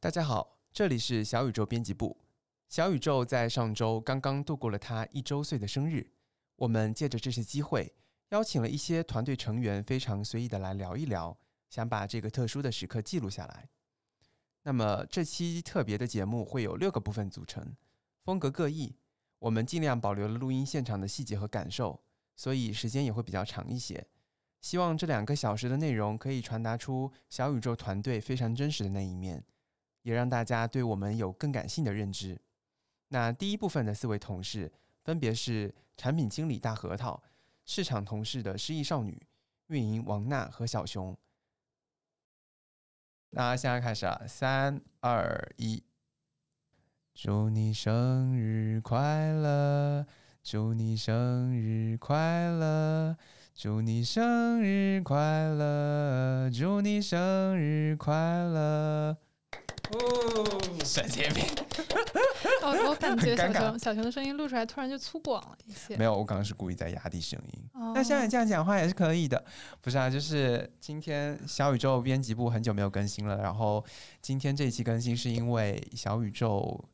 大家好，这里是小宇宙编辑部。小宇宙在上周刚刚度过了他一周岁的生日，我们借着这次机会，邀请了一些团队成员非常随意的来聊一聊，想把这个特殊的时刻记录下来。那么这期特别的节目会有六个部分组成，风格各异，我们尽量保留了录音现场的细节和感受，所以时间也会比较长一些。希望这两个小时的内容可以传达出小宇宙团队非常真实的那一面，也让大家对我们有更感性的认知。那第一部分的四位同事分别是产品经理大核桃、市场同事的失忆少女、运营王娜和小熊。那现在开始啊，三二一，祝你生日快乐，祝你生日快乐。祝你生日快乐，祝你生日快乐。哦，神经病！ 我我感觉很小尴尬熊小熊的声音录出来突然就粗犷了一些没。有，我刚刚是故意在压低声音。哦那像你这样讲话也是可以的，不是啊？就是今天小宇宙编辑部很久没有更新了，然后今天这一期更新是因为小宇宙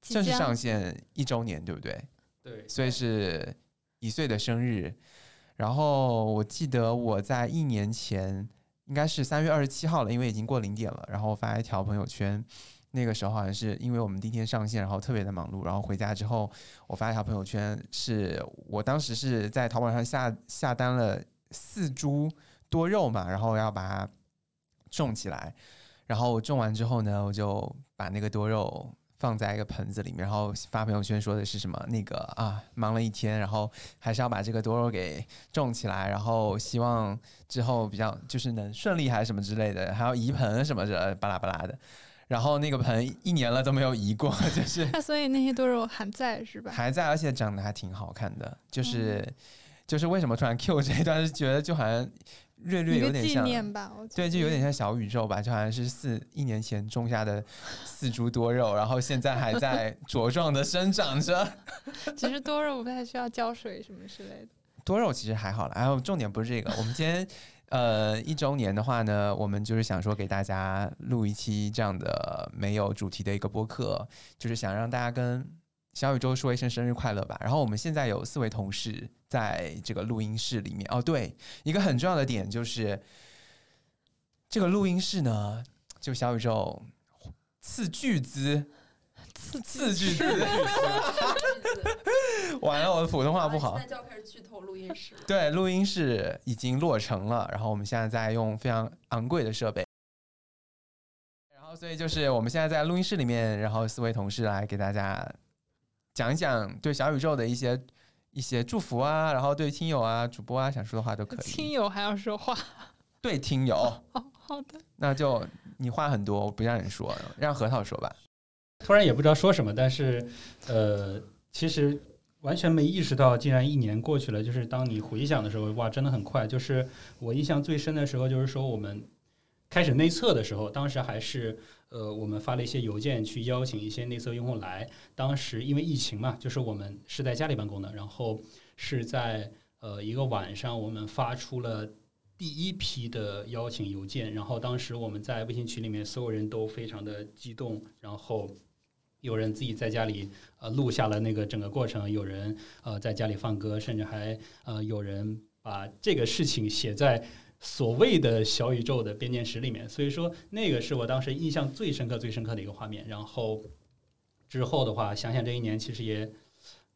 即正式将上线一周年，对不对？对，所以是一岁的生日。然后我记得我在一年前，应该是三月二十七号了，因为已经过零点了。然后发一条朋友圈，那个时候好像是因为我们第一天上线，然后特别的忙碌。然后回家之后，我发一条朋友圈，是我当时是在淘宝上下下单了四株多肉嘛，然后要把它种起来。然后我种完之后呢，我就把那个多肉放在一个盆子里面，然后发朋友圈说的是什么那个啊，忙了一天，然后还是要把这个多肉给种起来，然后希望之后比较就是能顺利还是什么之类的，还要移盆什么的，巴拉巴拉的。然后那个盆一年了都没有移过， 就是 那所以那些多肉还在是吧？还在，而且长得还挺好看的。就是、就是为什么突然 Q 这一段，是觉得就好像略略一有个点纪像，念吧，我觉对，得就有点像小宇宙吧，就好像是四一年前种下的四株多肉，然后现在还在茁壮的生长着。 其实多肉不太需要浇水什么之类的。多肉其实还好啦，然后重点不是这个，我们今天。呃，一周年的话呢，我们就是想说给大家录一期这样的没有主题的一个播客，就是想让大家跟小宇宙说一声生日快乐吧。然后我们现在有四位同事在这个录音室里面。哦，对，一个很重要的点就是，这个录音室呢，就小宇宙斥巨资，刺斥巨激资，完了，我的 普通话不好现在。就要开始剧透录音室了。对，录音室已经落成了，然后我们现在在用非常昂贵的设备。然后，所以就是我们现在在录音室里面，然后四位同事来给大家讲一讲对小宇宙的一些一些祝福啊，然后对亲友啊、主播啊想说的话都可亲 以。友还要说话。对听友，哦，好的，那就你话很多，我不让你说，让核桃说吧。突然也不知道说什么，但是呃，其实完全没意识到，竟然一年过去了。就是当你回想的时候，哇，真的很快。就是我印象最深的时候，就是说我们开始内测的时候，当时还是呃，我们发了一些邮件去邀请一些内测用户来。当时因为疫情嘛，就是我们是在家里办公的，然后是在呃一个晚上，我们发出了。第一批的邀请邮件，然后当时我们在微信群里面，所有人都非常的激动，然后有人自己在家里呃录下了那个整个过程，有人呃在家里放歌，甚至还呃有人把这个事情写在所谓的小宇宙的编年史里面。所以说，那个是我当时印象最深刻、最深刻的一个画面。然后之后的话，想想这一年其实也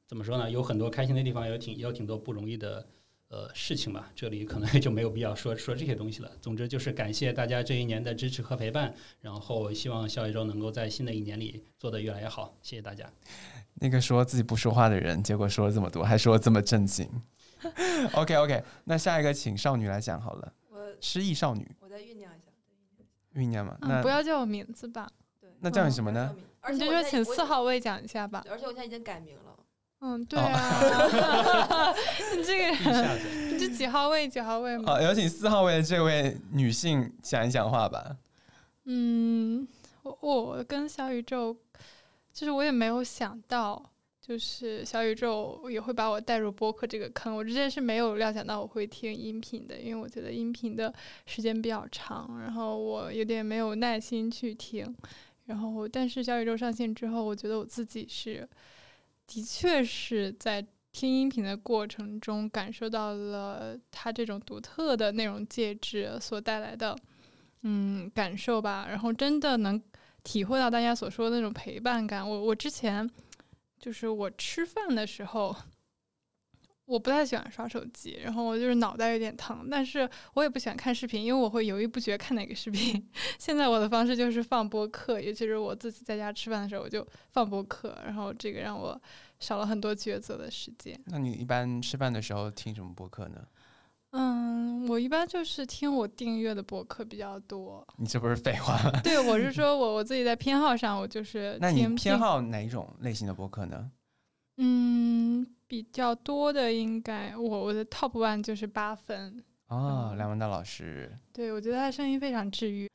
怎么说呢，有很多开心的地方，有挺有挺多不容易的。呃，事情吧，这里可能也就没有必要说说这些东西了。总之就是感谢大家这一年的支持和陪伴，然后希望小宇宙能够在新的一年里做得越来越好，谢谢大家。那个说自己不说话的人，结果说了这么多，还说得这么正经。OK OK，那下一个请少女来讲好了，我失忆少女我再酝酿一下。酝酿嘛，那、嗯，不要叫我名字吧，嗯对，那叫你什么呢？而你且就我说现在请我四号位讲一下吧。对而且我现在已经改名了， 嗯，对哦啊， 你这个人，下子， 你这几号位？几号位吗？好，哦有请四号位的这位女性讲一讲话吧。嗯，我我跟小宇宙，就是我也没有想到，就是小宇宙也会把我带入播客这个坑。我之前是没有料想到我会听音频的，因为我觉得音频的时间比较长，然后我有点没有耐心去听。然后，但是小宇宙上线之后，我觉得我自己是，的确是在听音频的过程中感受到了它这种独特的内容介质所带来的，嗯，感受吧。然后真的能体会到大家所说的那种陪伴感。我我之前就是我吃饭的时候。我不太喜欢刷手机，然后我就是脑袋有点疼，但是我也不喜欢看视频，因为我会犹豫不决看哪个视频。 现在我的方式就是放播客，也就是我自己在家吃饭的时候，我就放播客，然后这个让我少了很多抉择的时间。那你一般吃饭的时候听什么播客呢？嗯，我一般就是听我订阅的播客比较多。你这不是废话？ 对，我是说我我自己在偏好上，我就是那你听偏好哪种类型的播客呢？嗯比较多的应该我我的 top one 就是八分，哦，嗯梁文道老师。对我觉得他声音非常治愈。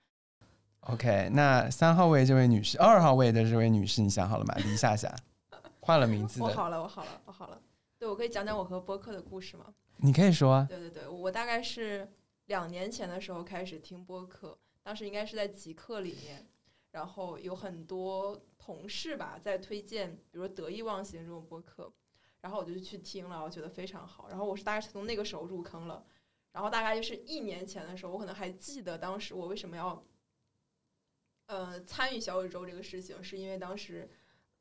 OK，那三号位这位女士，二号位的这位女士，你想好了吗？李夏 夏，换了名字我的，好了，我好了，我好了。对，我可以讲讲我和播客的故事吗？你可以说啊。对对对，我大概是两年前的时候开始听播客，当时应该是在极客里面，然后有很多同事吧在推荐，比如说得意忘形这种播客，然后我就去听了，我觉得非常好。然后我是大概是从那个时候入坑了，然后大概就是一年前的时候，我可能还记得当时我为什么要呃参与小宇宙这个事情，是因为当时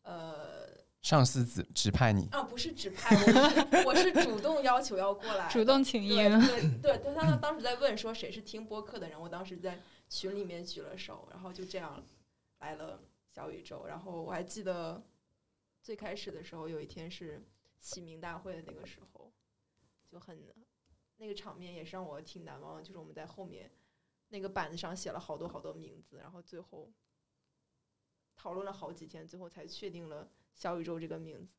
呃上司指指派你，啊，不是指派，我 是我是主动要求要过来的，主动请对缨，对对，对，他当时在问说谁是听播客的人，我当时在群里面举了手，然后就这样来了小宇宙。然后我还记得最开始的时候，有一天是起名大会的那个时候，就很那个场面也是让我挺难忘的，就是我们在后面那个板子上写了好多好多名字，然后最后讨论了好几天，最后才确定了小宇宙这个名字。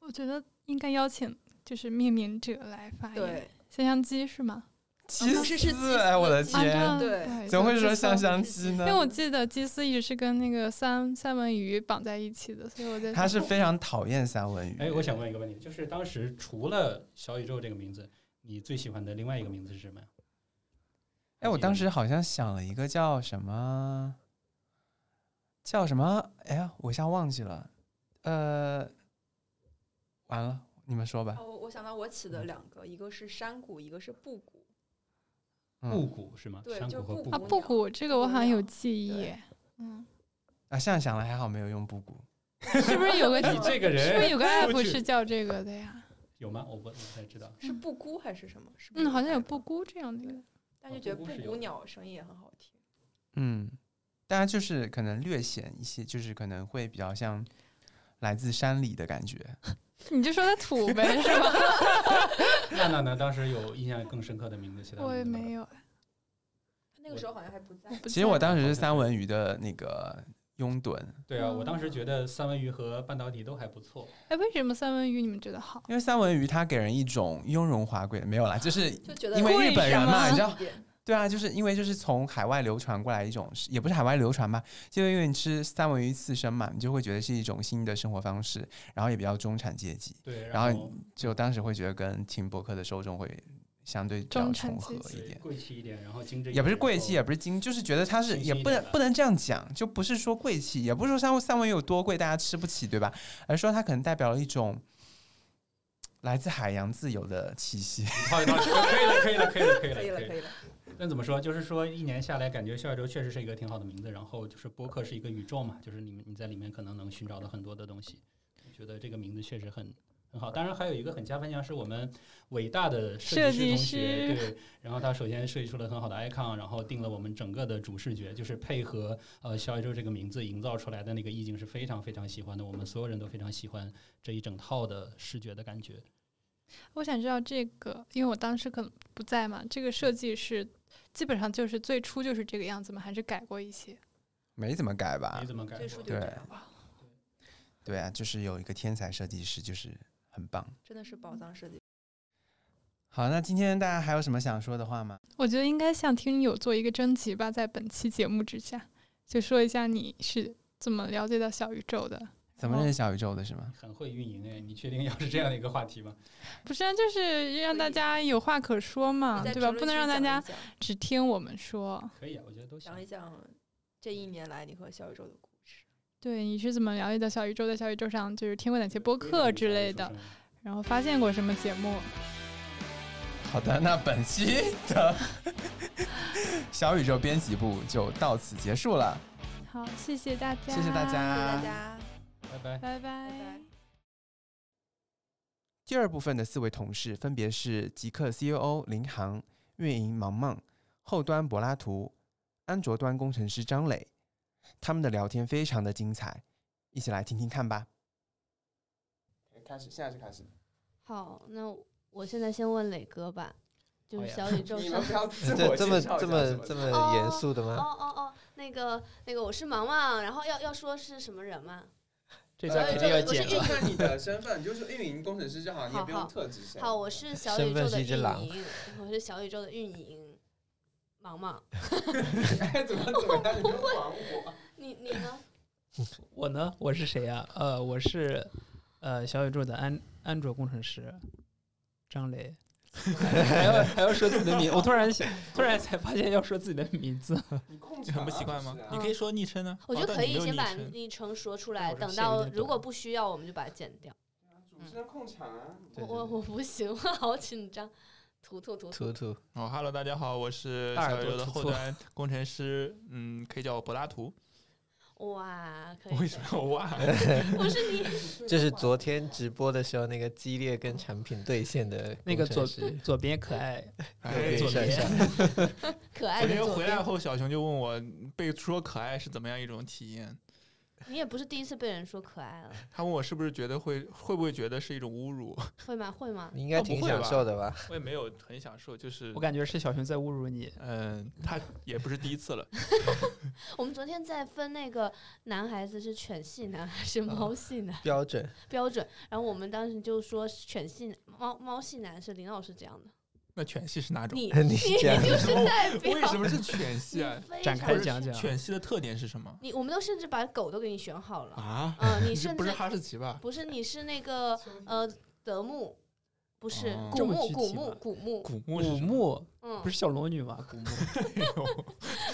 我觉得应该邀请就是命名者来发言。对，香香鸡是吗？鸡不是是鸡丝，哎，我的丝啊，这天，样对怎么会就说鸡香丝香鸡呢因为？我记得鸡丝一直是跟那个三三文鱼绑在一起的，所以我在他想是非常讨厌三文鱼。哎，我想问一个问题，就是当时除了小宇宙这个名字，你最喜欢的另外一个名字是什么呀？哎，我当时好像想了一个叫什么，叫什么？哎呀，我一下忘记了。呃，完了，你们说吧。哦，我我想到我起的两个，一个是山谷，一个是布谷。布嗯，谷是吗？对山就谷和布布谷啊谷布谷这个我好像有记布谷忆鸟，嗯，啊，现在想来还好没有用布谷。 是不是有个 你这个是不是人有个出 app 去是叫这个的呀？有吗？我不我不太知道。 是布谷还是什么？是嗯，好像有布布谷谷这样的一个，改的，但啊是觉得布布谷是有谷的鸟声音也很好听。嗯，大家就是可能略显一些，就是可能会比较像来自山里的感觉。你就说它土 呗，是吧？娜娜呢？当时有印象更深刻的名字，其啊他我也名字吗没。有，哎那个我时候好像还不在我。不其记实我得当时是三文鱼的那个拥趸，对啊，我当时觉得三文鱼和半导体都还不错。哎，为什么三文鱼你们觉得好？因为三文鱼它给人一种雍容华贵，没有啦，就是就觉得因为贵日本是人嘛，吗你知道一，点对啊，就是因为就是从海外流传过来一种，也不是海外流传吧，就因为你吃三文鱼刺身嘛，你就会觉得是一种新的生活方式，然后也比较中产阶级，对，然后后就当时会觉得跟听博客的受众会相对比较中产重合阶一对点。贵气一点，然后精致一点也不是贵气，也然后不是精，就是觉得它是清晰也一不点能吧不能这样讲，就不是说贵气，也不是说三三文鱼有多贵，大家吃不起，对吧？而是说它可能代表了一种来自海洋自由的气息。一套一套吃，可以了，可以了，可以了，可以了，可以了，可以以了。那怎么说？就是说一年下来，感觉小宇宙确实是一个挺好的名字。然后就是播客是一个宇宙嘛，就是你们你在里面可能能寻找到很多的东西。我觉得这个名字确实很很好。当然还有一个很加分项是我们伟大的设设计计师同学，师对，然后他首先设计出了很好的 icon，然后定了我们整个的主视觉，就是配合呃小宇宙这个名字营造出来的那个意境是非常非常喜欢的。我们所有人都非常喜欢这一整套的视觉的感觉。我想知道这个，因为我当时可能不在嘛，这个设计是基本上就是最初就是这个样子吗？还是改过一些？ 没怎么改吧你？怎么感最觉初？就是这对样吧，对啊，就是有一个天才设计师，就是很棒。真的是宝藏设计。好，那今天大家还有什么想说的话吗？我觉得应该向听友做一个征集吧，在本期节目之下，就说一下你是怎么了解到小宇宙的。怎么认识小宇宙的是吗？很会运营哎，你确定要是这样的一个话题吗？不是、啊，就是让大家有话可说嘛，你在对吧？评论不能区让大讲一家讲只听我们说。可以啊，我觉得都行讲。一讲这一年来你和小宇宙的故事。对，你是怎么了解到小宇宙？在小宇宙上就是听过哪些播客之类的，，然后发现过什么节目？好的，那本期的 小宇宙编辑部就到此结束了，好，谢谢大家，谢谢大家，谢谢大家，拜拜拜。拜。拜拜。第二部分的四位同事分别是极客 COO 林航、运营芒芒、后端柏拉图、安卓端工程师张磊。他们的聊天非常的精彩，一起来听听看吧。开始，现在是开始。好，那我现在先问磊哥吧，就是小宇宙你上们不要自我这这么介绍一下什这么的 这么严肃的哦吗？哦哦，那个那个，我是芒芒，然后要要说是什么人嘛？这呃段肯定要剪就了看你的身份，你就是运营工程师就好，你也不好用好特指谁。好，我是小身宇份宙是的一只狼运营，我是小宇宙的运营，芒芒，哎，怎么怎么样？你们管我？ 你你呢？我呢，我是谁呀、呃，我是呃小宇宙的安安卓工程师张雷。还要还要说自己的名，我突然想，突然才发现要说自己的名字。你控制很不习惯吗？嗯你可以说昵称呢。我觉哦得但可你没以有先昵把称昵称说出来，我是等谁到那如果种不需要，我们就把它剪掉。主持人控场啊！我我我不行，我好紧张，图图图图。图图，哦，Hello，大家好，我是大小耳宇朵宙的兔后兔端工程师，嗯，可以叫我柏拉图。哇，可以的。为什么要哇？ 不是你？这是昨天直播的时候那个激烈跟产品对线的那个工左程师左边可爱，哎，左昨边边 天可爱昨的天左回边来后，小熊就问我被说可爱是怎么样一种体验。你也不是第一次被人说可爱了，他问我是不是觉得会会不会觉得是一种侮辱？ 会吗？会吗？你应哦该不挺会享吧受的吧？我也没有很享受，就是我感觉是小熊在侮辱你。嗯，他也不是第 一次了。我们昨天在分那个男孩子是犬系男还是哦猫系男、标准，标准，然后我们当时就说犬系猫猫系男是林老师这样的，那犬系是哪种？你你这 样就是代表为什么是犬系啊？你非展常开讲讲犬系的特点是什么你我们都甚至把狗都给你选好了，啊？嗯， 你这甚不是至哈士奇吧？ 不是你是那个呃德牧，不是哦古这么牧具古体牧吗古牧，古墓是古什么？墓嗯不，是小龙女吗？古墓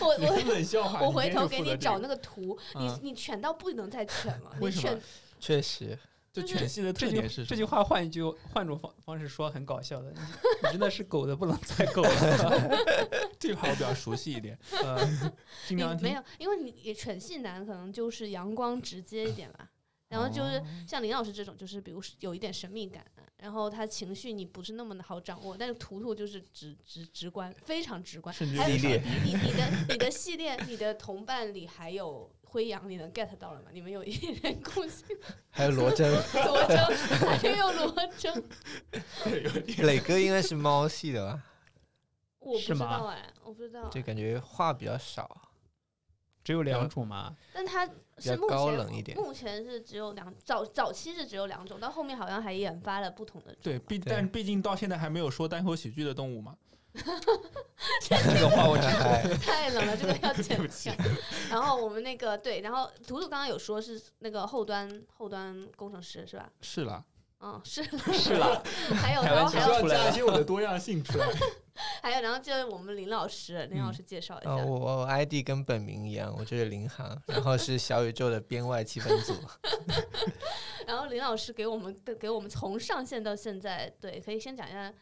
我你我是冷笑话。我回头给你你找那那个图，嗯你你犬到不能再犬了，你为什么犬确实就就是犬系的特这点句是这什句么？话换一句换种方方式说很搞笑的，你你真的是狗的不能再狗了。 这句话我比较熟悉一点，呃， 经你常没听。有，因为你犬系男可能就是阳光直接一点吧，然后哦就是像林老师这种，就是比如是有一点神秘感，然后他情绪你不是那么的好掌握，但是图图就是直直直观，非常直观。甚至还有有激烈点你你的你的系列，你的同伴里还有灰羊，你能 get 到了吗？你们有一人共性 还有罗真，罗征，还有罗征，傻逼 有点磊哥应该是猫系的吧？我不是知吗道哎，我不知道就哎，感觉话比较少，只有两种嘛。但他是较目前高冷一点目前是只有两早早期是只有两种，到后面好像还研发了不同的种。对，毕对但毕竟到现在还没有说单口喜剧的动物 嘛。这个话我真爱。太冷了，这个要 剪掉。然后我们那个对，然后图图刚刚有说是那个后端后端工程师是吧？是啦，嗯，是 是了。还有开玩然后还笑有出来了些我的多样性出 来。还有，然后就是我们林老师，林老师介绍一啊，下。我我 ID 跟本名一样，我就是林航，然后是小宇宙的编外气氛组。然后林老师给我们给我们从上线到现在，对，可以先讲一下。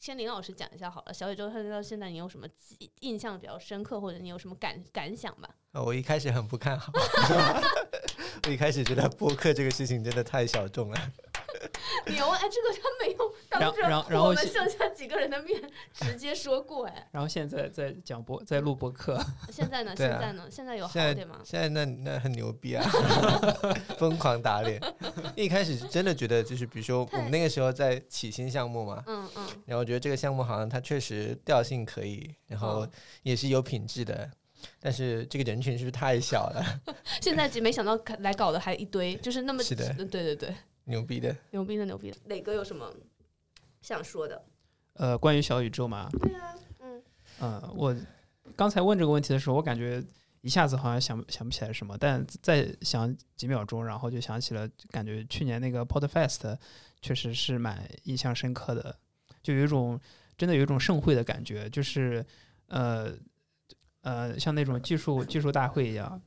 先林老师讲一下好了，小宇宙上到现在你有什么记印象比较深刻，或者你有什么感感想吧？ 啊，我一开始很不看好， 我一开始觉得播客这个事情真的太小众了。牛哎，这个他没有然当后然后然着后我们现剩下几个人的面直接说过哎，然后现在在讲播，在录播客， 现在呢？对现啊在呢？现在有好现在点吗？现在那那很牛逼啊， 疯狂打脸。一开始真的觉得就是，比如说我们那个时候在起新项目嘛，嗯嗯然后我觉得这个项目好像它确实调性可以，然后嗯也是有品质的，但是这个人群是不是太小了？ 现在没想到来搞的还一堆，就是那么是的对对对，牛逼的，牛逼的牛逼的。磊哥有什么想说的？呃，关于小宇宙嘛，对啊，嗯，嗯，我刚才问这个问题的时候，我感觉一下子好像想不想不起来什么，但再想几秒钟，然后就想起了，感觉去年那个 Podfest 确实是蛮印象深刻的，就有一种真的有一种盛会的感觉，就是呃，呃，像那种技术技术大会一样，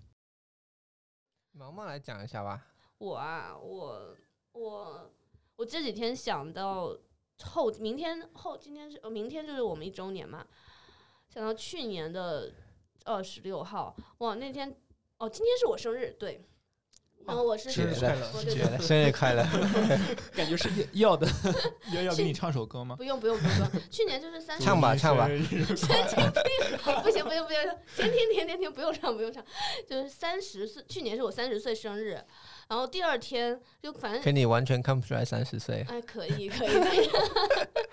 毛毛来讲一下吧。我啊，我我我这几天想到后明天后今天是呃明天就是我们一周年嘛，想到去年的二十六号，哇，那天哦，今天是我生日，对，然后我是生日快乐我是对觉对得生日快乐！ 感觉是要的。 要要去给你唱首歌吗？不用不用不用不用，去年就是三十唱 吧唱 吧不行不行不行，停停停停停，不用唱不用唱，就是三十岁，去年是我三十岁生日，然后第二天就反正可你完全看不出来三十岁，哎可以可以可以，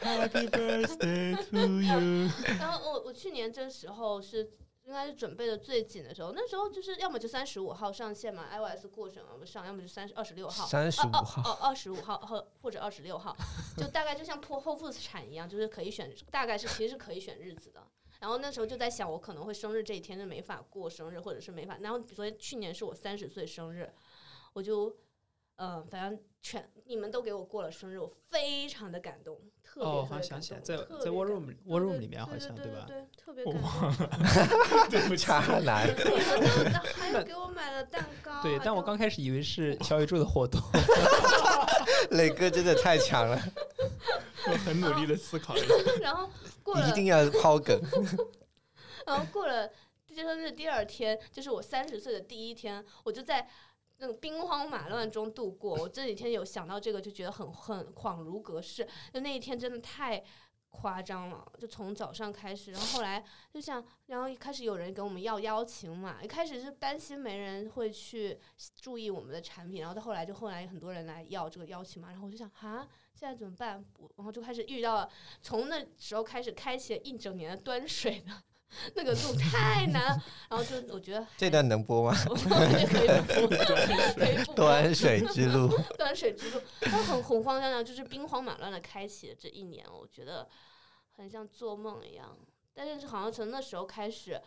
Happy birthday to you！ 然后我我去年这时候是应该是准备的最紧的时候，那时候就是要么就三十五号上线嘛，iOS 过程要么上，要么就三十二十六号， 35号哦二十五号和或者二十六号，就大概就像破剖腹产一样，就是可以选，大概是其实是可以选日子的。然后那时候就在想，我可能会生日这一天就没法过生日，或者是没法。然后所以去年是我三十岁生日，我就呃，反正全你们都给我过了生日，我非常的感动，特别哦，特好像别想感起来，动在特在别 War 感 Room War 对 Room 里面好像对吧？对，特别我感动。 渣男。对 然后还有给我买了蛋糕啊。对，但我给刚开始以为 是小宇宙的活动，磊哥真的太强了，我很努力的思考了一下，然后 过了一，定要抛梗。 然后过了生日第二天，就是我三十岁的第一天，我就在。那种兵荒马乱中度过，我这几天有想到这个，就觉得很很恍如隔世。就那一天真的太夸张了，就从早上开始，然后后来就像，然后一开始有人给我们要邀请码，一开始是担心没人会去注意我们的产品，然后到后来就后来很多人来要这个邀请码，然后我就想哈，现在怎么办？我然后就开始遇到了，从那时候开始开启了一整年的端水的 那个路太难了，然后就我觉得还这段能播吗？ 我觉得可以不播可以不播端水之路，断水之路，但很很慌张张，就是兵荒马乱的开启了这一年，我觉得很像做梦一样。但是好像从那时候开始，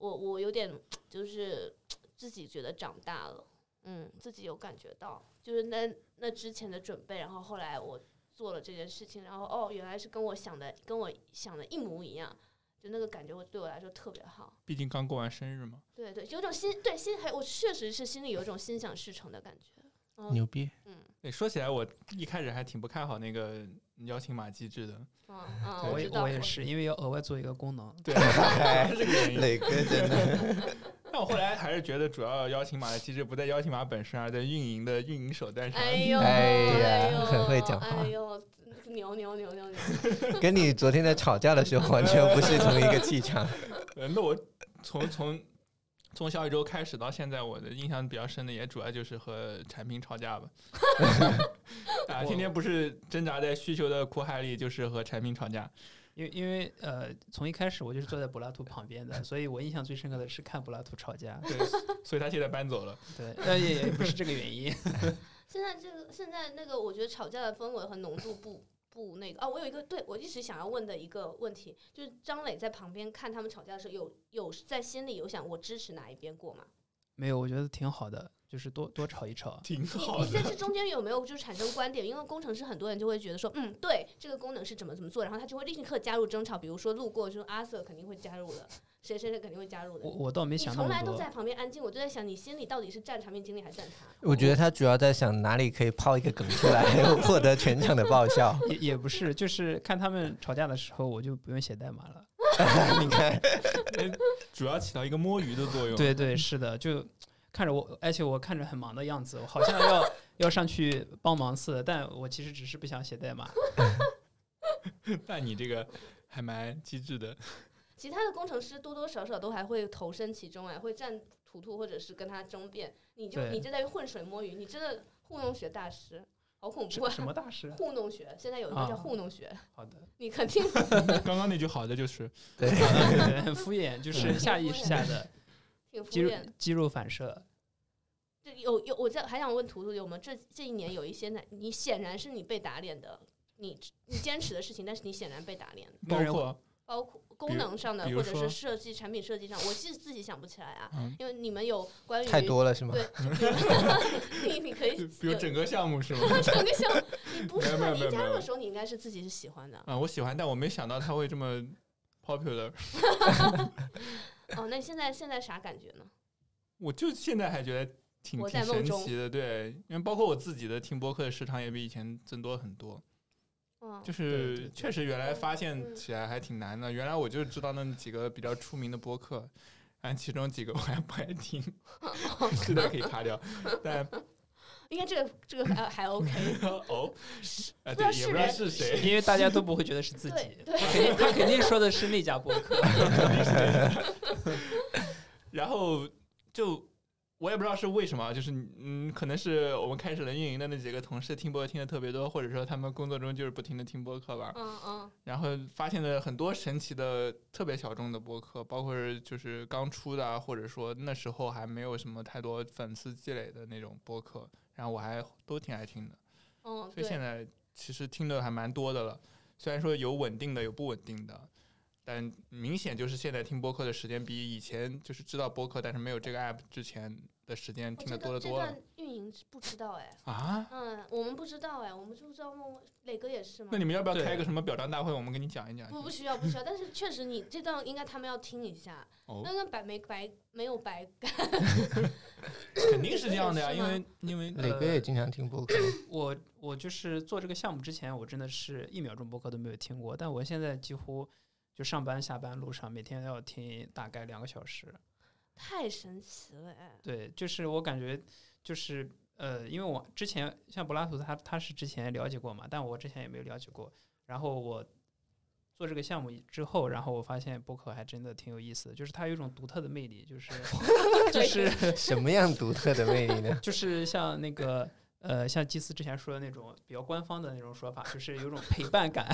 我我有点就是自己觉得长大了，嗯，自己有感觉到，就是那那之前的准备，然后后来我做了这件事情，然后哦，原来是跟我想的跟我想的一模一样，就那个感觉我对我来说特别好。 毕竟刚过完生日嘛。对对，有种心对心还我确实是心里有一种心想事成的感觉。嗯牛逼！嗯对，说起来我一开始还挺不看好那个邀请码机制的，嗯嗯，我也知道，也是，因为要额外做一个功能。对，哎 是 这个原因。磊哥真的 但我后来还是觉得，主要邀请码的机制不在邀请码本身，而在运营的运营手段上。哎呦，哎呀呦很会讲话哎呦，牛牛牛牛牛！ 跟你昨天在吵架的时候完全不是同一个气场。 呃，那我从从从小宇宙开始到现在，我的印象比较深的也主要就是和产品吵 架吧。 啊，天天不是挣扎在需求的苦海里，就是和产品吵架。因为因为呃，从一开始我就是坐在柏拉图旁边的，所以我印象最深刻的是看柏拉图吵架。对，所以他现在搬走了。对，但也也不是这个原因。 现在这个现在那个，我觉得吵架的氛围和浓度不不那个哦。我有一个对我一直想要问的一个问题，就是张磊在旁边看他们吵架的时候，有有在心里有想我支持哪一边过吗？没有，我觉得挺好的，就是多多吵一吵。 挺你你在这中间有没有就是产生观点？因为工程师很多人就会觉得说，嗯，对，这个功能是怎么怎么做，然后他就会立刻加入争吵。比如说路过，就是阿瑟肯定会加入的，谁谁谁肯定会加入的我。我倒没你想那从来么都多在，旁边安静，我就在想，你心里到底是站产品经理还是站他？ 我觉得他主要在想哪里可以抛一个梗 出来，获得全场的爆笑。也也不是，就是看他们吵架的时候，我就不用写代码了。 你看，主要起到一个摸鱼的作用。， 对对，是的，就看着我，而且我看着很忙的样子，我好像要要上去帮忙似的，但我其实只是不想写代码。但你这个还蛮机智的。其他的工程师多多少少都还会投身其中哎，会站图图或者是跟他争辩。你就对你就在于浑水摸鱼，你真的糊弄学大师，好恐怖什啊！什么大师？糊弄学，现在有一个啊叫糊弄学，好的，你肯 定 刚刚那句好的 就是，对，对，很敷衍，就对是下意识下的挺敷肌肉衍的。肌肉反射。这有有，我在还想问图图有没有这这一年有一些哪，你显然是你被打脸的，你你坚持的事情，但是你显然被打脸了，包括包括功能上的比如或者说是设计产品设计上，我是自己想不起来啊，嗯，因为你们有关于太多了是吗？ 对，你你可以就有比如整个项目是吗？ 整个项目，你不是没吧？有你没有一加没入有的时候，你应该是自己是喜欢的。 啊，我喜欢，但我没想到他会这么 popular。哦，那你现在现在啥感觉呢？ 我就现在还觉得挺活挺在梦神中奇的，对，因为包括我自己的听播客的时长也比以前增多很多，嗯，就对对是对确实原来发嗯现起来还挺难的，原来我就知道那几个比较出名的播客，但其中几个我还不爱 听， 这段可以卡掉，但 应该这个这个还还 OK，哦，啊呃不知道对，也是不知道人是 谁，因为大家都不会觉得是自己对，对，肯定他肯定说的是那家 播客， 然后就我也不知道是为什么，就是嗯，可能是我们开始了运营的那几个同事听播客听的特别多，或者说他们工作中就是不停的听播客吧，嗯嗯然后发现了很多神奇的特别小众的播客，包括是就是刚出的啊，或者说那时候还没有什么太多粉丝积累的那种播客，然后我还都挺爱听的，嗯，所以现对，在其实听的还蛮多的了，虽然说有稳定的，有不稳定的。但明显就是现在听播客的时间比以前就是知道播客，但是没有这个 app 之前的时间我听得这多得个这多了段运营不知道哎，啊！嗯，我们不知道哎，我们知不知道梦磊哥也是吗那？你们要不要对开个什么表彰大会？我们给你讲一讲。不不需要不需要，但是确实你这段应该他们要听一下，哦那个白没白没有白肯定是这样的 呀，是因吗为因为呃磊哥也经常听播客，呃 我我就是做这个项目之前，我真的是一秒钟播客都没有听过，但我现在几乎就上班下班路上每天要听大概两个小时。太神奇了哎，对，就是我感觉就是呃，因为我之前像柏拉图他他是之前了解过嘛，但我之前也没有了解过。然后我做这个项目之后，然后我发现播客还真的挺有意思的，就是它有一种独特的魅力，就是就是什么样独特的魅力呢？ 就是像那个呃，像祭司之前说的那种比较官方的那种说法，就是有种陪伴 感。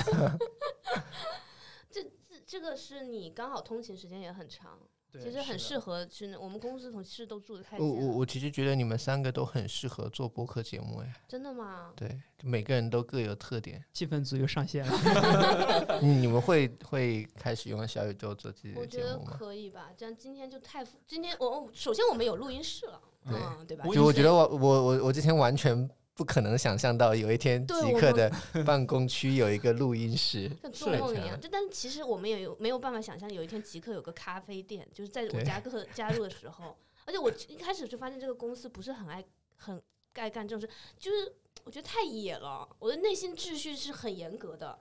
这这这个是你刚好通勤时间也很长，对其实很是适的合去那我们公司同事都住的太我我近了，我其实觉得你们三个都很适合做播客节目，哎，真的吗？对，每个人都各有特点。气氛组又上线了。 嗯你们会会开始用小宇宙做自己我的觉节得目吗？可以吧，这样今天就太复今天我我首先我们有录音室了，对嗯，对吧？我就我觉是得我我我我之前完全不可能想象到有一天对极我客们的办公区有一个录音 室，像做梦一是样，就但其实我们也有没有办法想象有一天极客有个咖啡店，就是在我对加 客加入的时候，而且我一开始就发现这个公司不是很爱很爱干这种事，就是我觉得太野了，我的内心秩序是很严格的，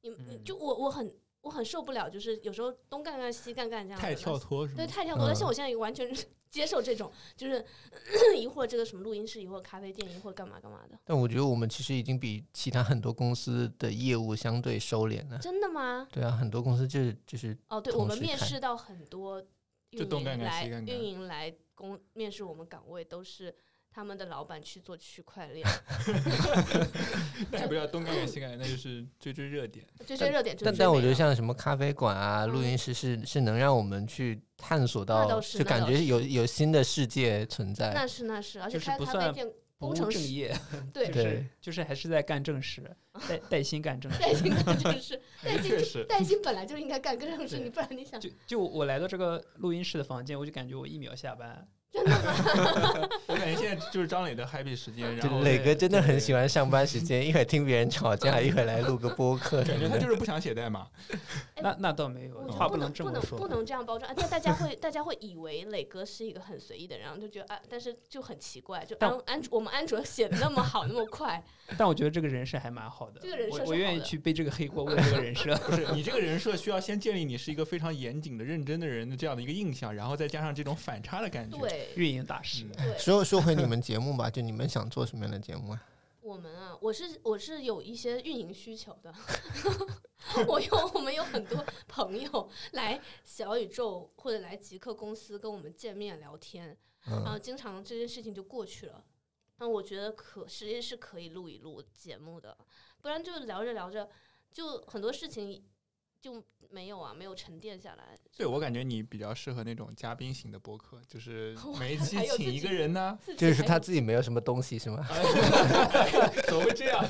你嗯就我我很我很受不了，就是有时候东干干西干干这样太的跳脱是吗对，？太跳脱。但嗯像我现在也完全 接受这种，就是 一会儿这个什么录音室，一会儿咖啡店，一会儿干嘛干嘛的。但我觉得我们其实已经比其他很多公司的业务相对收敛嗯了。真的吗？对啊，很多公司就是就是哦，对，同我们时面看试到很多运东营干干来西干干运营来公面试我们岗位，都是他们的老板去做区块 链， 那哎还不叫东干西干，那就是追追热点。追追热点追追但美了。但我觉得像什么咖啡馆啊、录嗯音室是是能让我们去探索那到，倒是就那感倒觉是有有新的世界存在。 那是那是，而且就是开不咖啡算店不工务程正师业， 对就 对是就是还是在干正事，带带薪干正事。带薪的 就是带薪确实，带薪本来就应该干各种事，对你不然你想就就我来到这个录音室的房间，我就感觉我一秒下班。真的吗？ 我感觉现在就是张磊的 happy 时间，然就后磊哥真的很对喜欢上班 时间，一会儿听别人吵架，一会儿来录个播客什感觉么他的就。是不想写代码， 哎那那倒没有我，觉话得不能能这不么能说。不能这样包装，而且大家会大家会以为磊哥是一个很随意的人，然后就觉得啊，但是就很奇怪，就但安安我们安卓写的那么好，那么快，但我觉得这个人设还蛮好的，这个人设我是我愿好意的去背这个黑锅，为了这个人设。 不是你这个人设需要先建立你是一个非常严谨的、认真的人的这样的一个印象，然后再加上这种反差的感觉。嗯对，运营大师，对，说说回你们节目吧，就你们想做什么样的节目啊？我们啊，我是我是有一些运营需求的， 我有 我们有很多朋友来小宇宙或者来极客公司跟我们见面聊天，然嗯，后经常这件事情就过去了。那我觉得可实际是可以录一录节目的，不然就聊着聊着，就很多事情就没有啊，没有沉淀下来。对我感觉你比较适合那种嘉宾型的播客， 就是我每一期还有请自一个己人呢、自己就是还他有自己没有什么东西是吗？ 怎么会这样？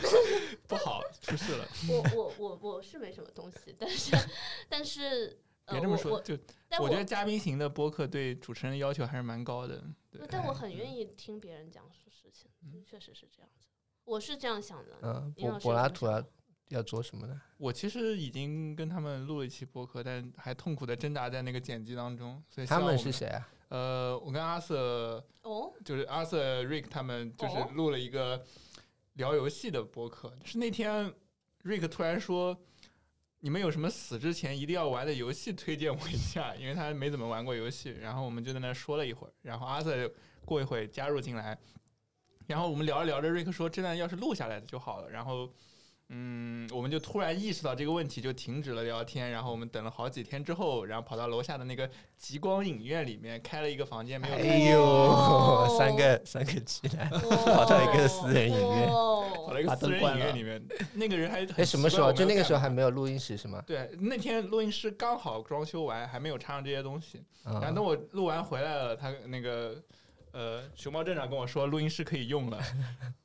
不好，出事了！我我我我是没什么东西，但是 但是呃，别这么我说，我就但我觉得嘉宾型的播客对主持人要求还是蛮高的。对不，但我哎很愿嗯意听别人讲述事情，就嗯确实是这样子。我是这样想的，嗯，你柏老师有柏拉什么图想啊法，要做什么呢？我其实已经跟他们录了一期播客，但还痛苦的挣扎在那个剪辑当中。所以希他望们我是？谁啊？呃，我跟阿瑟哦，就是阿瑟、Rick 他们就是哦录了一个聊游戏的播客，就是那天 Rick 突然说。你们有什么死之前一定要玩的游戏推荐我一下？因为他没怎么玩过游戏，然后我们就在那说了一会儿，然后阿瑟过一会儿加入进来，然后我们聊着聊着，瑞克说：“这段要是录下来的就好了。”然后，嗯，我们就突然意识到这个问题，就停止了聊天。然后我们等了好几天之后，然后跑到楼下的那个极光影院里面开了一个房间，没有哎呦，三个三个直男， 跑到一个私人影院跑到一个把私灯人关影院了里面，那个人还很哦哎，什么奇时怪我候？没就有那个时候干还嘛没有录音室是吗？对，那天录音师刚好装修完，还没有插上这些东西。然后啊等，我录完回来了，他那个呃熊猫镇长跟我说录音室可以用 了，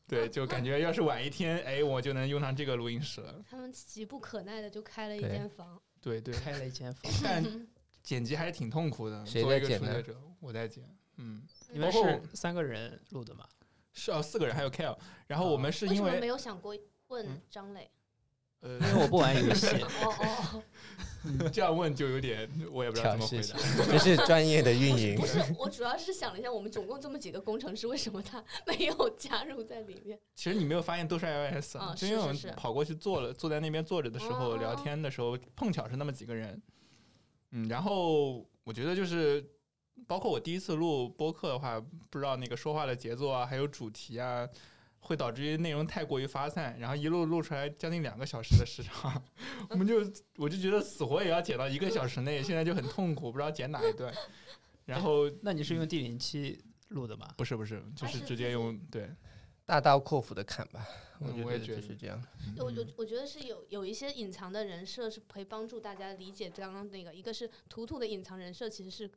对，就感觉要是晚一天，哎，我就能用上这个录音室了。他们急不可耐的就开了一对间房，对对，开了一间房。 但剪辑还是挺痛苦的。谁作为一在个剪初呢学者，我 在剪。嗯，你们包括是三个人录的吗？是哦，四个人还有 Kale，然后我们是为什因么没为有想过问嗯 张磊？呃因为我不玩游戏，哦哦， 这样问就有点我也不知道怎么回答挑。这是专业的运营 不。是，我主要是想了一下，我们总共这么几个工程师，为什么他没有加入在里面？其实你没有发现都是 iOS，啊就是因为我是是们跑过去坐了，坐在那边坐着的时候、哦聊天的时候，碰巧是那么几个人。嗯，然后我觉得就是，包括我第一次录播客的话，不知道那个说话的节奏啊，还有主题啊，会导致内容太过于发散，然后一路录出来将近两个小时的时长， 我们就我就觉得死活也要剪到一个小时内，现在就很痛苦，不知道剪哪一 段。然哎后那你是用 D 零七录的吗？不是不是，就还是是直接用对，大刀阔斧的砍吧，我嗯觉我也得觉就得是这样。我我嗯我觉得是有有一些隐藏的人设是可以帮助大家理解刚刚那个，一个是图图的隐藏人设其实是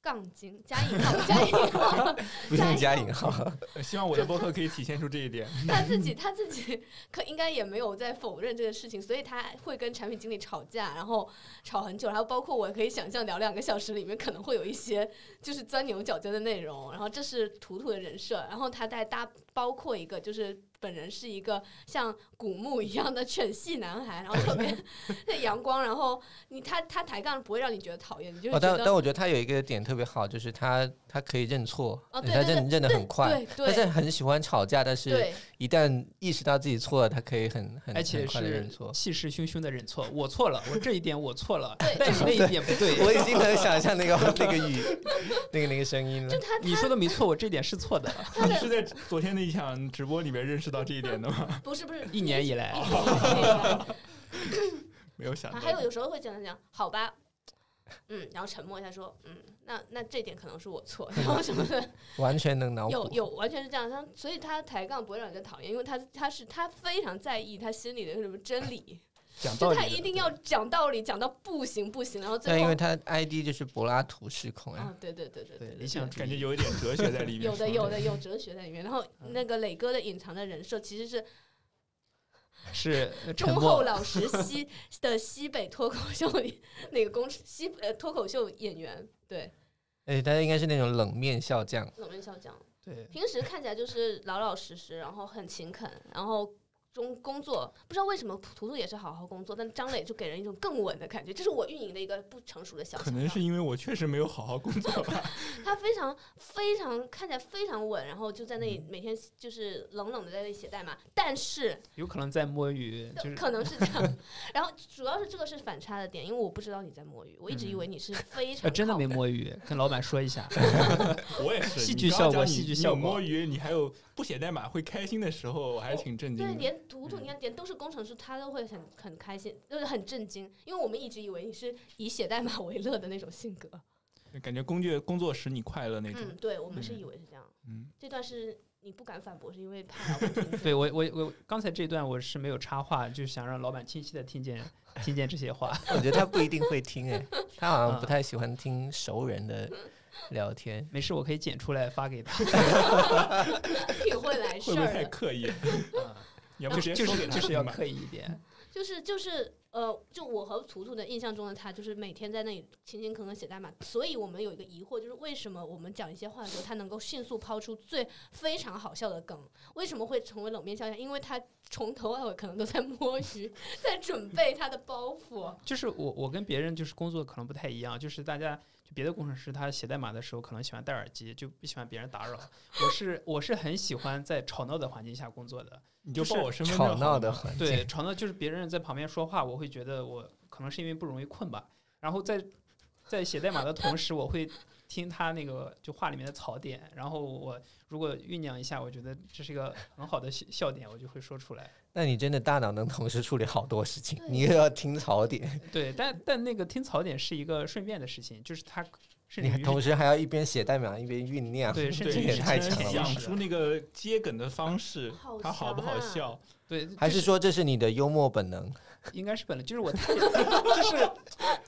杠精加引号加引号，不用加引 号，呃希望我的播客可以体现出这一点。 他自己他自己可应该也没有在否认这个事情，所以他会跟产品经理吵架，然后吵很久，然后包括我可以想象聊两个小时里面可能会有一些就是钻牛角尖的内容，然后这是图图的人设，然后他再搭包括一个就是。本人是一个像古墓一样的犬系男孩，然后特别 那阳光，然后你他他抬杠不会让你觉得讨厌，你就会哦，觉但得、但我觉得他有一个点特别好，就是他他可以认错，哦对他对认认得很快。对他是对很喜欢吵架，但是对，一旦意识到自己错了，他可以很很而且很快的认是错。气势汹汹的认错，我错了，我这一点我错了，对但你那一点不对， 我已经能想象那个那个语那个那个声音了就。他你说的没错，我这一点是错的。 他你是在的昨天那一场直播里面认识到这一点的吗？不 是不是一年以来， 没有想啊，到。还有有时候会讲讲讲，好吧，嗯，然后沉默一下说，嗯，那那这点可能是我错，然后什么的，完全能脑有补。有完全是这样，他所以他抬杠不会让人家讨厌，因为他他是他非常在意他心里的什么真理，讲道就理他的，一定要讲道理，讲到不行不行，然后但最因为后，他 ID 就是柏拉图失控呀，嗯，对对对对对理对。想主感觉义。有一点哲学在里 面。有的是吗有的有哲学在里面，然后那个磊哥的隐藏的人设其实是是呃沉忠厚默，老实西的西北脱口秀里那个公西呃脱口秀演员，对，而且他哎应该是那种冷面笑匠，冷面笑匠。对，平时看起来就是老老实实，然后很勤恳，然后中工作不知道为什么图图也是好好工作，但张磊就给人一种更稳的感觉，这是我运营的一个不成熟的小想法。可能是因为我确实没有好好工 作吧。他非常非常看起来非常稳，然后就在嗯那里每天就是冷冷的在那里写代码，但是有可能在摸鱼，就是可能是这样。 然后主要是这个是反差的点，因为我不知道你在摸鱼，我一直以为你是 非常、呃嗯真的没。摸鱼，跟老板说一 下。我也是。戏你剧刚刚效果讲你戏剧你有效果摸鱼，你还有不写代码会开心的时候，我还是挺震对，惊的。连图图嗯你看，连都是工程师，他都会很很开心，就是很震惊，因为我们一直以为你是以写代码为乐的那种性格。感觉工具工作使你快乐那种。嗯，对，我们是嗯以为是这样。嗯，这段是你不敢反驳，是因为怕老板听见。对我我我刚才这段我是没有插话，就想让老板清晰的听见听见这些话。嗯我觉得他不一定会听哎，他好嗯像不太喜欢听熟人的嗯聊天。没事，我可以剪出来发给他。 挺会来事会不会儿太的。刻意？啊也就不是直接就说给是就他是要听吧刻意一 点，就是就是呃，就我和图图的印象中的他，就是每天在那里勤勤恳恳写代码，所以我们有一个疑惑，就是为什么我们讲一些话的时候，他能够迅速抛出最非常好笑的梗，为什么会成为冷面笑匠？因为他从头到尾可能都在摸鱼， 在准备他的包袱。就是我我跟别人就是工作可能不太一样，就是大家就别的工程师他写代码的时候可能喜欢戴耳机，就不喜欢别人打扰。我是我是很喜欢在吵闹的环境下工作的，你就就是报我身份证吵好闹了的嘛环境，对，吵闹就是别人在旁边说话，我会觉得我可能是因为不容易困吧。然后在在写代码的同时，我会听他那个就话里面的槽点，然后我如果酝酿一下，我觉得这是一个很好的笑笑点，我就会说出来。那你真的大脑能同时处理好多事情对，你又要听槽点， 对，但但那个听槽点是一个顺便的事情，就是他甚你至还于同时还要一边写代码一边酝酿， 对甚对，至这也于太是只强能了吧想出那个接梗的方式好，它好不好强啊笑？对，就还是说这是你的幽默本能？ 应该是本来就是我太 就是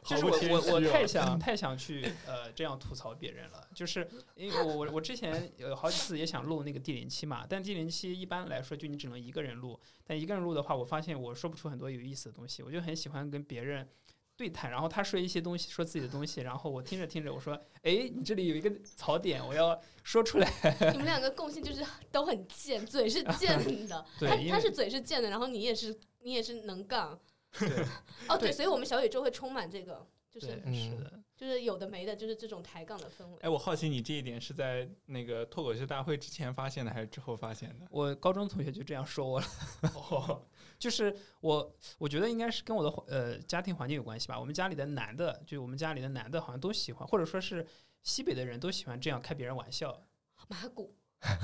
就好是不我谦我我虚哦太 想太想去呃这样吐槽别人了，就是因为我我我之前有好几次也想录那个 D 零七嘛，但 D 零七一般来说就你只能一个人录，但一个人录的话，我发现我说不出很多有意思的东西，我就很喜欢跟别人。对谈，然后他说一些东西，说自己的东西，然后我听着听着，我说，哎，你这里有一个槽点，我要说出来。 你们两个共性就是都很贱，嘴是贱的，对他因为他是嘴是贱的，然后你也是你也是能杠。对 哦，对，对所以我们小宇宙会充满这个，就是对，嗯是的，就是有的没的，就是这种抬杠的氛围。哎，我好奇你这一点是在那个脱口秀大会之前发现的，还是之后发现的？我高中同学就这样说我了，哦 就是我，我觉得应该是跟我的环呃家庭环境有关系吧。我们家里的男的，就我们家里的男的，好像都喜欢，或者说是西北的人都喜欢这样开别人玩笑。马古，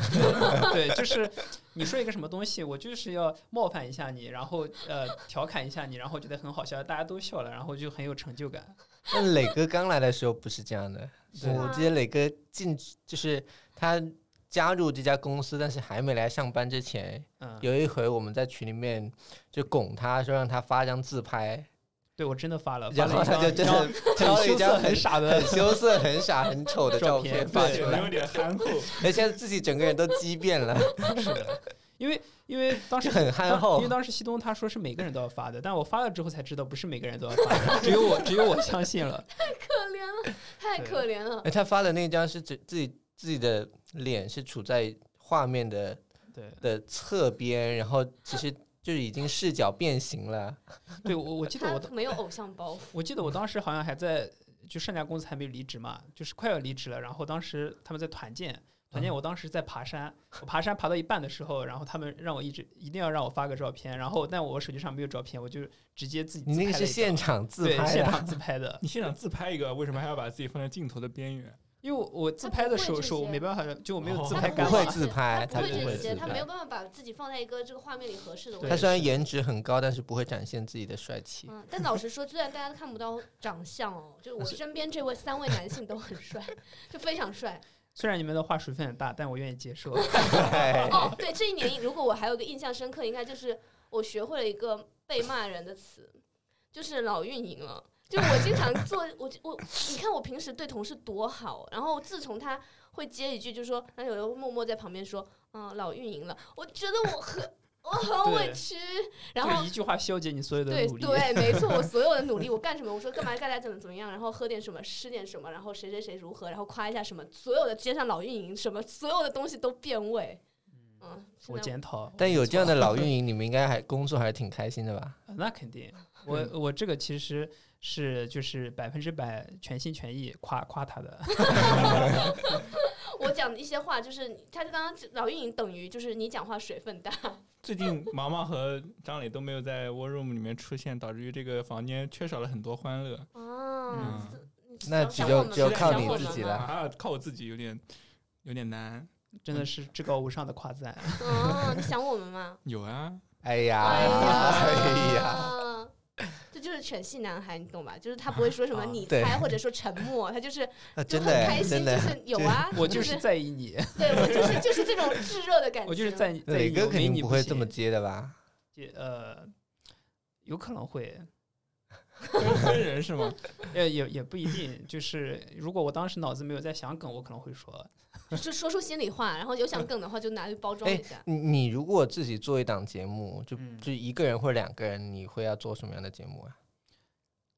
对，就是你说一个什么东西，我就是要冒犯一下你，然后呃调侃一下你，然后觉得很好笑，大家都笑了，然后就很有成就感。 那磊哥刚来的时候不是这 样的，对我记得磊哥进就是他加入这家公司，但是还没来上班之前，嗯，有一回我们在群里面就拱他说让他发张自拍，对我真的发了，发然后了一他张就一真张的 挑了一羞张涩很很傻很的，羞涩、很傻、很丑的照照片片发对，出有来，点憨厚。 而且自己整个人都激 变了，是的， 因为因为当时就很憨厚因为当时西东他说是每个人都要发的，但我发了之后才知道不是每个人都要发的，只有我只有我相信了。可怜了，呃太对可怜了。哎，他发的那张是指自己自己的脸是处在画面的对，的侧边，然后其实就已经视角变形了。 对我我记得他我没有偶像包袱，我记得我当时好像还在就上家公司还没离职嘛，就是快要离职了，然后当时他们在团建。团嗯建，我当时在爬山，我爬山爬到一半的时候，然后他们让我一直一定要让我发个照片，然后但我手机上没有照片，我就直接自己你自那个拍是了一现张场自对拍 现的，场自拍的，你现场自拍一个，为什么还要把自己放在镜头的边缘？哦因为我我自拍的时候说我没办法，就我没 有自他拍不杆不嘛会，自拍，他不不会这会些，自他没拍有。办法把自己放在一个这个画面里合适的位对他置。虽然颜值很高，但是不会展现自己的帅气。嗯，但老实说，虽然大家看不到长相哦，就我身边这位三位男性都很帅，就非常帅。虽然你们的话水分很大，但我愿意接 受。哎哦，对，这一年如果我还有一个印象深刻，应该就是我学会了一个被骂人的词，就是老运营了。就我经常做，我我你看我平时对同事多好，然后自从他会接一句，就说，然后有人默默在旁边说，嗯，老运营了，我觉得我很我很委对屈，然后就一句话消解你所有的对努力。对，没错，我所有的努力，我干什么？我说干嘛干嘛怎么怎么样，然后喝点什么，吃点什么，然后谁谁谁如何，然后夸一下什么，所有的街上老运营什么，所有的东西都变味。嗯， 我现在检讨。但有这样的我 老运营，你们应该还工作还是挺开心的吧？错，那肯定。我嗯我这个其实是就是百分之百全心全意夸夸他的。我讲的一些话，就是他就刚刚老运营等于就是你讲话水分 大， 最近毛毛和张磊都没有在 War Room 里面出现，导致于这个房间缺少了很多欢乐。哦嗯那只有只有靠你自己了。啊，靠我自己有点有点难。真的是至高无上的夸赞。哦，你想我们 吗？有啊，哎呀，哎哎呀，呀， 这就是犬系男孩，你懂吧？就是他不会说什么啊你对猜 或者说沉默，他就是就啊真很开的哎心，真就的，是 有这啊， 我就就是在意你，对我就是就是这种炙热的感觉。我就是在意在意磊你。哥我肯没定你不会行这么接的吧？ 呃，有可能会。分分人是吗？呃，也也不一定，就是如果我当时脑子没有在想梗，我可能会说，就说出心里话，然后有想梗的话就拿去包哎装一下。哎你你如果自己做一档节目，就嗯就一个人或者两个人，你会要做什么样的节目啊？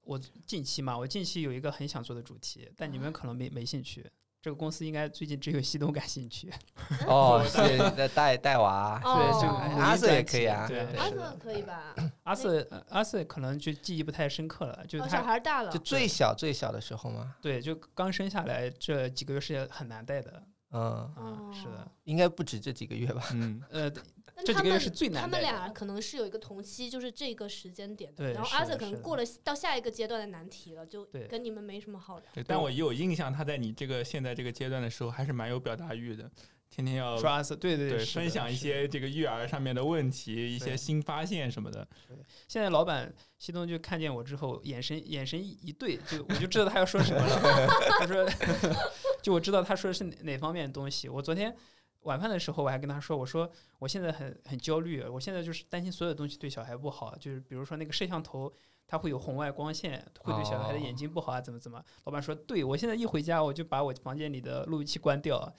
我近期嘛，我近期有一个很想做的主题，但你们可能没没兴趣。这个公司应该最近只有西东感兴趣， 哦，是那带带娃，啊哦对，就嗯阿瑟也可以啊对，阿是的哎瑟可以吧？阿瑟呃阿瑟可能就记忆不太深刻了，就哦，小他孩大了就，最小最小的时候吗？对，就刚生下来这几个月是很难带的嗯，啊，哦是的，应该不止这几个月吧？ 嗯，呃，但这他几个月们是最难他带的们俩可能是有一个同期，就是这个时间点的。对然后是阿的瑟可是能的过了到下一个阶段的难题了，就对跟你们没什么好聊。哦对但我也有印象，他在你这个现在这个阶段的时候，还是蛮有表达欲的，天天要说阿瑟，对对对是的分享一是的些这个育儿上面的问题，一对些新发现什么的。现在老板西东就看见我之后，眼神眼神一一对，就我就知道他要说什么了。他说， 就我知道他说的是哪哪方面的东西。我昨天晚饭的时候，我还跟他说，我说我现在很很焦虑，我现在就是担心所有东西对小孩不好，就是比如说那个摄像头。它会有红外光线，会对小孩的哦眼睛不好啊，怎么怎么？老板说，对我现在一回家我就把我房间里的路由器关掉，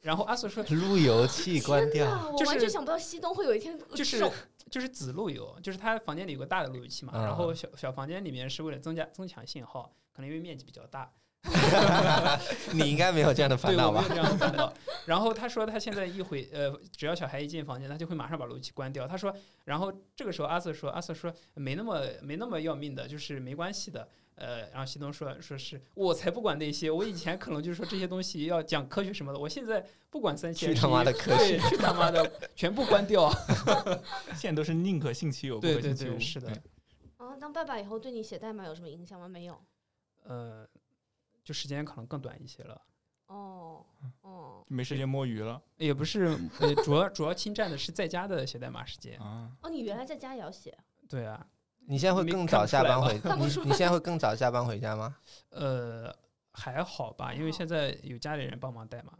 然后阿瑟说，路由器关天掉，呐，我就完是全想不到西东会有一天呃就这是种 就是子路由，就是他房间里有个大的路由器嘛，啊然后小小房间里面是为了增加增强信号，可能因为面积比较大， 你应该没有这样的烦对恼我没吧有？这样的烦恼。然后他说他现在一回呃，只要小孩一进房间，他就会马上把路由器关掉。他说，然后这个时候阿瑟说，阿瑟说没那么没那么要命的，就是没关系的。呃，然后西东说说是我才不管那些，我以前可能就是说这些东西要讲科学什么的，我现在不管三七去他妈的科学，对去他妈的全部关掉。 现在都是宁可信其有，不对可对信其对无。是的对 啊。当爸爸以后对你写代码有什么影响吗？没有。呃，就时间可能更短一些了。哦哦没时间摸鱼了也不 是，呃，主要主要侵占的是在家的写代码时间。啊！哦，你原来在家也要写，对啊，你现在会更早下 班回，看不你出来你现在会更早下班回家 吗？呃，还好吧，因为现在有家里人帮忙 代码。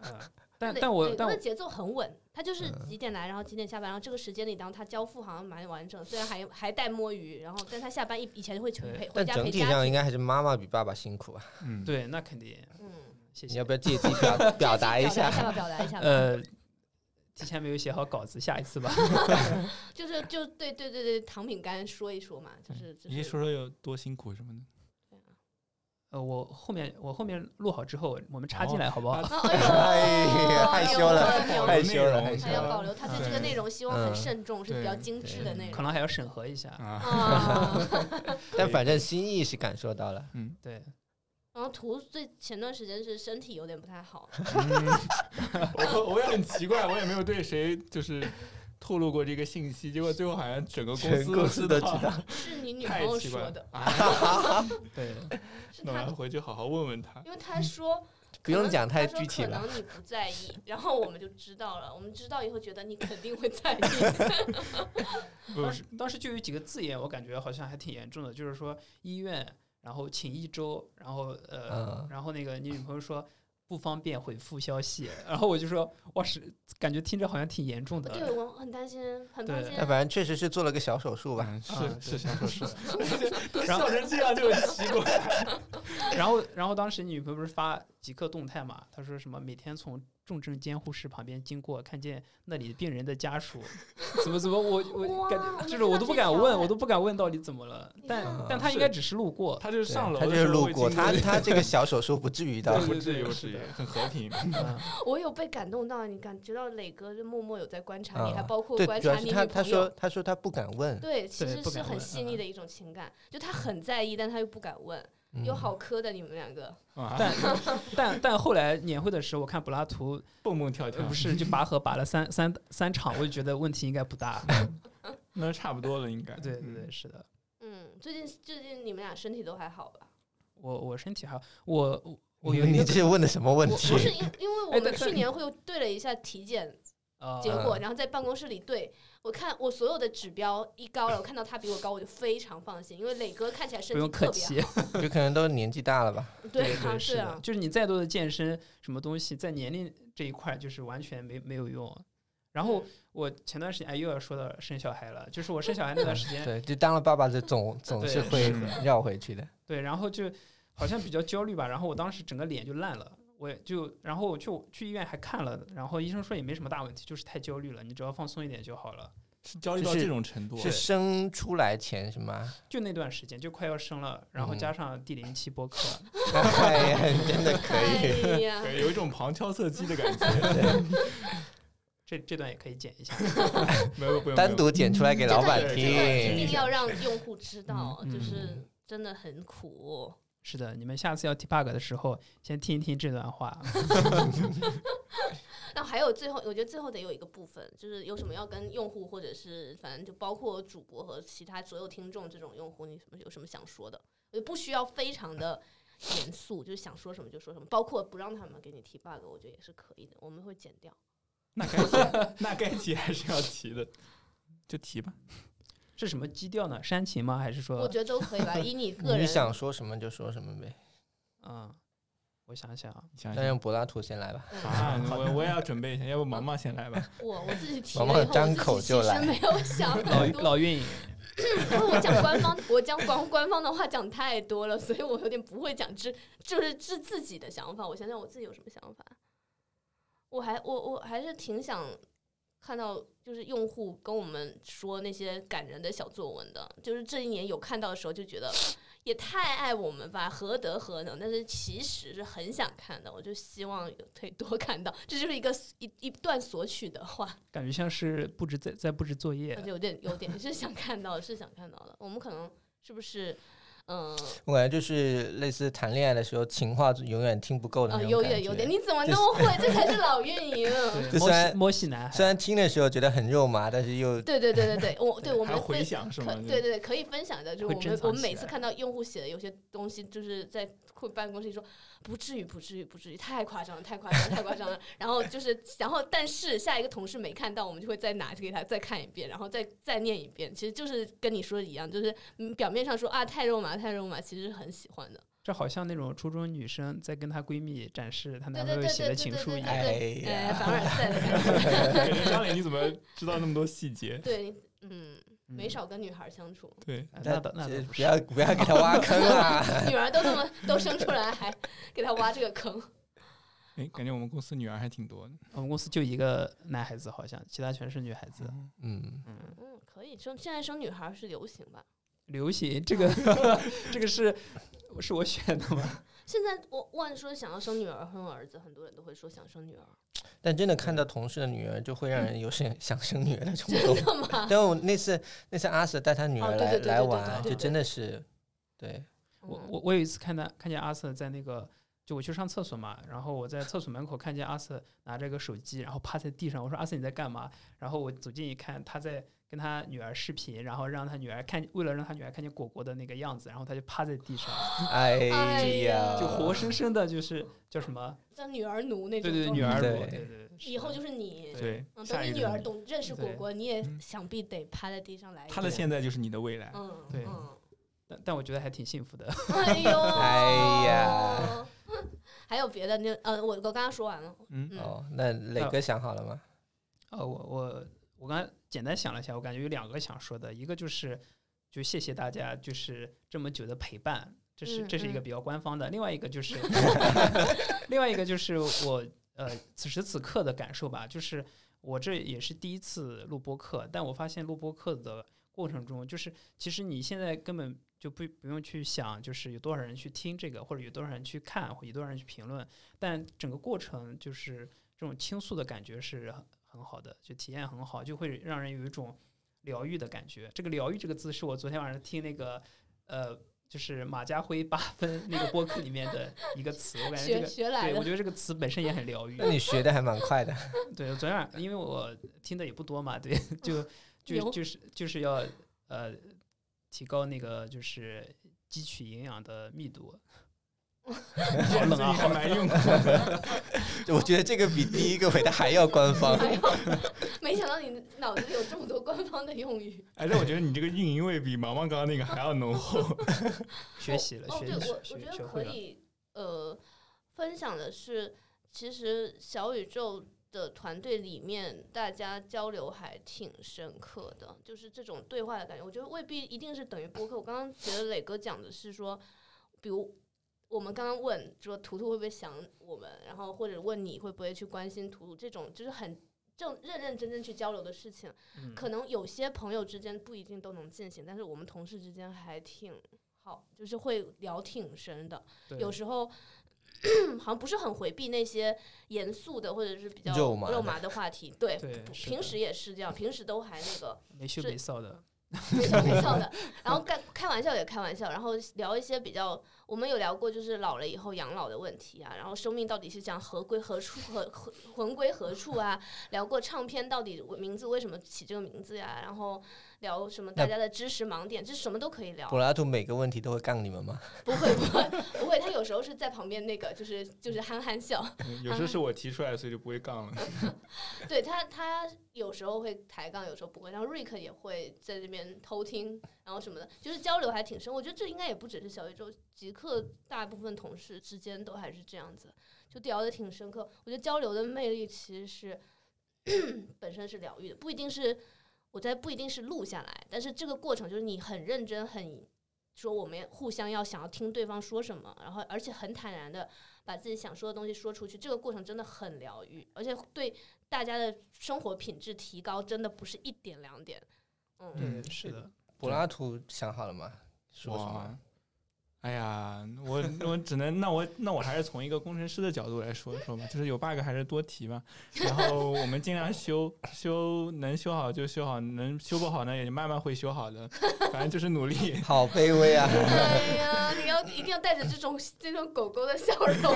呃，但对但我对但他我的节奏很稳，他就是嗯几点来，然后几点下班，然后这个时间里，然后他交付好像蛮完整，虽然还还带摸鱼，然后但他下班一以前会去对陪回但家整陪体家上应庭。该还是妈妈比爸爸辛苦啊。嗯，对那肯定，呃嗯，谢你谢要。不要借机表 表达一下下？吧， 表达一下吧。呃，提前没有写好稿子，下一次 吧。 就是就对对对对，糖饼干说一说嘛，就是就你可以是啊说说有多辛苦什么的。呃，我后面我后面录好之后，我们插哦进来好不好？啊哎哎呦，呀害羞了哎呦害羞了，内害容羞还要了。保留他对这个内容希望很慎重，是比较精致的内可容。能还要审核一下。啊，啊， 但反正心意是感受到了。嗯，对，然后图最前段时间是身体有点不太好，嗯 我我也很奇怪，我也没有对谁就是透露过这个信息，结果最后好像整个公全司公司都知 道，道，是你女朋太友奇怪说了的，。啊 对，是那我她要，回去好好问问他。因为她说 不用讲太他说具体可了。能你不在意，然后我们就知道了。我们知道以后，觉得你肯定会在 意。 当时当时就有几个字眼，我感觉好像还挺严重的，就是说医院，然后请一周，然后呃，嗯然后那个你女朋友说不方便回复消息，然后我就说哇是，感觉听着好像挺严重的，对我很担心，很担对心但。反正确实是做了个小手术吧。嗯，啊是是想 说是， 对然后笑成这样就很奇怪。 然后然后当时你女朋友不是发极客动态嘛，她说什么每天从重症监护室旁边经过，看见那里病人的家 属，怎么怎么，我我哇感我觉没就是看我到都不这敢条哎问，我都不敢问到底怎么了，但看但她应该只是路过，他就是对上楼，他就是路过，他 他这个小手术不至于到对。不至于对不是至于的，很和 平。嗯我有被感动到，你感觉到磊哥就默默有在观察啊你，还包括对，观主要察是你女他他朋说友。他说他不敢问，啊对，其对实不是敢很问细腻的一种情感，就他很在意，但他又不敢问，嗯有好磕的你们两个。啊但 但但后来年会的时候，我看柏拉图蹦蹦跳呃跳不，是就拔河拔了三三三场，我就觉得问题应该不大。 那差不多了应该。对对对，是的，嗯，最近最近你们俩身体都还好吧？我我身体还好，我我我有一你个这问的什么问不是题？因因为我哎们但去年会对了一下体检 呃结果，嗯然后在办公室里对我看我所有的指标一高了，我看到他比我高，我就非常放心，因为磊哥看起来 身不体用客特别好气，就可能都年纪大了吧。对啊对是对的，啊，就是你再多的健身什么东西，在年龄这一块就是完全没没有用。然嗯后我前段时间哎又要说到生小孩了，就是我生小孩那段时 间，对，就当了爸爸，这 总总是会是绕回去的。对，然后就好像比较焦虑吧，然后我当时整个脸就烂了，我也就然后我去去医院还看了，然后医生说也没什么大问题，就是太焦虑了，你只要放松一点就好了。是焦虑到这种程度啊，是生出来前是吗？就那段时间就快要生了，然后嗯加上第零期播客，哎呀，真的可以。哎呀，对，有一种旁敲侧击的感 觉。这这段也可以剪一下。没有，不用，单独剪出来给老板这听个这一个定要让用户知道，嗯就是真的很苦。是的，你们下次要 debug 的时候，先听一听这段话。啊那还有最后，我觉得最后得有一个部分，就是有什么要跟用户或者是反正就包括主播和其他所有听众这种用户，你什么有什么想说的？我就不需要非常的严肃，就是想说什么就说什么，包括不让他们给你提 bug，我觉得也是可以的，我们会剪掉。那该提， 那该提还是要提的，就提吧。是什么基调呢？煽情吗？还是我说，觉得都可以 吧，以你个人你想说什么就说什么呗。嗯，我想想啊，你想那想让柏拉图先来吧。嗯 啊，我我也要准备一下，要不毛毛先来吧。我我自己提往了往以后，张口我自己就其来实没有想很老多老运营，因为我讲官方，我讲官官方的话讲太多了，所以我有点不会讲自，就是自自己的想法。我想想我自己有什么想法，我还我我还是挺想看到就是用户跟我们说那些感人的小作文的，就是这一年有看到的时候就觉得 也太爱我们吧，何德何能？但是其实是很想看的，我就希望有可以多看到，这就是一个一一段索取的话。感觉像是布置在在布置作业而。且有点有点是想看到的，是想看到的。我们可能是不是，嗯、 我感觉就是类似谈恋爱的时候，情话永远听不够的呃，那有种感点觉。有点，你怎么那么会？这才是老运营。对，这摸虽然西摸西男虽孩，然听的时候觉得很肉麻，但是又对对对对对，我对我还们回会想是可吗？对对对，可以分享的，就是会我珍们藏我们起每次来看到用户写的有些东西，就是在会办公室里说不至于，不至于，不至于，太夸张了，太夸张了，太夸张了。然后就是，然后但是下一个同事没看到，我们就会再拿给他再看一遍，然后再再念一遍。其实就是跟你说的一样，就是嗯表面上说啊太肉麻，太肉麻，其实很喜欢的。这好像那种初中女生在跟她闺蜜展示她男对对朋友对写对的对情对书对一样。哎呃，呀，凡尔赛的感觉。 感觉张磊，你怎么知道那么多细节？对，啊嗯，嗯没少跟女孩相处，对，哎那那倒那倒不不是，要不要给他挖坑啊啦！ 女儿都那么都生出来，还给他挖这个坑。哎，感觉我们公司女儿还挺多的。我们公司就一个男孩子，好像其他全是女孩子。嗯，嗯，嗯，可以生，现在生女孩是流行吧？流行这 个这个是是我选的吗？现在我问说想要生女儿、生儿子，很多人都会说想生女儿，但真的看到同事的女儿，就会让人有想想生 女儿的冲动真。的吗？但我那次那次阿 Sir 带他 女哦儿对来对对来对对对玩，对就真的是，对，我嗯我我有一次看到看见阿瑟在那个，就我去上厕所嘛，然后我在厕所门口看见阿瑟拿着个手机，然后趴在地上，我说阿瑟你在干嘛？然后我走近一看，他在跟他女儿视频，然后让他女儿看，为了让他女儿看见果果的那个样子，然后他就趴在地上，哎哎呀呀，就活生生的就是叫什么？像女儿奴那对种。对，女儿对对对对，以后就是是你。对，嗯，下等一你个女儿就是懂认识果对果，你也嗯想必得趴在地上来一她的顿现在就是你的未来。嗯对嗯，但但我觉得还挺幸福的。 哎呦，哎呀，还有别的那呃，我我刚刚说完了，嗯，嗯，哦，那磊哥想好了吗？呃，我我我刚才简单想了一下，我感觉有两个想说的，一个就是就谢谢大家，就是这么久的陪伴，这是嗯这是一个嗯比较官方的；另外一个就是， 另外一个就是我呃此时此刻的感受吧，就是我这也是第一次录播课，但我发现录播课的过程中，就是其实你现在根本就不不用去想，就是有多少人去听这个，或者有多少人去看，或者有多少人去评论，但整个过程就是这种倾诉的感觉是很很好的，就体验很好，就会让人有一种疗愈的感觉。这个“疗愈”这个字是我昨天晚上听那个呃，就是马家辉八分那个播客里面的一个词，我感觉这学个。学来对，我了，觉得这个词本身也很疗愈。那你学的还蛮快 的，对，我昨天晚因为我听的也不多嘛， 对，哦就就牛就是就是要呃提高那个就是汲取营养的密 度。好冷啊！还蛮 用功。我觉得这个比 第一个回答还要 官方。哎呦，没想到你脑子里有这么多官方的用语。哎，但我觉得你这个运营味比毛毛刚刚那个还要浓 厚。学习了，哦，学对，我学我觉学学得会可了。以，呃，分享的是，其实小宇宙的团队里面，大家交流还挺深刻的，就是这种对话的感觉。我觉得未必一定是等于播客。我刚刚觉得磊哥讲的是说，比如我们刚刚问说图图会不会想我们，然后或者问你会不会去关心图图，这种就是很正认认真真去交流的事情，嗯可能有些朋友之间不一定都能进行，但是我们同事之间还挺好，就是会聊挺深的。对有时候 好像不是很回避那些严肃的或者是比较肉麻的麻的话题。对，对不是平的时也是这样，平时都还那个 没羞是没臊的，嗯没笑没笑的，然后开开玩笑也开玩笑，然后聊一些比较，我们有聊过就是老了以后养老的问题啊，然后生命到底是讲何归何处何何魂归何处啊，聊过唱片到底名字为什么起这个名字呀、然后聊什么大家的知识盲点，这什么都可以聊柏，拉图每个问题都会杠你们吗？不会不会不会，他有时候是在旁边那个就是就是憨憨笑，嗯有时候是我提出来，所以就不会杠了。对他，他有时候会抬杠，有时候不会。然后瑞克也会在这边偷听，然后什么的，就是交流还挺深。我觉得这应该也不只是小宇宙，极客大部分同事之间都还是这样子，就聊得挺深刻。我觉得交流的魅力其实是本身是疗愈的，不一定是我在不一定是录下来，但是这个过程就是你很认真，很说我们互相要想要听对方说什么，然后而且很坦然的把自己想说的东西说出去，这个过程真的很疗愈，而且对大家的生活品质提高真的不是一点两点。嗯，嗯，是的，柏拉图想好了吗？说什哇么？，哎呀，我 我只能那我那我还是从一个工程师的角度来说说吧，就是有 bug 还是多提嘛，然后我们尽量修 修，能修好就修好，能修不好呢也就慢慢会修好的，反正就是努力。好卑 微啊！哎呀，你要一定要带着这种这种狗狗的笑容，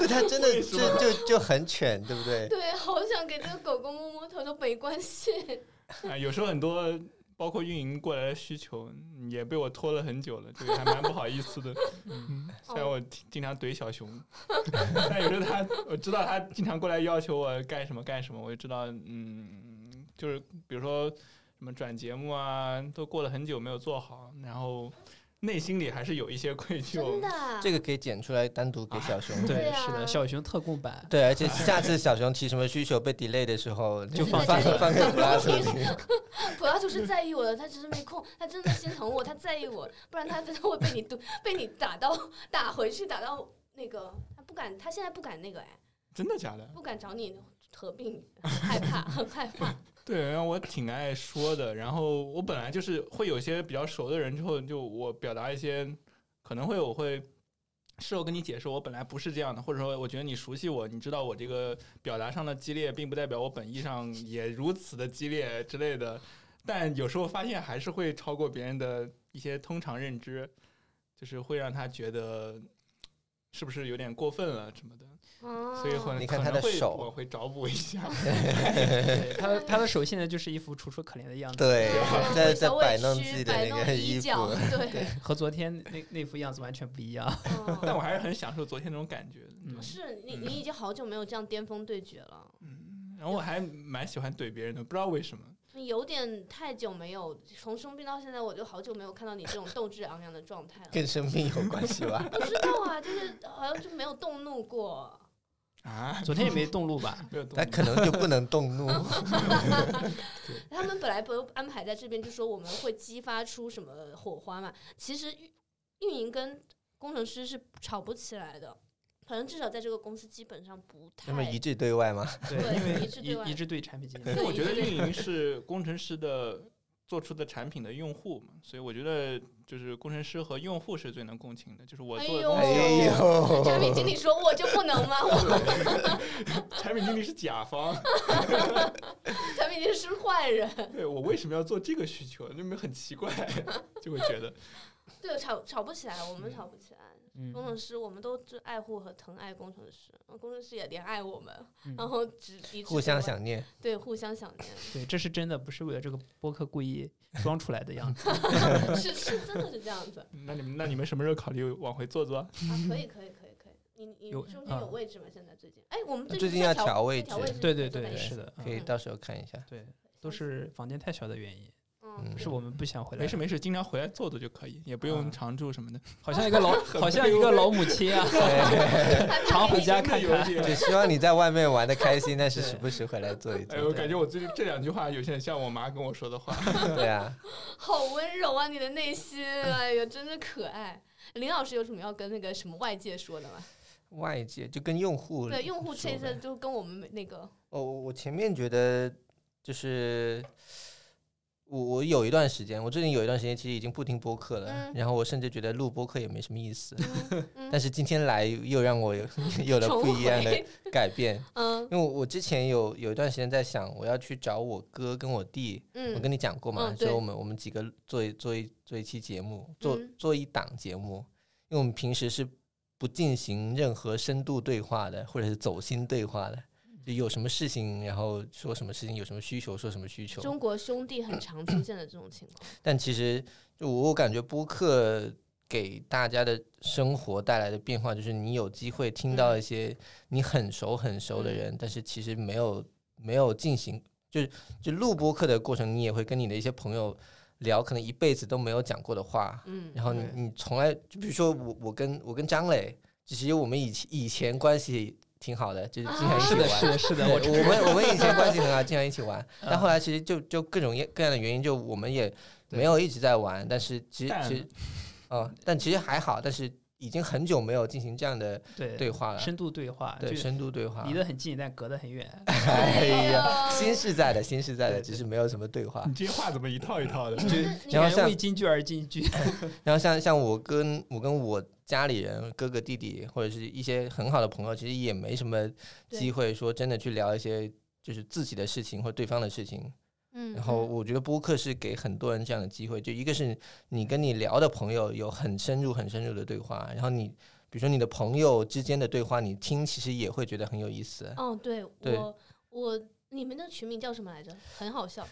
对他真的就就就很犬，对不对？对，好想给这个狗狗摸摸头都没关系。啊，有时候很多包括运营过来的需求嗯也被我拖了很久了，这个还蛮不好意思的。嗯，虽然我经经常怼小熊， 但有时候他我知道他经常过来要求我干什么干什么，我就知道，嗯，就是比如说什么转节目啊，都过了很久没有做好，然后内心里还是有一些愧疚真的。啊，这个可以剪出来单独给小熊。对对，啊是的，小熊特供版，对，而且下次小熊提什么需求被 delay 的 时候，就放放放这里 放给柏 拉图听。普拉图是在意我的，他只是没空，他真的心疼我，他在意我，不然他真的会被你毒，被你打到打回去，打到那个他不敢，他现在不敢那个哎，真的假的？不敢找你合并，害怕，很害怕。对，然后我挺爱说的。然后我本来就是会有些比较熟的人之后，就我表达一些可能会我会事后跟你解释，我本来不是这样的，或者说我觉得你熟悉我，你知道我这个表达上的激烈，并不代表我本意上也如此的激烈之类的。但有时候发现还是会超过别人的一些通常认知，就是会让他觉得是不是有点过分了什么的，啊哦所以可能你看可他能的会手我会找补一 下。 对，他的他的手现在就是一副楚楚可怜的样子， 对啊，在在小摆委弄自己屈，的摆那弄个衣衣服。角，对对，，和昨天那那副样子完全不一样，嗯但我还是很享受昨天那种感觉的。嗯是你，嗯你已经好久没有这样巅峰对决了，嗯，然后我还蛮喜欢怼别人的，不知道为什么。你有点太久没有从生病到现在，我就好久没有看到你这种斗志昂扬的状态了。跟生命有关系吧？不知道啊，就是好像就没有动怒过。 啊，昨天也没动怒吧？没有动他力可能就不能动怒。嗯 他们本来不安排在这边，就说我们会激发出什么火花嘛。其实运运营跟工程师是吵不起来的，反正至少在这个公司基本上不太那么一致对外吗？对，对因一致 对为外一一致对产品经因理，为我觉得运营是工程师的做出的产品的用户嘛，所以我觉得就是工程师和用户是最能共情的。就是我做的东哎哎西，呦，产品经理说：“我就不能吗？ 我 产品经理是甲方，产品经理是坏人。”对我为什么要做这个需求？那么很奇怪，就会觉得对，吵吵不起来，我们吵不起来。嗯工程师，我们都就爱护和疼爱工程师，然后工程师也怜爱我们，嗯然后只一致互相对外想念。对互相想念，对，这是真的，不是为了这个播客故意装出来的样子。 嗯是是真的是这样子啊，那你们那你们什么时候考虑往回做啊 做？可以可以可以可以，你你有中间有嗯位置吗？现在最近，哎，我们最近近要调调位位调置置对对在做哪对，一是个的，可以嗯到时候看一下。对，都是房间太小的原因。嗯嗯是我们不想回来。没事没事，经常回来坐坐就可以，也不啊用常住什么 的。好像一 个老，好像一个老母亲 啊， 常回家看看。只希望你在外面玩的开心，但是时不时回来坐一坐。哎，我感觉我最近这两句话有些像我妈跟我说的话。 对啊，好温柔啊，你的内心，哎呀，真的可爱。林老师有什么要跟那个什么外界说的吗？外界就跟用户对，用户说这次呗就跟我们那个哦，我我前面觉得就是我我有一段时间，我最近有一段时间其实已经不听播客了，嗯然后我甚至觉得录播客也没什么意思。 嗯但是今天来又让我有 有了重不一样的回改变， 嗯因为我我之前有有一段时间在想，我要去找我哥跟我弟，我跟嗯你讲过嘛，嗯说对我们我们几个做一做一做一期节目，做、嗯做一档节目，因为我们平时是不进行任何深度对话的，或者是走心对话的，就有什么事情，然后说什么事情，有什么需求说什么需求。中国兄弟很常出现的这种情况。但其实就我我感觉播客给大家的生活带来的变化，就是你有机会听到嗯一些你很熟很熟的嗯人，但是其实没有没有进行，就是就录播客的过程，你也会跟你的一些朋友聊，可能一辈子都没有讲过的话，嗯，然后你你从来就比如说我我跟我跟张磊，其实我们以前以前关系挺好的，就是经常一起啊是的，玩。是的，是的，对我我们我们以前关系很好，经常一起玩， 嗯但后来其实就就各种各样的原因，就我们也没有一直在玩，但是其实淡其实，哦，但其实还好，但是已经很久没有进行这样的对对话了，深度对话，对就深度对话离。得很近，但隔得很远。 哎呀，哎呦心是在的，心是在的，对对只是没有什么对话你。这些话怎么一套一套的？你嗯然后感觉像为京剧而京 剧，然后像像我跟我跟我家里人哥哥弟弟或者是一些很好的朋友，其实也没什么对机会说真的去聊一些就是自己的事情或对方的事情。嗯，然后我觉得播客是给很多人这样的机会，就一个是你跟你聊的朋友有很深入、很深入的对话，然后你比如说你的朋友之间的对话，你听其实也会觉得很有意思。哦，对对我我你们的群名叫什么来着？很好笑，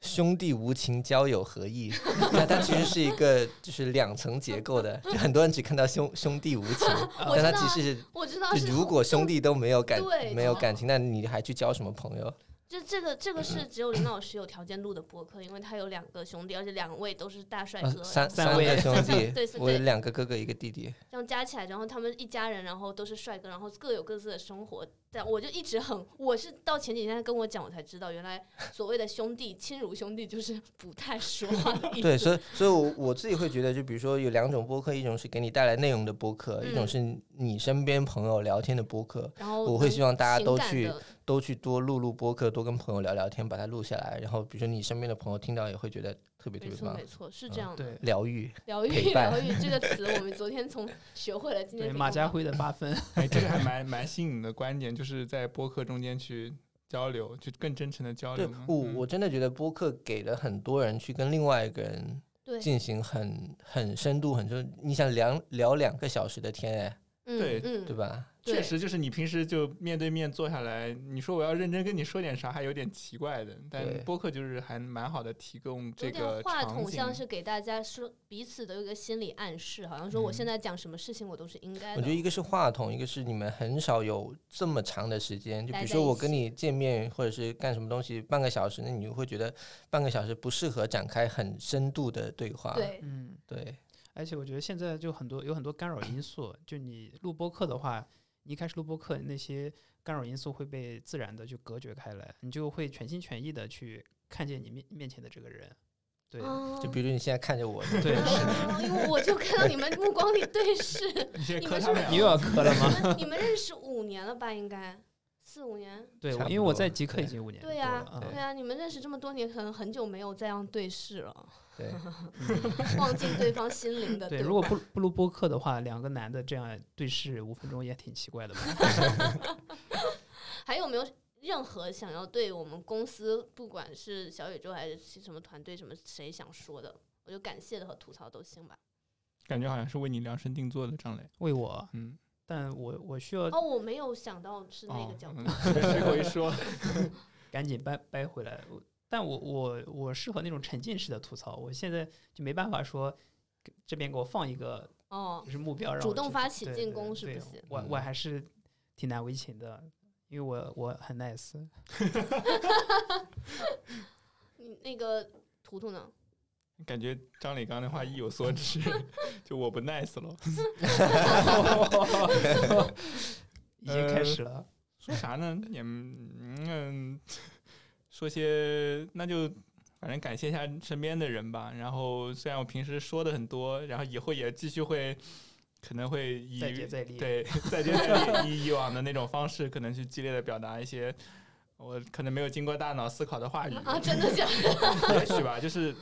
兄弟无情，交友何意？ 那它其实是一个就是两层结构的，就很多人只看到兄兄弟无情，我但知它道啊其实是。我知道就是如果兄弟都没有感对没有的感情，那你还去交什么朋友？就这个，这个是只有林老师有条件录的播客，因为他有两个兄弟，而且两位都是大帅呃哥，三三个位兄弟 对，三我有对两个哥哥一个弟弟。这样加起来，然后他们一家人，然后都是帅哥，然后各有各自的生活。但我就一直很，我是到前几天他跟我讲，我才知道原来所谓的兄弟，亲如兄弟就是不太说话的意思。 对，所以所以我，我自己会觉得，就比如说有两种播客，一种是给你带来内容的播客，一种嗯是你身边朋友聊天的播客。然后我会希望大家情都感去的都去多录录播客，多跟朋友聊聊天，把它录下来。然后，比如说你身边的朋友听到也会觉得特别特没别错棒没，错，是嗯这样的。对疗愈。疗愈陪伴疗愈 这个词，我们昨天从学会了，今天对，可以马用家到辉的八分， 哎，这个还蛮蛮新颖的观点，就是在播客中间去交流，就更真诚的交对流嘛。我嗯我真的觉得播客给了很多人去跟另外一个人对进行很很深度、很深。你想聊聊两个小时的天，哎，嗯对嗯对吧？确对实就是你平时就面对面坐下来，你说我要认真跟你说点啥，还有点奇怪的。但对播客就是还蛮好的提供这有个点话场筒像景。是给大家说彼此的有一个心理暗示，好像说我嗯现在讲什么事情我都是应该的。我觉得一个是话筒，一个是你们很少有这么长的时间。就比待如在说一我跟起你见面，或者是干什么东西，半个小时，那你就会觉得半个小时不适合展开很深度的对话。对，嗯，对而且我觉得现在就很多有很多干扰因素，就你录播课的话，你一开始录播课那些干扰因素会被自然的就隔绝开来，你就会全心全意的去看见你面面前的这个人，对、哦就比如你现在看着我， 对，啊因为我就看到你们目光里对视， 你先你磕们他是们俩你又要磕了吗？你们你们认识五年了吧？应该四五年。对，差我不因为我在多极客已对经五年多对呀、了，嗯 对呀、你们认识这么多年，可能很久没有这样对视了，对，望进嗯对方心灵的对，话如果不不录播客的话，两个男的这样对视五分钟也挺奇怪 的吧？还有没有任何想要对我们公司，不管是小宇宙还是其什么团队什么谁想说的，我就感谢的和吐槽都行吧。感觉好像是为你量身定做的，张磊。为我，啊嗯，但我我需要哦，我没有想到是那哦个 角，度嗯，随口一 说， 赶紧掰掰回来。我但我我我适合那种沉浸式的吐槽，我现在就没办法说给这边给我放一个哦就是目标，让主我动去发起对进对攻是对不行我嗯我还是挺难为情的，因为我我很 nice。你那个图图呢？感觉张磊刚的话意有所 指，就我不 nice 了。已经开始了。呃说啥呢？也嗯，说些那就反正感谢一下身边的人吧。然后虽然我平时说的很多，然后以后也继续会可能会以再接再厉对 再接再厉，以以往的那种方式，可能去激烈的表达一些我可能没有经过大脑思考的话语，啊，真的假 的？也许吧，就是。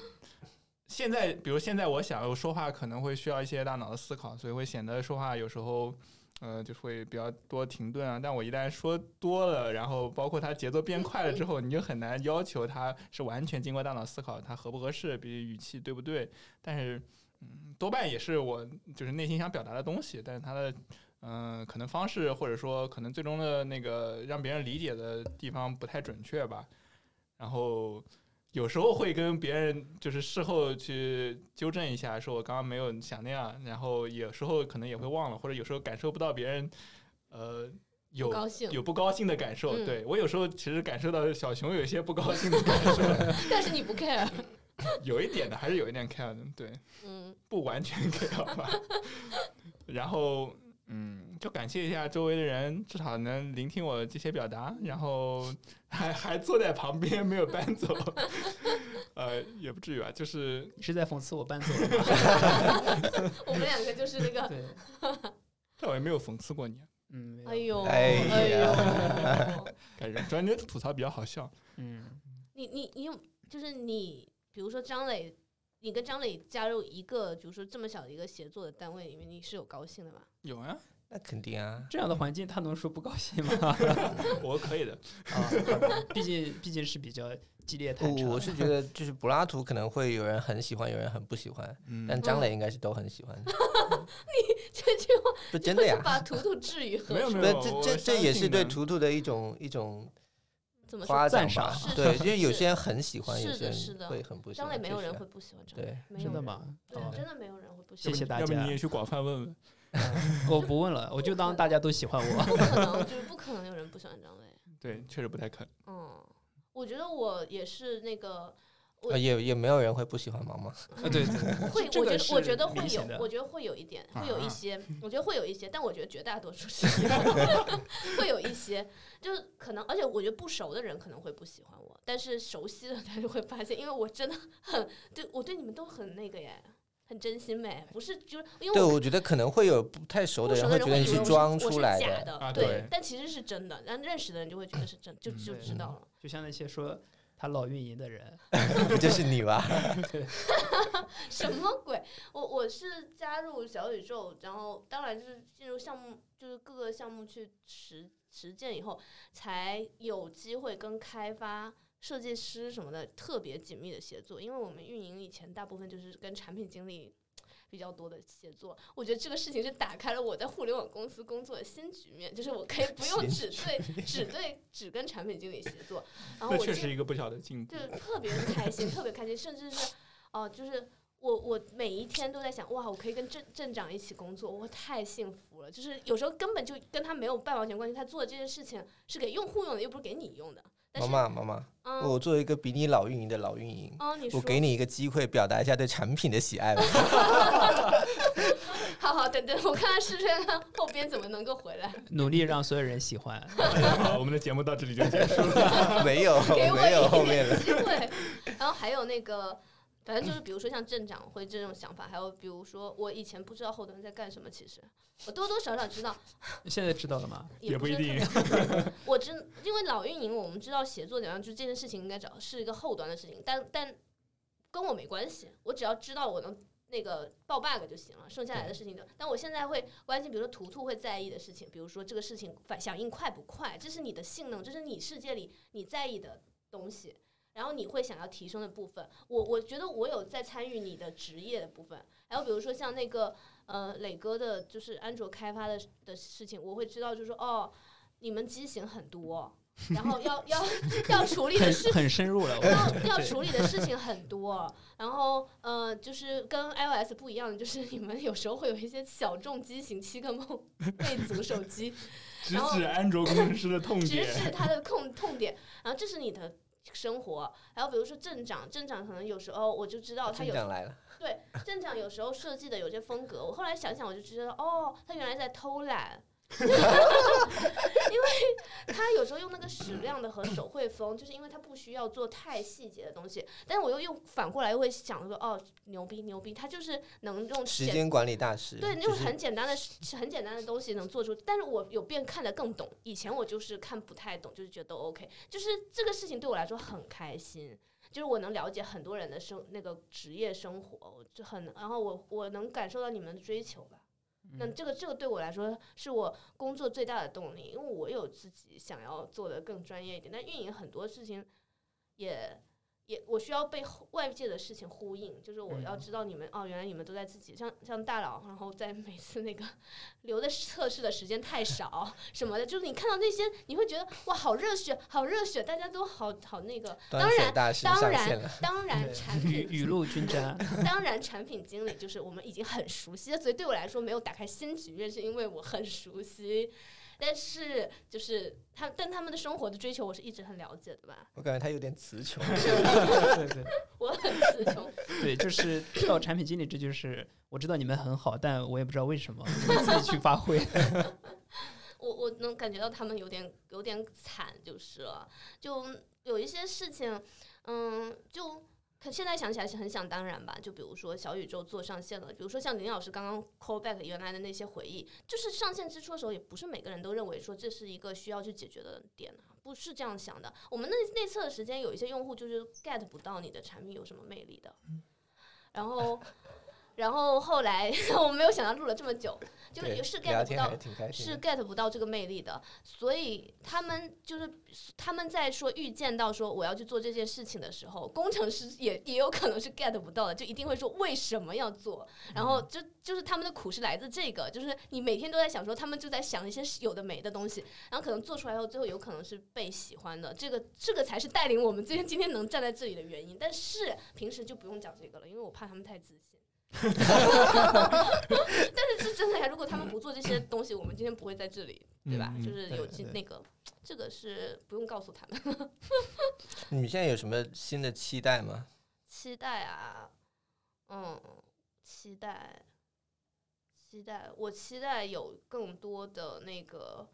现在，比如现在，我想我说话可能会需要一些大脑的思考，所以会显得说话有时候呃，就会比较多停顿啊。但我一旦说多了，然后包括它节奏变快了之后，你就很难要求它是完全经过大脑思考，它合不合适，比语气对不对。但是，嗯，多半也是我就是内心想表达的东西，但是它的。嗯、可能方式或者说可能最终的那个让别人理解的地方不太准确吧，然后有时候会跟别人就是事后去纠正一下，说我刚刚没有想那样，然后有时候可能也会忘了，或者有时候感受不到别人，呃，有不高兴有不高兴的感受。嗯对我有时候其实感受到小熊有一些不高兴的感受， 但是你不 care，有一点的还是有一点 care 的，对，嗯，不完全 care 吧。然后，嗯，就感谢一下周围的人，至少能聆听我这些表达，然后还还坐在旁边没有搬走，呃，也不至于吧，就是你是在讽刺我搬走了吗？我们两个就是那个，对，但我也没有讽刺过你，嗯，没有哎呦，哎哎感呦，觉主要你的吐槽比较好笑，嗯，你你你有就是你，比如说张磊，你跟张磊加入一个，比如说这么小的一个协作的单位里面，你是有高兴的 吗？有啊，那肯定啊，这样的环境他能说不高兴吗？ 我可以的，啊，好吧毕竟毕竟是比较激烈我探查。哦我 是觉得就是柏拉图可能会有人很喜欢，有人很不喜欢，但嗯，张磊应该是都很 喜欢的，这句话不 真的呀 是。把图图置于没何有处？没不有，是，我这这这也是对，图图的一种一种 怎么说？夸奖赞赏吧是 对，是因为有是些人很喜欢，是有的些是人的会很不喜欢。张磊没有人确实啊会不喜欢张磊，对，没有真的人？吗？ 对哦，真的没有人会不喜谢欢谢张大磊，要不家你。也去广泛问问， 我不问了，我就当大家都喜欢我。 不可能，就是不可能有人不喜欢张磊。对，确实不太可能，嗯，我觉得我也是那个我呃，也也没有人会不喜 欢 毛毛。啊，对，会，这我觉个得我是觉得明会有显的，我觉得会有一点，会有一啊些，我觉得会有一些，但我觉得绝大多数是 会有一些，就是可能，而且我觉得不熟的人可能会不喜欢我，但是熟悉的他就会发现，因为我真的很对我对你们都很那个耶，很真心呗，不是就是因为对，我我觉得可能会有不太熟不的人熟会的觉人得会你以为我是装我出是来假的，的，啊对对，但其实是真的，但认识的人就会觉得是真，就嗯就对知道了。就像那些说他老运营的 人，不 就是你吧？什么鬼？我我是加入小宇宙，然后当然就是进入项目，就是各个项目去实实践以后，才有机会跟开发。设计师什么的特别紧密的协作，因为我们运营以前大部分就是跟产品经理比较多的协作，我觉得这个事情是打开了我在互联网公司工作的新局面，就是我可以不用只对只对只跟产品经理协作，然后那我确进实一个不小的进步就，特别开心，特别开心，甚至是哦、就是我我每一天都在想，哇，我可以跟镇镇长一起工作，我太幸福了。就是有时候根本就跟他没有半毛钱关系，他做的这件事情是给用户用的，又不是给你用的。但妈是，妈妈妈，嗯，我作为一个比你老运营的老运营，哦，你说我，给你一个机会表达一下对产品的喜 爱吧。好好等等，我看看试试看后边怎么能够回来，努力让所有人喜欢。 好，我们的节目到这里就结束了， 没有，给我没有后一面了点。机会。然后还有那个。反正就是，比如说像镇长会这种想法，还有比如说我以前不知道后端在干什么，其实我多多少少知道，现在知道了吗？也不是一定特别。 我真因为老运营，我们知道协作怎样，就这件事情应该找是一个后端的事情，但但跟我没关系，我只要知道我能那个报 bug 就行了，剩下来的事情就。但我现在会关心，比如说图图会在意的事情，比如说这个事情反响应快不快，这是你的性能，这是你世界里你在意的东西。然后你会想要提升的部分，我我觉得我有在参与你的职业的部分，还有比如说像那个呃磊哥的，就是安卓开发的的事情，我会知道，就是说哦，你们机型很多，然后 要要要处理的很事很深入了，我要觉得要对处理的事情很多，然后呃，就是跟 iOS 不一样的，就是你们有时候会有一些小众机型七个梦魅族手机，直指安卓工程师的痛直点， 视它的痛痛点，然后这是你的生活，还有比如说镇长，镇长可能有时候我就知道他哦镇有长来了，镇长有时候设计的有些风格，我后来想想，我就知道哦，他原来在偷懒， 因为他有时候用那个矢量的和手绘风，就是因为他不需要做太细节的东西。但是我又又反过来又会想说，哦，牛逼牛逼，他就是能用时简间管理大师，对，就就是是很简单的、很简单的东西能做出，但是我有变看得更懂。以前我就是看不太懂，就是觉得都 OK，就是这个事情对我来说很开心，就是我能了解很多人的生那个职业生活，我就很，然后我我能感受到你们的追求吧。嗯那这个这个对我来说是我工作最大的动力，因为我有自己想要做的更专业一点。但运营很多事情也也我需要被后外界的事情呼应，就是我嗯要知道你们、哦，原来你们都在自己像像大佬，然后在每次那个留的测试的时间太少什么的，就是你看到那些你会觉得哇好热血，好热血，大家都好好那个。端当水然大师当上然线了， 当然产品雨雨露均 沾，当然，产品经理就是我们已经很熟悉了，所以对我来说没有打开新局面，是因为我很熟悉。但是就是他，但他们的生活的追求我是一直很了解的吧，我感觉他有点词穷，对对 我很词穷。对，就是到产品经理，这就是我知道你们很好，但我也不知道为什么，你们自己去发挥。我我能感觉到他们有点有点惨，就是了，就有一些事情，嗯，就可现在想起来是很想当然吧。就比如说小宇宙做上线了，比如说像林老师刚刚 call back 原来的那些回忆，就是上线之初的时候，也不是每个人都认为说这是一个需要去解决的点啊，不是这样想的。我们那内测的时间，有一些用户就是 get 不到你的产品有什么魅力的，然后。然后后来 我没有想到录了这么久，就是对也是 get 聊不天到还是，挺开心是的。 get 不到这个魅力的，所以他们就是他们在说预见到说我要去做这件事情的时候，工程师也也有可能是 get 不到的，就一定会说为什么要做，然后嗯就就是他们的苦是来自这个，就是你每天都在想说他们就在想一些有的没的东西，然后可能做出来后最后有可能是被喜欢的，这个这个才是带领我们今天今天能站在这里的原因，但是平时就不用讲这个了，因为我怕他们太自信。 但是是真的呀！如果他们不做这些东西，我们今天不会在这里，对吧？嗯嗯就是有对这对那个，这个是不用告诉他们。你们现在有什么新的期待吗？期待啊，嗯，期待，期待，我期待有更多的那个，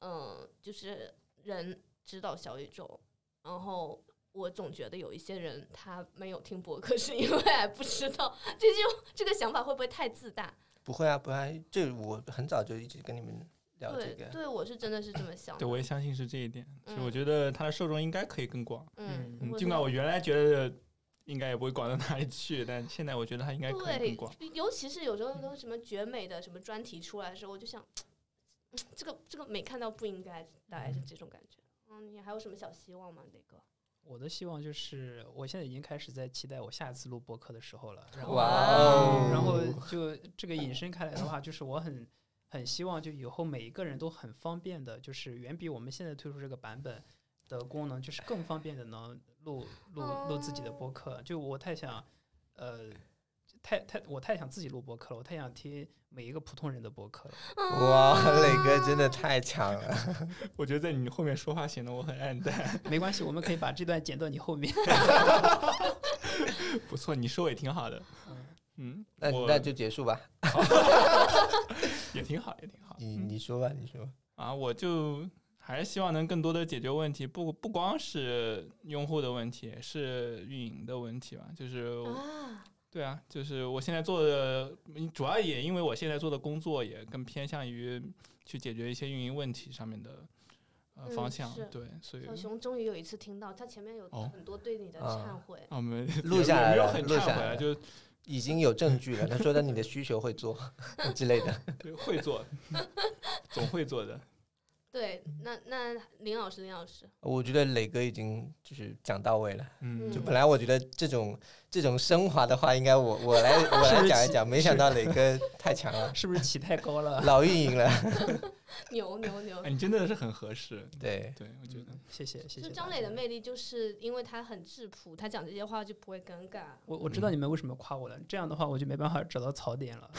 嗯，就是人知道小宇宙，然后。我总觉得有一些人他没有听博客， 是因为还不知道这就这个想法会不会太自大？不会啊，不会、啊，这我很早就一直跟你们聊这对个，对，我是真的是这么想的。对，我也相信是这一点。就嗯我觉得它的受众应该可以更广，嗯嗯，我尽觉管得我原来觉得应该也不会广到哪里去，但现在我觉得它应该可以更对广。，尤其是有时候都什么绝美的什么专题出来的时候，我就想，嗯这个这个没看到不应该，大概是这种感觉。嗯，你还有什么小希望吗，磊哥？我的希望就是，我现在已经开始在期待我下次录播客的时候了。然后哇哦然后就这个引申开来的话，就是我很很希望，就以后每一个人都很方便的，就是远比我们现在推出这个版本的功能，就是更方便的能录录录自己的播客。就我太想，呃，太太我太想自己录播客了，我太想听每一个普通人的播客了。哇，磊哥真的太强了！ 我觉得在你后面说话显得我很暗淡。 没关系，我们可以把这段剪到你后面。 不错，你收也挺好的。嗯，那我那就结束吧， 也挺好，也挺好。你你说吧，你说吧。啊，我就还是希望能更多的解决问题，不不光是用户的问题，是运营的问题吧。就是我，啊，对啊，就是我现在做的，嗯主要也因为我现在做的工作也更偏向于去解决一些运营问题上面的呃嗯方向。是对，所以小 熊终于有一次听到，他前面有哦很多对你的啊忏悔。啊，我们录也下也来没 有了很录忏下悔来啊了就已经有证据了，他说的你的需求会做 之类的。对会做， 总会做的。对，那那林老师，林老师，我觉得磊哥已经就是讲到位了。嗯，嗯本来我觉得这种这种升华的话，应该我 我来我来讲一讲，没想到磊哥太强了，是不是起太高了？老运营了。牛牛牛 哎，！你真的是很合适。对，对，我觉得。谢谢谢谢。就张磊的，魅力，就是因为他很质朴，他讲这些话就不会尴尬。我嗯 嗯我知道你们为什么夸我了，这样的话我就没办法找到槽点了。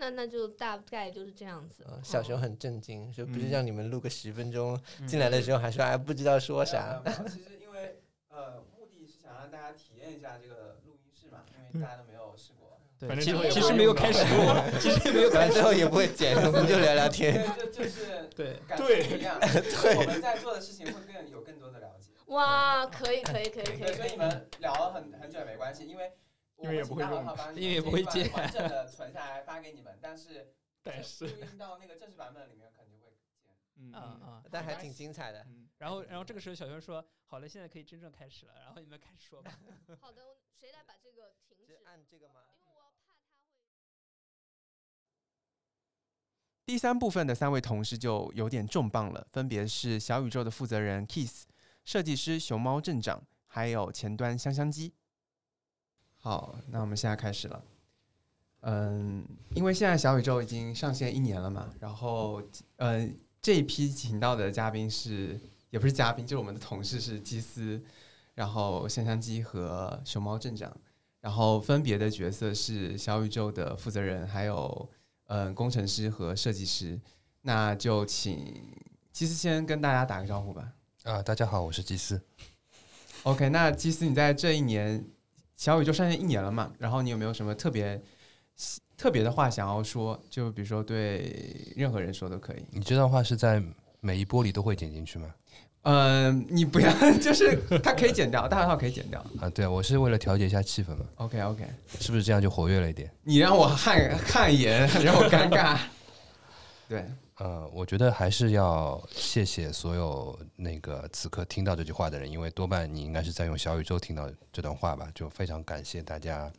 那那那就大概就是这样子。嗯，小熊很震惊，说不是嗯让你们录个十分钟，进来来的时候还说哎不知道说 啥。没有没有其实因为呃，目的是想让大家体验一下这个录音室嘛，因为大家都没有试过。对，反正其之后也其不实会没有用到开始 过，其实没有开反正始最后也不会剪，我们就聊聊天。对，就就是对，感对觉不一样。对，我们在做的事情会更有更多的了解。嗯哇，可以可以可以可对，所以以，你们聊了很很久也没关系，因为我因为也不会请大用号帮你们因为也不这一会段见完整的存下来发给你们，但是但是，录音到那个正式版本里面可能就会见。嗯啊啊。但还挺精彩的。嗯然后，然后这个时候小熊说：“好了，现在可以真正开始了。”然后你们开始说吧。好的，谁来把这个停止？是按这个吗？因为我要怕他会。第三部分的三位同事就有点重磅了，分别是小宇宙的负责人 Kiss、设计师熊猫镇长，还有前端香香鸡。好，那我们现在开始了。嗯，因为现在小宇宙已经上线一年了嘛，然后呃，这一批请到的嘉宾是也不是嘉宾，就是我们的同事是基斯，然后香香鸡和熊猫镇长，然后分别的角色是小宇宙的负责人，还有嗯，工程师和设计师。那就请基斯先跟大家打个招呼吧。啊，大家好，我是祭司。 OK，那基斯，你在这一年小宇宙上线一年了嘛？然后你有没有什么特别特别的话想要说？就比如说对任何人说都可以。你这段话是在每一波里都会剪进去吗？嗯，你不要， 就是它可以剪掉，大号可以剪掉。啊，对啊，我是为了调节一下气氛嘛， OK OK，是不是这样就活跃了一点？你让我汗汗颜，让我尴尬。 对，呃，我觉得还是要谢谢所有那个此刻听到这句话的人，因为多半你应该是在用小宇宙听到这段话吧，就非常感谢大家，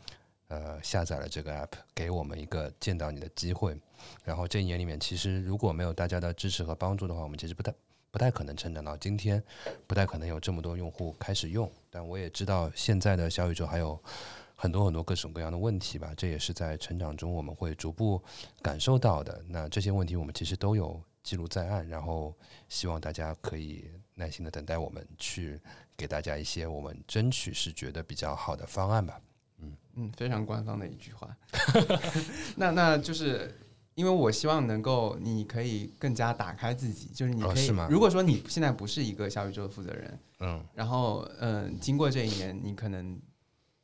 呃，下载了这个 app，给我们一个见到你的机会。然后这一年里面，其实如果没有大家的支持和帮助的话，我们其实不太不太可能成长到今天，不太可能有这么多用户开始用。但我也知道现在的小宇宙还有很多很多各种各样的问题吧，这也是在成长中我们会逐步感受到的。那这些问题我们其实都有记录在案，然后希望大家可以耐心的等待我们去给大家一些我们争取是觉得比较好的方案吧。嗯，非常官方的一句话。 那那就是因为我希望能够，你可以更加打开自己，就是你哦可以，是吗如果说你现在不是一个小宇宙的负责人，嗯，然后嗯、呃经过这一年，你可能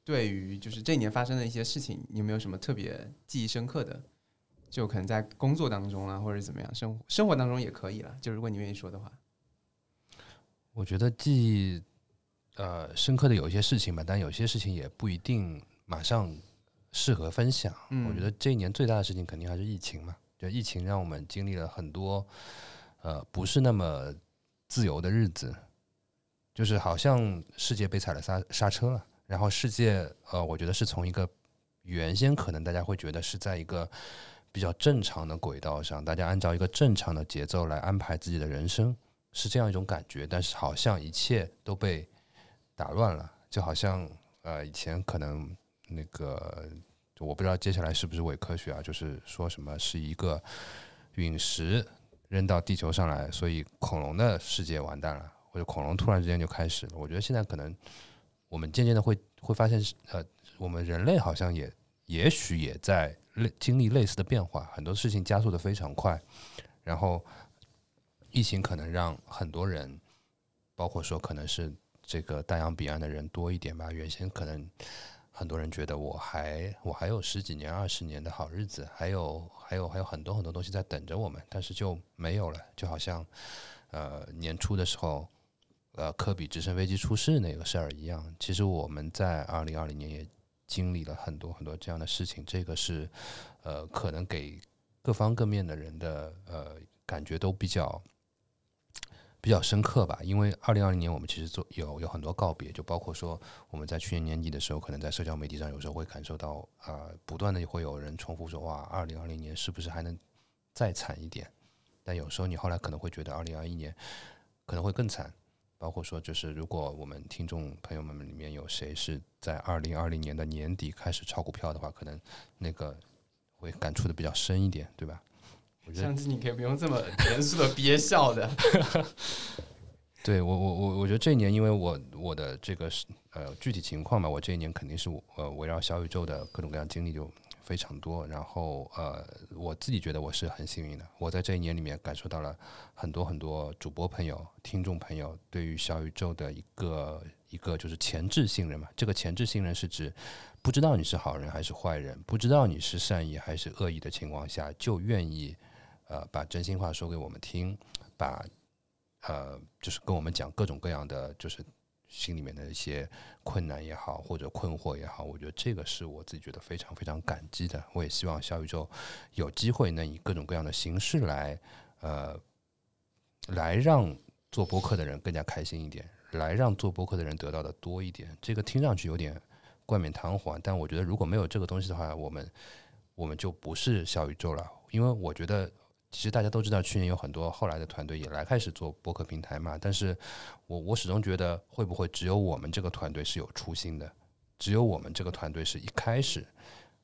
对于就是这一年发生的一些事情，你有没有什么特别记忆深刻的？就可能在工作当中啊啦，或者怎么样，生活生活当中也可以啦。就如果你愿意说的话，我觉得记忆呃深刻的有一些事情吧，但有些事情也不一定马上适合分享。嗯我觉得这一年最大的事情肯定还是疫情嘛，就疫情让我们经历了很多呃不是那么自由的日子，就是好像世界被踩了刹刹车了。然后世界呃，我觉得是从一个原先可能大家会觉得是在一个比较正常的轨道上，大家按照一个正常的节奏来安排自己的人生。是这样一种感觉，但是好像一切都被打乱了，就好像呃以前可能那个我不知道接下来是不是伪科学啊，就是说什么是一个陨石扔到地球上来，所以恐龙的世界完蛋了，或者恐龙突然之间就开始了。我觉得现在可能我们渐渐的会会发现是，呃，我们人类好像也也许也在类经历类似的变化，很多事情加速的非常快，然后。疫情可能让很多人，包括说可能是这个大洋彼岸的人多一点吧。原先可能很多人觉得我还我还有十几年、二十年的好日子，还有还有还有很多很多东西在等着我们，但是就没有了。就好像呃年初的时候，呃科比直升飞机出事那个事儿一样。其实我们在二零二零年也经历了很多很多这样的事情，这个是呃可能给各方各面的人的呃感觉都比较。比较深刻吧，因为二零二零年我们其实做有有很多告别，就包括说我们在去年年底的时候，可能在社交媒体上有时候会感受到，呃，不断的会有人重复说，哇，二零二零年是不是还能再惨一点？但有时候你后来可能会觉得，二零二一年可能会更惨。包括说，就是如果我们听众朋友们里面有谁是在二零二零年的年底开始炒股票的话，可能那个会感触的比较深一点，对吧？我觉得上次你可以不用这么严肃的憋笑的。对我我我我觉得这一年，因为我我的这个是呃具体情况嘛，我这一年肯定是我呃围绕小宇宙的各种各样经历就非常多。然后呃，我自己觉得我是很幸运的，我在这一年里面感受到了很多很多主播朋友、听众朋友对于小宇宙的一个一个就是前置信任嘛。这个前置信任是指不知道你是好人还是坏人，不知道你是善意还是恶意的情况下，就愿意呃把真心话说给我们听，把呃就是跟我们讲各种各样的就是心里面的一些困难也好，或者困惑也好，我觉得这个是我自己觉得非常非常感激的。我也希望小宇宙有机会能以各种各样的形式来，呃，来让做播客的人更加开心一点，来让做播客的人得到的多一点。这个听上去有点冠冕堂皇，但我觉得如果没有这个东西的话，我们我们就不是小宇宙了。因为我觉得，其实大家都知道，去年有很多后来的团队也来开始做播客平台嘛，但是我我始终觉得，会不会只有我们这个团队是有初心的，只有我们这个团队是一开始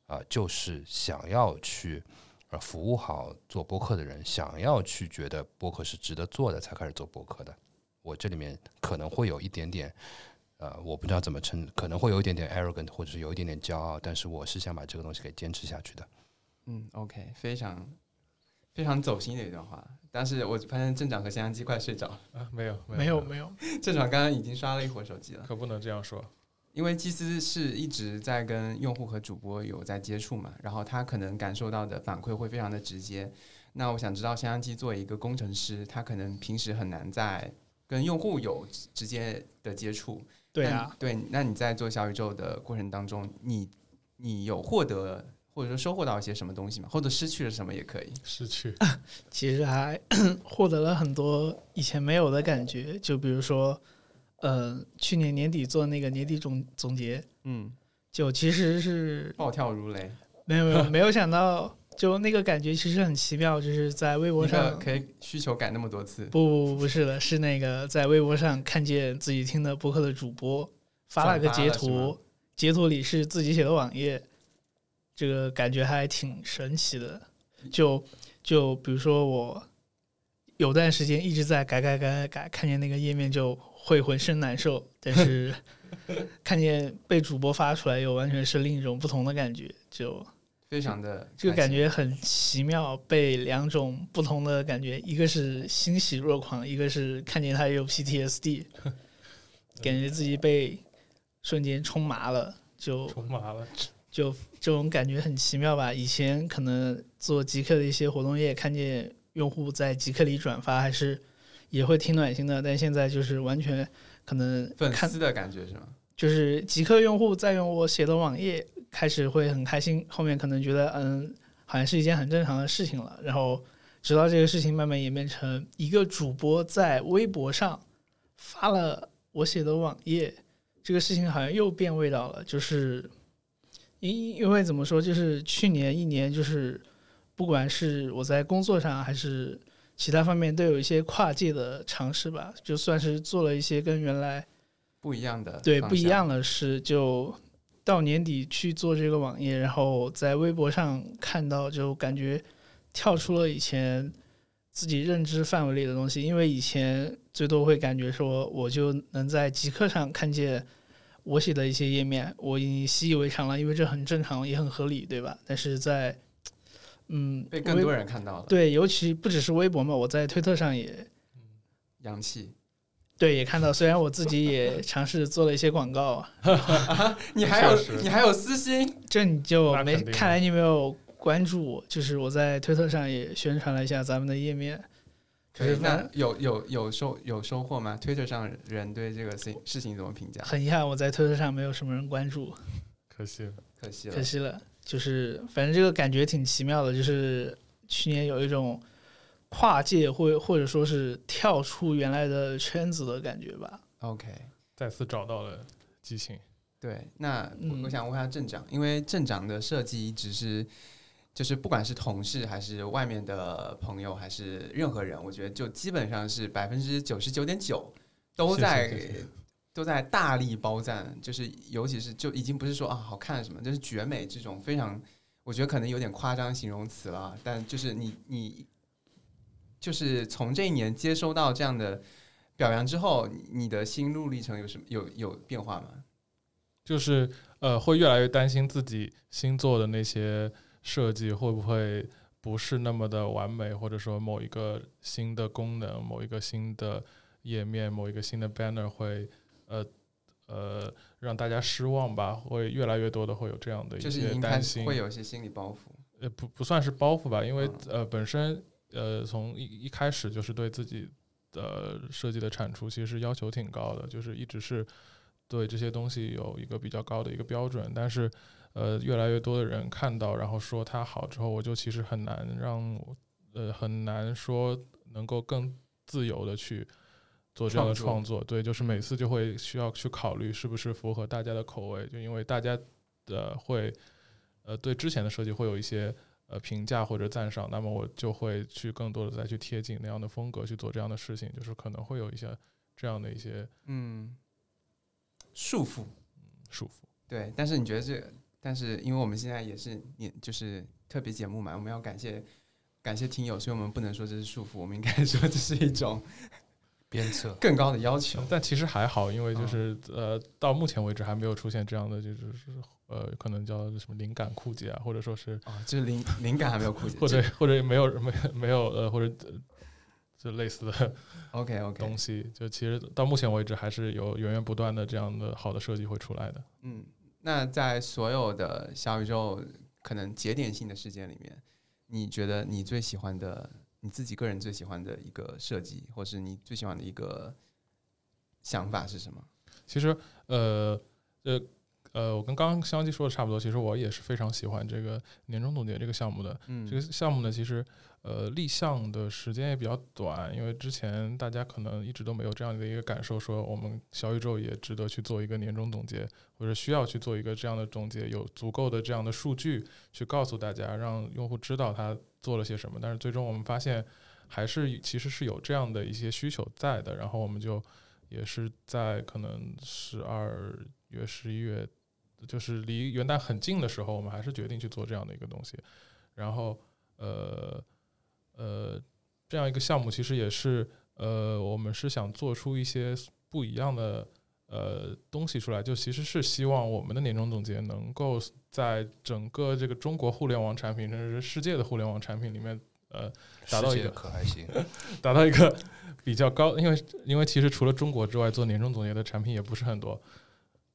啊、就是想要去呃服务好做播客的人，想要去觉得播客是值得做的，才开始做播客的。我这里面可能会有一点点。呃，我不知道怎么称，可能会有一点点 arrogant，或者是有一点点骄傲，但是我是想把这个东西给坚持下去的。嗯，OK，非常非常走心的一段话。但是我发现镇长和香香鸡快睡着了，啊，没有没有没有， 镇长刚刚已经刷了一会儿手机了。可不能这样说。因为基斯是一直在跟用户和主播有在接触嘛，然后他可能感受到的反馈会非常的直接。那我想知道，香香鸡作为一个工程师，他可能平时很难在跟用户有直直接的接触。对那啊，对，那你在做小宇宙的过程当中，你你有获得或者说收获到一些什么东西吗？或者失去了什么也可以。失去， 其实还获得了很多以前没有的感觉，就比如说，呃，去年年底做那个年底总总结，嗯，就其实是暴跳如雷。没有没有没有想到，就那个感觉其实很奇妙，就是在微博一个上，可以需求改那么多次，不不不不是的，是那个在微博上看见自己听的播客的主播发了个转发截了是吗图，截图里是自己写的网页，这个感觉还挺神奇的。就就比如说我有段时间一直在改改改改改，看见那个页面就会浑身难受，但 是看见被主播发出来，又完全是另一种不同的感觉，就。非常的这个开感心觉很奇妙，被两种不同的感觉，一个是欣喜若狂，一个是看见他有 PTSD，感觉自己被瞬间冲麻了，就重麻了。就这种感觉很奇妙吧。以前可能做极客的一些活动页，看见用户在极客里转发，还是也会挺暖心的，但现在就是完全可能粉看丝的感觉是吗？就是极客用户在用我写的网页，开始会很开心，后面可能觉得嗯，好像是一件很正常的事情了。然后直到这个事情慢慢演变成一个主播在微博上发了我写的网页，这个事情好像又变味道了。就是因因为怎么说，就是去年一年，就是不管是我在工作上还是其他方面，都有一些跨界的尝试吧，就算是做了一些跟原来。不一样的方向，对，不一样的是，就到年底去做这个网页，然后在微博上看到，就感觉跳出了以前自己认知范围里的东西。因为以前最多会感觉说，我就能在极客上看见我写的一些页面，我已经习以为常了，因为这很正常，也很合理，对吧？但是在嗯，被更微多人看到了，，对，尤其不只是微博嘛，我在推特上也洋气。对也看到，虽然我自己也尝试做了一些广告，啊 你还有确实你还有私心，这你就那没肯定看来你没有关注我，就是我在推特上也宣传了一下咱们的页面。可是那反有有有收有收获吗？Twitter 上人对这个事事情怎么评价？很遗憾，我在推特上没有什么人关注，可惜了，可惜了可，惜了。就是反正这个感觉挺奇妙的，就是去年有一种跨界或或者说是跳出原来的圈子的感觉吧。 OK，再次找到了激情。对，那我嗯我想问一下镇长，因为镇长的设计一直是，就是不管是同事还是外面的朋友还是任何人，我觉得就基本上是百分之九十九点九都是在是是是都在大力包赞，就是尤其是就已经不是说啊好看什么，就是绝美这种非常，我觉得可能有点夸张形容词了，啊但就是你你就是从这一年接收到这样的表扬之后，你你的心路历程有什么有有变化吗？就是呃，会越来越担心自己新做的那些设计会不会不是那么的完美，或者说某一个新的功能、某一个新的页面、某一个新的 banner 会呃呃让大家失望吧？会越来越多的会有这样的一就是已些经担开心，始会有一些心理包袱。呃，不不算是包袱吧，因为呃，本身呃，从一一开始就是对自己的设计的产出其实要求挺高的，就是一直是对这些东西有一个比较高的一个标准。但是呃，越来越多的人看到，然后说它好之后，我就其实很难让我呃很难说能够更自由的去做这样的创创作。对，就是每次就会需要去考虑是不是符合大家的口味，就因为大家呃会呃对之前的设计会有一些呃评价或者赞赏，那么我就会去更多的再去贴近那样的风格去做这样的事情，就是可能会有一些这样的一些嗯嗯，束缚。束缚。对，但是你觉得这，但是因为我们现在也是年，就是特别节目嘛，我们要感谢感谢听友，所以我们不能说这是束缚，我们应该说这是一种鞭策。更高的要求。但其实还好，因为嗯就是、呃，到目前为止还没有出现这样的，就是呃，可能叫什么灵感枯竭啊，或者说是哦，就是灵灵感还没有枯竭，或者或者没有没有没有呃，或者呃就类似的 OK OK，东西。就其实到目前为止还是有源源不断的这样的好的设计会出来的。嗯，那在所有的小宇宙可能节点性的事件里面，你觉得你最喜欢的，你自己个人最喜欢的一个设计，或是你最喜欢的一个想法是什么？其实呃呃呃，我跟刚刚香鸡说的差不多，其实我也是非常喜欢这个年终总结这个项目的。嗯这个项目呢，其实呃立项的时间也比较短，因为之前大家可能一直都没有这样的一个感受，说我们小宇宙也值得去做一个年终总结，或者需要去做一个这样的总结，有足够的这样的数据去告诉大家，让用户知道他做了些什么。但是最终我们发现，还是其实是有这样的一些需求在的，然后我们就也是在可能十二月、十一月，就是离元旦很近的时候，我们还是决定去做这样的一个东西。然后呃呃，这样一个项目其实也是呃，我们是想做出一些不一样的呃东西出来，就其实是希望我们的年终总结能够在整个这个中国互联网产品，甚至是世界的互联网产品里面，呃，达到世一界个可还行， 达到一个比较高， 因为因为其实除了中国之外，做年终总结的产品也不是很多，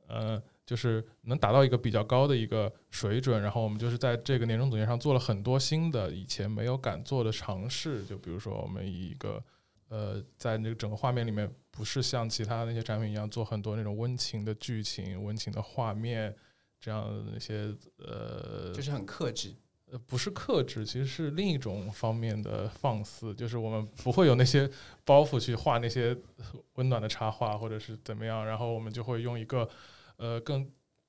呃，就是能达到一个比较高的一个水准。然后我们就是在这个年终总结上做了很多新的以前没有敢做的尝试，就比如说我们以一个呃，在那个整个画面里面，不是像其他那些产品一样做很多那种温情的剧情、温情的画面这样的那些呃，就是很克制，呃，不是克制，其实是另一种方面的放肆，就是我们不会有那些包袱去画那些温暖的插画或者是怎么样，然后我们就会用一个呃更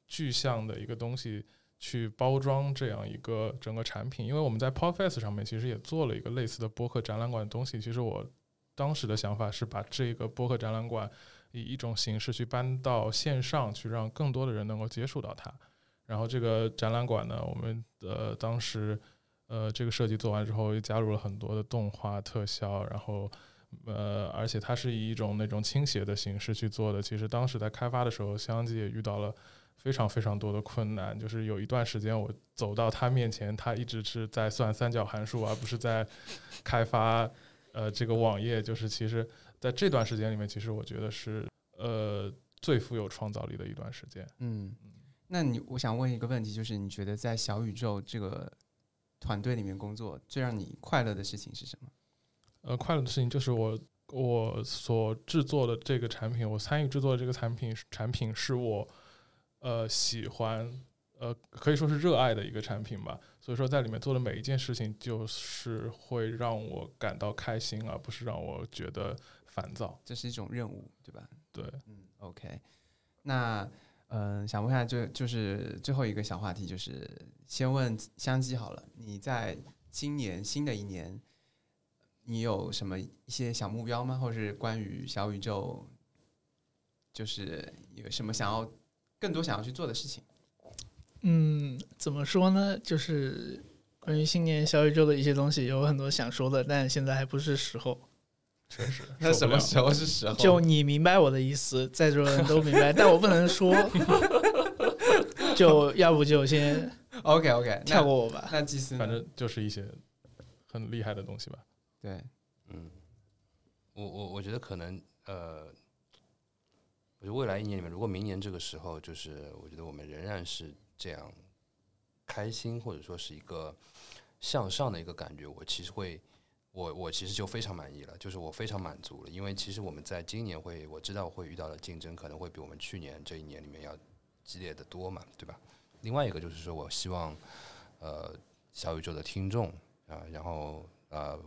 具象的一个东西去包装这样一个整个产品。因为我们在 Podcast 上面其实也做了一个类似的播客展览馆的东西，其实我当时的想法是把这个播客展览馆以一种形式去搬到线上去，让更多的人能够接触到它。然后这个展览馆呢，我们呃当时呃这个设计做完之后，又加入了很多的动画特效，然后呃而且它是以一种那种倾斜的形式去做的。其实当时在开发的时候，香吉也遇到了非常非常多的困难，就是有一段时间我走到他面前，他一直是在算三角函数，而啊不是在开发呃这个网页。就是其实在这段时间里面，其实我觉得是呃最富有创造力的一段时间。嗯，那你我想问一个问题，就是你觉得在小宇宙这个团队里面工作，最让你快乐的事情是什么？呃，快乐的事情就是我我所制作的这个产品，我参与制作的这个产品产品是我呃喜欢呃可以说是热爱的一个产品吧。所以说在里面做的每一件事情，就是会让我感到开心，而不是让我觉得烦躁。这是一种任务，对吧？对，嗯，OK。那嗯、呃想问一下就，就是最后一个小话题，就是先问香鸡好了，你在今年新的一年，你有什么一些小目标吗？或是关于小宇宙，就是有什么想要更多想要去做的事情？。嗯，怎么说呢？就是关于新年小宇宙的一些东西，有很多想说的，但现在还不是时候。确 实那受什不么了时候是时候？ 就你明白我的意思，在座人都明白，但我不能说。就要不就先 OK OK，跳过我吧。那祭司呢，反正就是一些很厉害的东西吧。对，嗯，我我我觉得可能呃，我觉得未来一年里面，如果明年这个时候，就是我觉得我们仍然是这样开心，或者说是一个向上的一个感觉，我其实会，我我其实就非常满意了，就是我非常满足了，因为其实我们在今年会，我知道会遇到的竞争可能会比我们去年这一年里面要激烈的多嘛，对吧？另外一个就是说我希望，呃，小宇宙的听众啊、然后呃，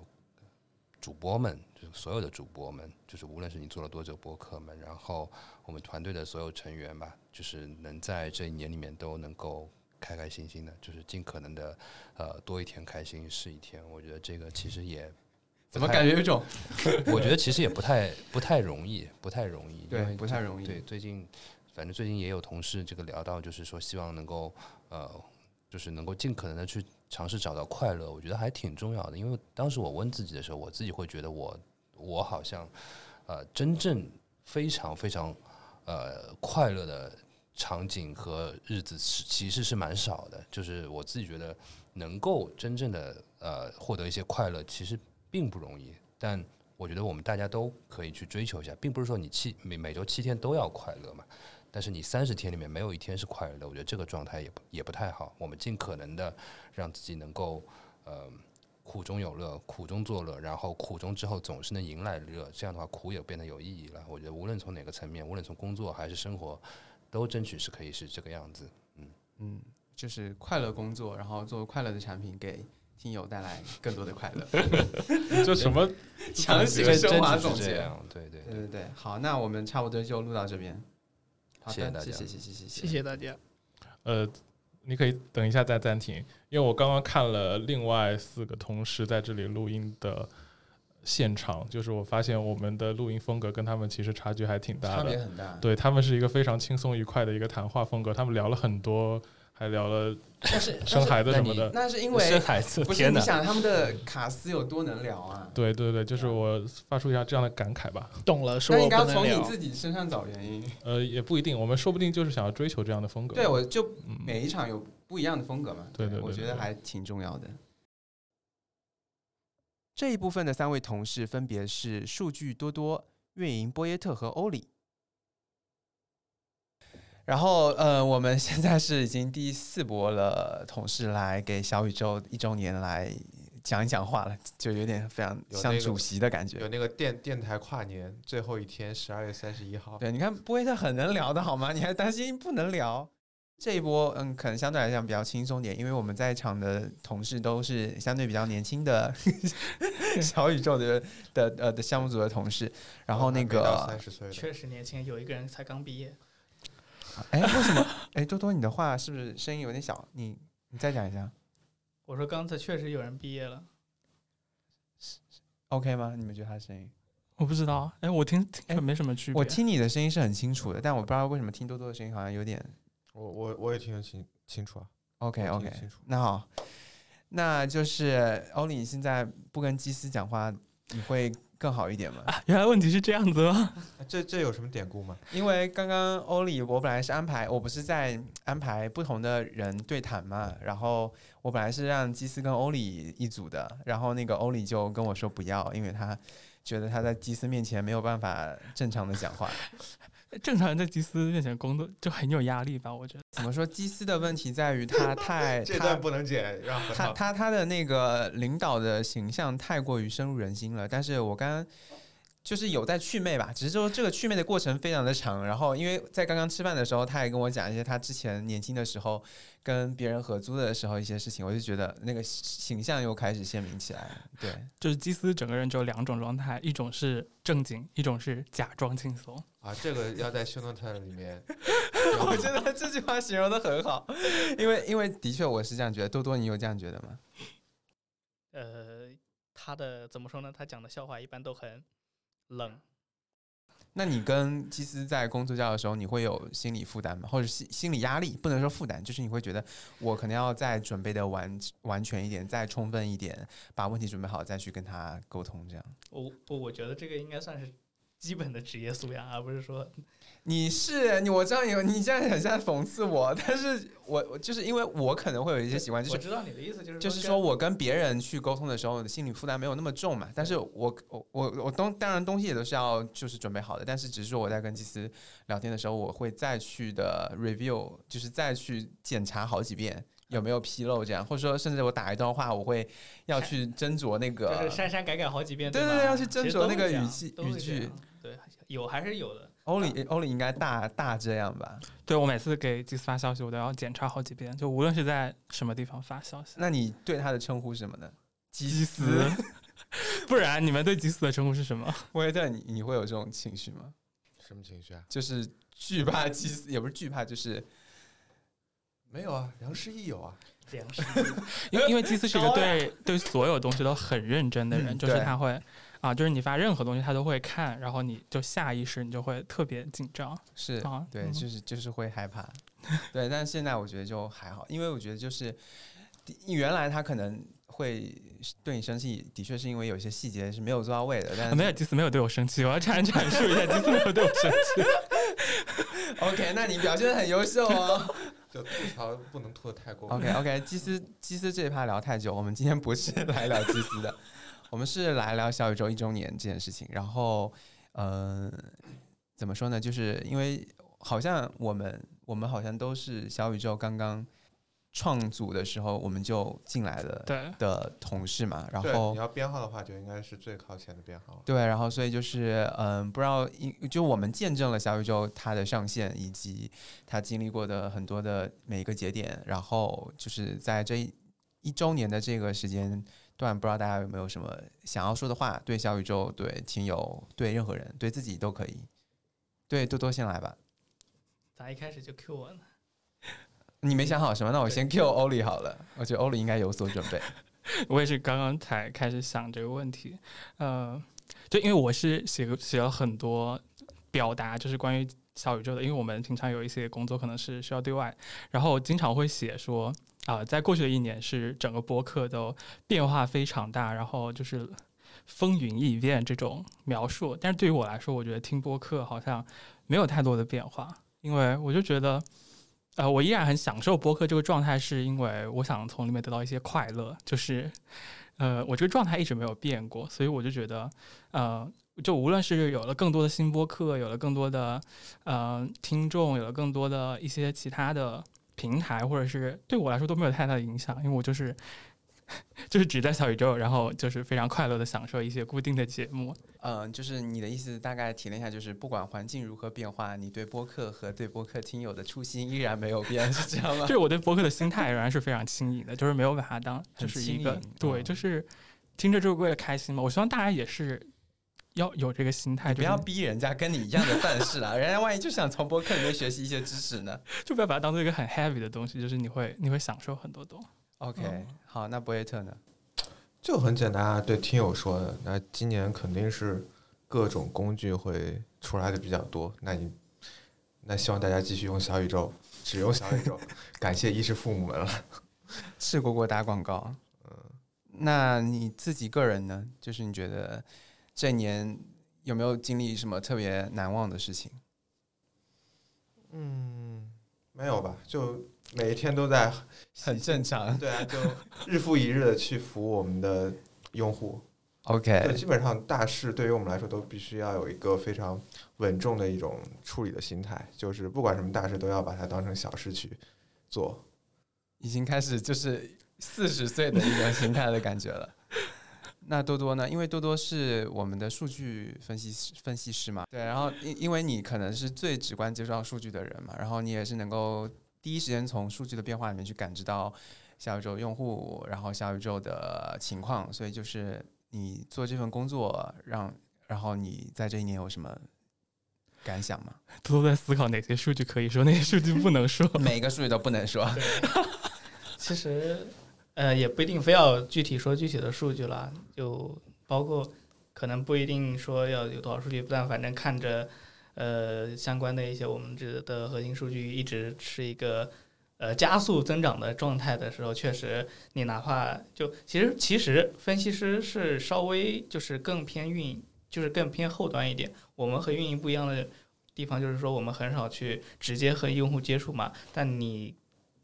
主播们，就是所有的主播们，就是无论是你做了多久播客们，然后我们团队的所有成员吧，就是能在这一年里面都能够开开心心的，就是尽可能的呃多一天开心是一天。我觉得这个其实也怎么感觉有一种 我觉得其实也不太不太容易，不太容易，对因为不太容易对，最近反正最近也有同事这个聊到，就是说希望能够呃，就是能够尽可能的去尝试找到快乐，我觉得还挺重要的。因为当时我问自己的时候，我自己会觉得我我好像呃真正非常非常呃快乐的场景和日子是其实是蛮少的，就是我自己觉得能够真正的呃获得一些快乐，其实并不容易，但。我觉得我们大家都可以去追求一下，并不是说你七每每周七天都要快乐嘛，但是你三十天里面没有一天是快乐的，我觉得这个状态也不也不太好。我们尽可能的让自己能够，呃，苦中有乐，苦中作乐，然后苦中之后总是能迎来乐，这样的话苦也变得有意义了。我觉得无论从哪个层面，无论从工作还是生活，都争取是可以是这个样子。嗯，就是快乐工作，然后做快乐的产品给听友带来更多的快乐。这什么强这行个升华真总只是这结。样，对对对对对，好，那我们差不多就录到这边。好谢谢大的，家谢谢谢谢谢谢谢大家。呃，你可以等一下再暂停，因为我刚刚看了另外四个同事在这里录音的现场，就是我发现我们的录音风格跟他们其实差距还挺大差别的。很大。对他们是一个非常轻松愉快的一个谈话风格，他们聊了很多，还聊了但 是生孩子什但是么的。那是因生为孩子，不是天你哪！想他们的卡斯有多能聊啊？对对对，就是我发出一下这样的感慨吧。懂了，说那我应该不从能你聊。自己身上找原因。呃，也不一定，我们说不定就是想要追求这样的风格。对，我就嗯，每一场有不一样的风格嘛。对对对我觉对得对还挺重要的。这一部分的三位同事分别是数据多多、运营波耶特和欧里。然后，呃，我们现在是已经第四波了，同事来给小宇宙一周年来讲一讲话了，就有点非常有像那个主席的感觉。有那个电电台跨年最后一天，十二月三十一号，对，你看波威特很能聊的好吗？你还担心不能聊？这一波，嗯，可能相对来讲比较轻松点，因为我们在场的同事都是相对比较年 轻的小宇宙的的呃的项目组的同事。然后那个三，十岁的确实年轻，有一个人才刚毕业。哎，为什么？哎，多多，你的话是不是声音有点小？你你再讲一下我说刚才确实有人毕业了， ，OK 吗？你们觉得他声音？我不知道，哎，我听听哎着没什么区别。我听你的声音是很清楚的，但我不知道为什么听多多的声音好像有点我我我也听得清清楚啊。 OK 我 OK，听得清楚那好，那就是欧里，你现在不跟基斯讲话，你会更好一点吗？啊，原来问题是这样子吗？哎 这这有什么典故吗？因为刚刚欧里，我本来是安排，我不是在安排不同的人对谈嗯嘛，然后我本来是让基斯跟欧里一组的，然后那个欧里就跟我说不要，因为他觉得他在基斯面前没有办法正常的讲话。正常人在吉斯面前工作就很有压力吧？我觉得。怎么说？基斯的问题在于他太 这他段不能剪，让何他涛他他的那个领导的形象太过于深入人心了，但是我刚刚就是有在祛魅吧，只是说这个祛魅的过程非常的长。然后因为在刚刚吃饭的时候，他也跟我讲一些他之前年轻的时候跟别人合租的时候一些事情，我就觉得那个形象又开始鲜明起来了。对，就是基斯整个人只有两种状态，一种是正经，一种是假装轻松。啊，这个要在 show note 里面。我觉得这句话形容的很好，因为因为的确我是这样觉得，多多你有这样觉得吗？呃，他的怎么说呢？他讲的笑话一般都很冷，那你跟基斯在工作教的时候，你会有心理负担吗？或者心心理压力？不能说负担，就是你会觉得我可能要再准备的完完全一点，再充分一点，把问题准备好再去跟他沟通。这样我我我觉得这个应该算是基本的职业素养，而不是说啊你是你，我知道你，你这样很像讽刺我，但是我我就是因为我可能会有一些习惯，就我是知道你的意思，就是就是说我跟别人去沟通的时候，我的心理负担没有那么重嘛。但是我我我我东当然东西也都是要就是准备好的，但是只是说我在跟祭司聊天的时候，我会再去的 review，就是再去检查好几遍有没有纰漏这样，或者说甚至我打一段话，我会要去斟酌那跟就个是删删改改好几遍，对对对吧对要去斟其实酌都那会个这样语气都会语这句样对，有还是有的。欧啊里欧里应该大大这样吧？对我每次给祭司发消息，我都要检查好几遍，就无论是在什么地方发消息，那你对他的称呼是什么呢？祭司， 不然你们对祭司的称呼是什 么？我也对你，你会有这种情绪吗？什么情绪啊？就是惧怕祭司，也不是惧怕，就是没有啊，良师益友啊。粮食 因为因为祭司是一个 高对对所有东西都很认真的人，嗯就是对他会啊，就是你发任何东西他都会看，然后你就下意识你就会特别紧张是啊。对，嗯就是就是会害怕，对。但是现在我觉得就还好，因为我觉得就是第原来他可能会对你生气，的确是因为有些细节是没有做到位的。但啊是没有祭司没有对我生气，我要阐阐述一下祭司没有对我生气。 OK，那你表现的很优秀哦。就吐槽不能吐的太过分。 OK OK，祭司祭司这一趴聊太久，我们今天不是 来聊祭司的，我们是来聊小宇宙一周年这件事情。然后，嗯、怎么说呢？就是因为好像我们我们好像都是小宇宙刚刚创组的时候，我们就进来了对，的同事嘛，然对，后你要编号的话，就应该是最靠前的编号了。对，然后所以就是嗯，不知道因就我们见证了小宇宙它的上线，以及它经历过的很多的每一个节点，然后就是在这一一周年的这个时间段，不知道大家有没有什么想要说的话，对小宇宙、对听友、对任何人、对自己都可以。对，多多先来吧。咋一开始就 Q 我呢？你没想好什么？那我先 Q 欧里好了，我觉得欧里应该有所准备。 我也是刚刚才开始想这个问题，呃，就因为我是写过写了很多表达，就是关于小宇宙的，因为我们平常有一些工作可能是需要对外，然后经常会写说啊、在过去的一年是整个播客都变化非常大，然后就是风云异变这种描述。但是对于我来说，我觉得听播客好像没有太多的变化，因为我就觉得。呃，我依然很享受播客这个状态，是因为我想从里面得到一些快乐，就是呃，我这个状态一直没有变过，所以我就觉得，呃，就无论是有了更多的新播客，有了更多的呃听众，有了更多的一些其他的平台，或者是对我来说都没有太大的影响，因为我就是 就是只在小宇宙，然后就是非常快乐的享受一些固定的节目。嗯，就是你的意思，大概提了一下，就是不管环境如何变化，你对播客和对播客听友的初心依然没有变， 是这样吗 就？是我对播客的心态仍然是非常轻盈的，就是没有把它当就很是轻一个盈对，嗯就是听着就是为了开心嘛。我希望大家也是要有这个心态，你就不是要逼人家跟你一样的范式啊啦，人家万一就想从播客里面学习一些知识呢。就不要把它当做一个很 heavy 的东西，就是你会你会享受很多东西。 OK，、嗯好，那博耶特呢？就很简单啊，对听友说的。那今年肯定是各种工具会出来的比较多，那你那希望大家继续用小宇宙，只用小 宇宙， 感谢衣食父母们了。 赤果果打广告，嗯， 那你自己个人呢？就是你觉得这一年有没有经历什么特别难忘的事情？嗯，没有吧？就每一天都在，很正常。对啊，就日复一日的去服务我们的用户。对， OK，基本上大事对于我们来说都必须要有一个非常稳重的一种处理的心态，就是不管什么大事都要把它当成小事去做。已经开始就是四十岁的一种心态的感觉了。 那多多呢？因为多多是我们的数据分析师分析师嘛，对。然后因因为你可能是最直观接触到数据的人嘛，然后你也是能够第一时间从数据的变化里面去感知到小宇宙用户，然后小宇宙的情况，所以就是你做这份工作，让然后你在这一年有什么感想吗？多多在思考哪些数据可以说，哪些数据不能说。 每个数据都不能 说， 其实，呃，也不一定非要具体说具体的数据啦，就包括可能不一定说要有多少数据，但反正看着，呃，相关的一些我们这的核心数据一直是一个。呃，加速增长的状态的时候，确实，你哪怕就其实其实分析师是稍微就是更偏运就是更偏后端一点。我们和运营不一样的地方就是说，我们很少去直接和用户接触嘛，但你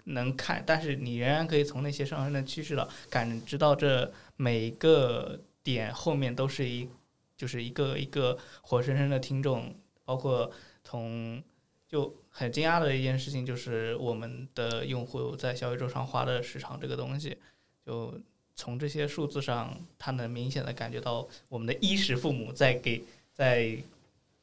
能看，但是你仍然可以从那些上升的趋势了感知到这每一个点后面都是一就是一个一个活生生的听众，包括从就很惊讶的一件事情就是我们的用户在小宇宙上花的时长这个东西，就从这些数字上，他能明显的感觉到我们的衣食父母在给在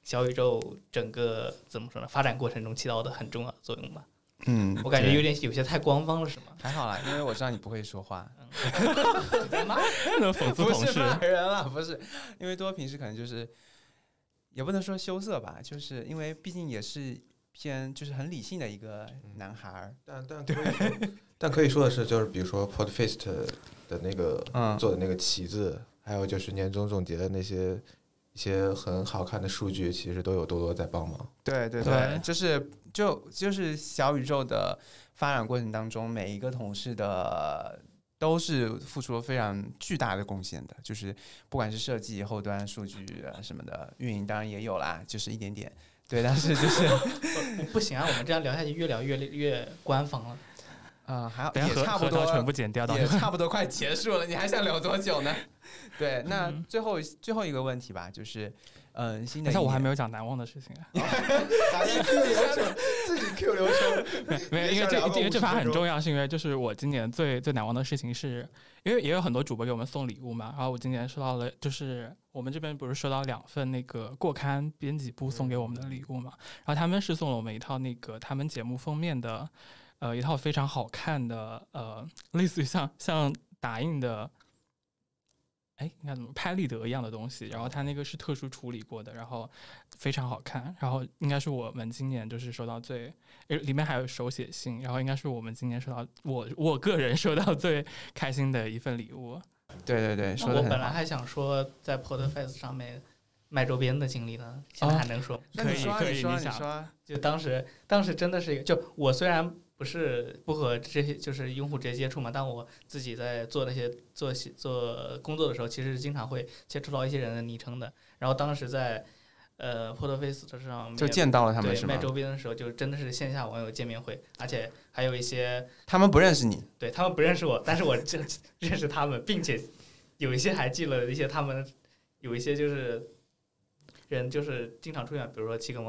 小宇宙整个怎么说呢发展过程中起到的很重要的作用吧。嗯我感觉对有点有些太官方了，是吗？还好啦，因为我知道你不会说 话。那讽刺同不是事骂人了，不是，因为多平时可能就是，也不能说羞涩吧，就是因为毕竟也是偏就是很理性的一个男孩儿。嗯但但对，但可以说的是，就是比如说 Podfest 的那个、嗯做的那个旗子，还有就是年终总结的那些一些很好看的数据，其实都有多多在帮忙。对对对对，就是就就是小宇宙的发展过程当中，每一个同事的都是付出了非常巨大的贡献的，就是不管是设计、后端、数据呃什么的，运营当然也有啦，就是一点点。对，但是就是 我不行啊，我们这样聊下去越聊越越官方了。啊、还等好也下核差不核桃多，全部剪掉到也时候差不多快结束了，你还想聊多久 呢？对，那嗯最后最后一个问题吧，就是，嗯、新的一但是我还年没有讲难忘的事情 啊，自己 自己 Q 流程， 没有，因为这因为这盘很重要，是因为就是我今年最最难忘的事情是，因为也有很多主播给我们送礼物嘛，然后我今年收到了，就是我们这边不是收到两份那个过刊编辑部送给我们的礼物嘛，然后他们是送了我们一套那个他们节目封面的，呃，一套非常好看的呃，类似于像像打印的。哎，应该怎么拍立得一样的东西，然后它那个是特殊处理过的，然后非常好看，然后应该是我们今年就是收到最呃，里面还有手写信，然后应该是我们今年收到我我个人收到最开心的一份礼物。对对哦对，那说我的很本来好。还想说在 Podfest 上面卖周边的经历呢，现在还能说吗？那你可以说啊可以你说啊你你想说啊，就当时，当时真的是一个，就我虽然不是不和这些就是用户直接接触嘛，但我自己在做那些做些做工作的时候，其实经常会接触到一些人的昵称的。然后当时在呃 p o t f a c e 上面就见到了他们对是吗卖周边的时候，就真的是线下网友见面会，而且还有一些他们不认识你，对他们不认识我，但是我这认识他们，并且有一些还记了一些他们，有一些就是人就是经常出现，比如说七个梦，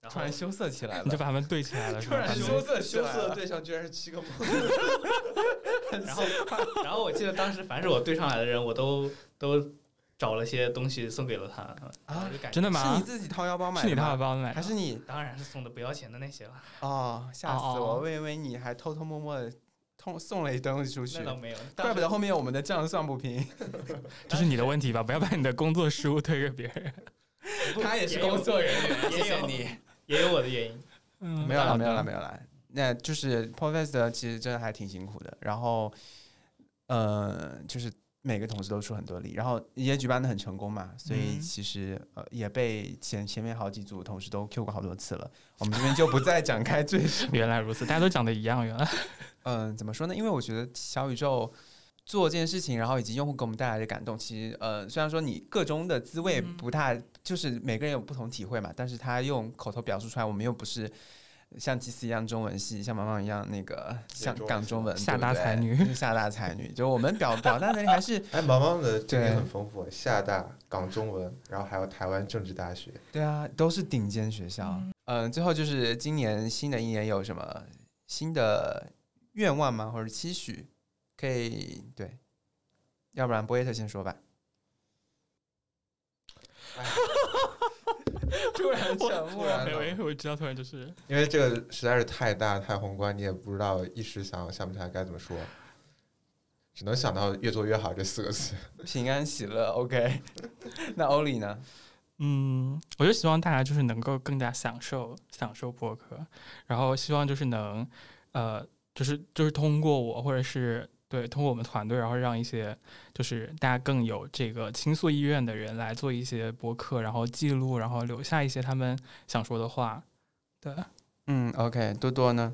然后突然羞涩起 来你就了，把他们对起来了，是吧突然他们羞涩起羞来涩的了。对象居然是七 个梦，然后，然后我记得当时凡是我对上来的人，我都都找了些东西送给了他啊，就感觉真的是吗你？自己掏腰包买是的你吗他帮买的还是你当然是送的不要钱的那些了，哦，吓死哦哦我！我以为你还偷偷摸摸的通送了一东西出去那，倒没有，怪不得当时后面我们的账算不平。这是你的问题吧？不要把你的工作失误推给别 人。他也是工作人员，谢也谢有你。也有我的原因。嗯没有了，好没有的了，没有了。那就是 p o d f e s t 其实真的还挺辛苦的，然后，呃，就是每个同事都出很多力，然后也举办的很成功嘛，所以嗯其实、呃也被前前面好几组同事都 Q 过好多次了，我们这边就不再展开 赘述。原来如此，大家都讲的一样。原来， 嗯、怎么说呢？因为我觉得小宇宙做这件事情，然后以及用户给我们带来的感动，其实呃，虽然说你各中的滋味嗯不大，就是每个人有不同体会嘛，但是他用口头表述出来，我们又不是像祭司一样中文系，像毛毛一样那个像中文港系中文厦对不大对 才女厦大才女，就我们表表达能力还是 哎，毛毛的经历对很丰富，厦大、港中文，然后还有台湾政治大学。对啊，都是顶尖学校。嗯、最后就是今年新的一年有什么新的愿望吗？或者期许？可以对，要不然波耶特先说吧。突然沉默了没有，因为我知道突然就是因为这个实在是太大太宏观，你也不知道一时想想不起来该怎么说，只能想到“越做越好”这四个字。平安喜乐，OK。那 欧里呢？嗯，我就希望大家就是能够更加享受享受播客，然后希望就是能，呃，就是就是通过我或者是对通过我们团队，然后让一些就是大家更有这个倾诉意愿的人来做一些播客，然后记录，然后留下一些他们想说的话。对，嗯，OK，多多呢？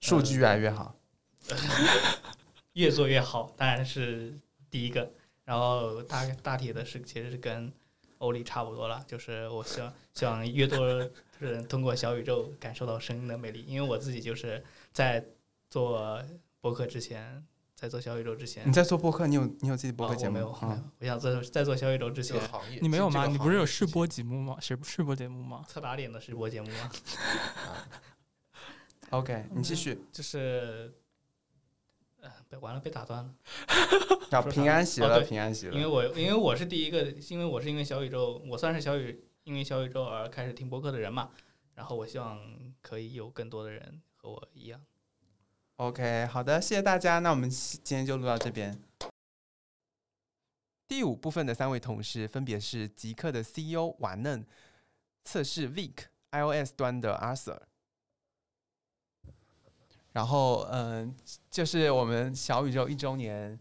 数据越来越好， 越哦做越好，当然是第一个。然后大大体的是其实是跟欧力差不多了，就是我希望希望越多人通过小宇宙感受到声音的魅力，因为我自己就是在做播客之前，在做小宇宙之前，你在做播客，你有你有自己播客嗯哦节我目没有，没有嗯我想在在做小宇宙之前，行业你没有吗？这个你不是行有业试播节目吗？是试播节目吗？侧打脸的直播节目吗？ ？OK，你继续。嗯就是，呃，被完了被打断了。 啊，说啥平安喜哦乐，对平安喜乐。因为我因为我是第一个，因为我是因为小宇宙，我算是小宇因为小宇宙而开始听播客的人嘛。然后我希望可以有更多的人和我一样。 OK，好的，谢谢大家。那我们今今天就录到这边。第五部分的三位同事分别是极客的 CEO 瓦嫩、测试 Vic、iOS 端的 Arthur。然后，嗯、就是我们小宇宙一周年，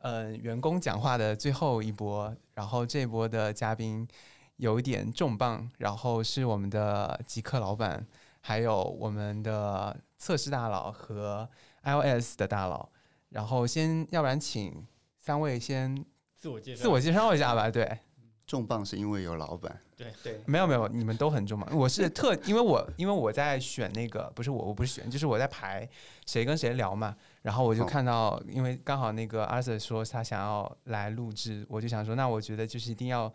嗯、员工讲话的最后一波。然后这一波的嘉宾有一点重磅，然后是我们的极客老板，还有我们的测试大佬和 iOS 的大佬。然后先，要不然请三位先自我介绍，自我介绍一下吧。对，重磅是因为有老板，对对，没有没有，你们都很重磅。我 是特，因为我因为我在选那个，不是我，我不是选，就是我在排谁跟谁聊嘛。然后我就好看到，因为刚好那个阿 Sir 说他想要来录制，我就想说，那我觉得就是一定要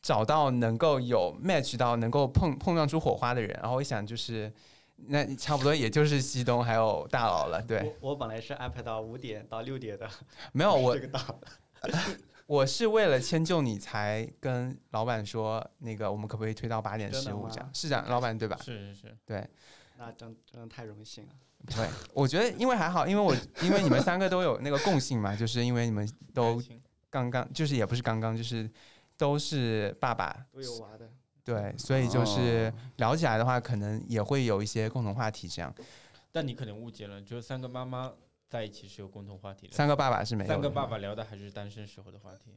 找到能够有 match 到能够碰碰撞出火花的人。然后我想就是，那差不多也就是西东还有大佬了。对，我我本来是安排到五点到六点的，没有我这个档我是为了迁就你才跟老板说，那个我们可不可以推到八点真十的五吗这样？是这样，老板对吧？是是是，对。那真真的太荣幸了。对，我觉得因为还好，因为我因为你们三个都有那个共性嘛，就是因为你们都刚刚，就是也不是刚刚，就是都是爸爸，都有娃的，对，所以哦就是聊起来的话，可能也会有一些共同话题。这样，但你可能误解了，只有三个妈妈在一起是有共同话题的，三个爸爸是没有的三个爸爸聊的还是单身时候的话 题。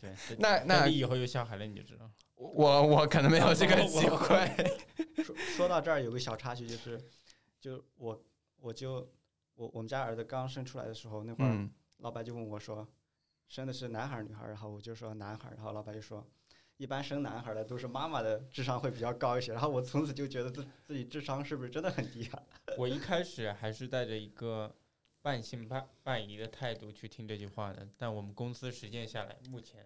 对，这那那等你以后有小孩了你就知道。我我可能没有这个机我会。 说说到这儿有个小插曲，就是就我我就我我们家儿子刚生出来的时候，那会儿嗯老白就问我说，生的是男孩儿女孩儿，然后我就说男孩儿，然后老白就说。一般生男孩儿的都是妈妈的智商会比较高一些，然后我从此就觉得自自己智商是不是真的很低啊？ 我一开始还是带着一个半信半半疑的态度去听这句话的，但我们公司实践下来，目前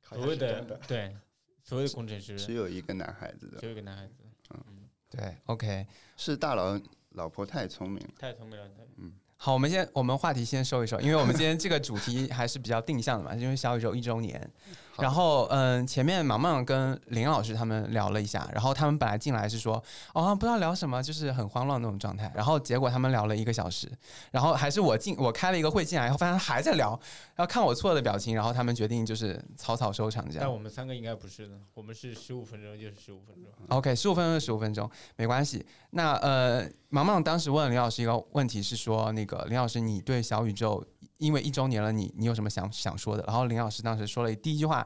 好所像有是的真的对所有的工程师只有一个男孩子的，只有一个男孩子，嗯，对，OK，是大佬老婆太聪明了，太聪明了，太嗯，好，我们先我们话题先收一收，因为我们今天这个主题还是比较定向的嘛，因为小宇宙一周年。然后，嗯，前面芒芒跟林老师他们聊了一下，然后他们本来进来是说，哦，不知道聊什么，就是很慌乱那种状态。然后结果他们聊了一个小时，然后还是我进我开了一个会进来以后，发现还在聊，然后看我错的表情，然后他们决定就是草草收场这但样我。们三个应该不是的，我们是十五分钟就是十五分钟。 OK，十五分钟就十五分钟，没关系。那呃，芒芒当时问林老师一个问题，是说那个林老师，你对小宇宙，因为一周年了你，你有什么想想说的？然后林老师当时说了第一句话，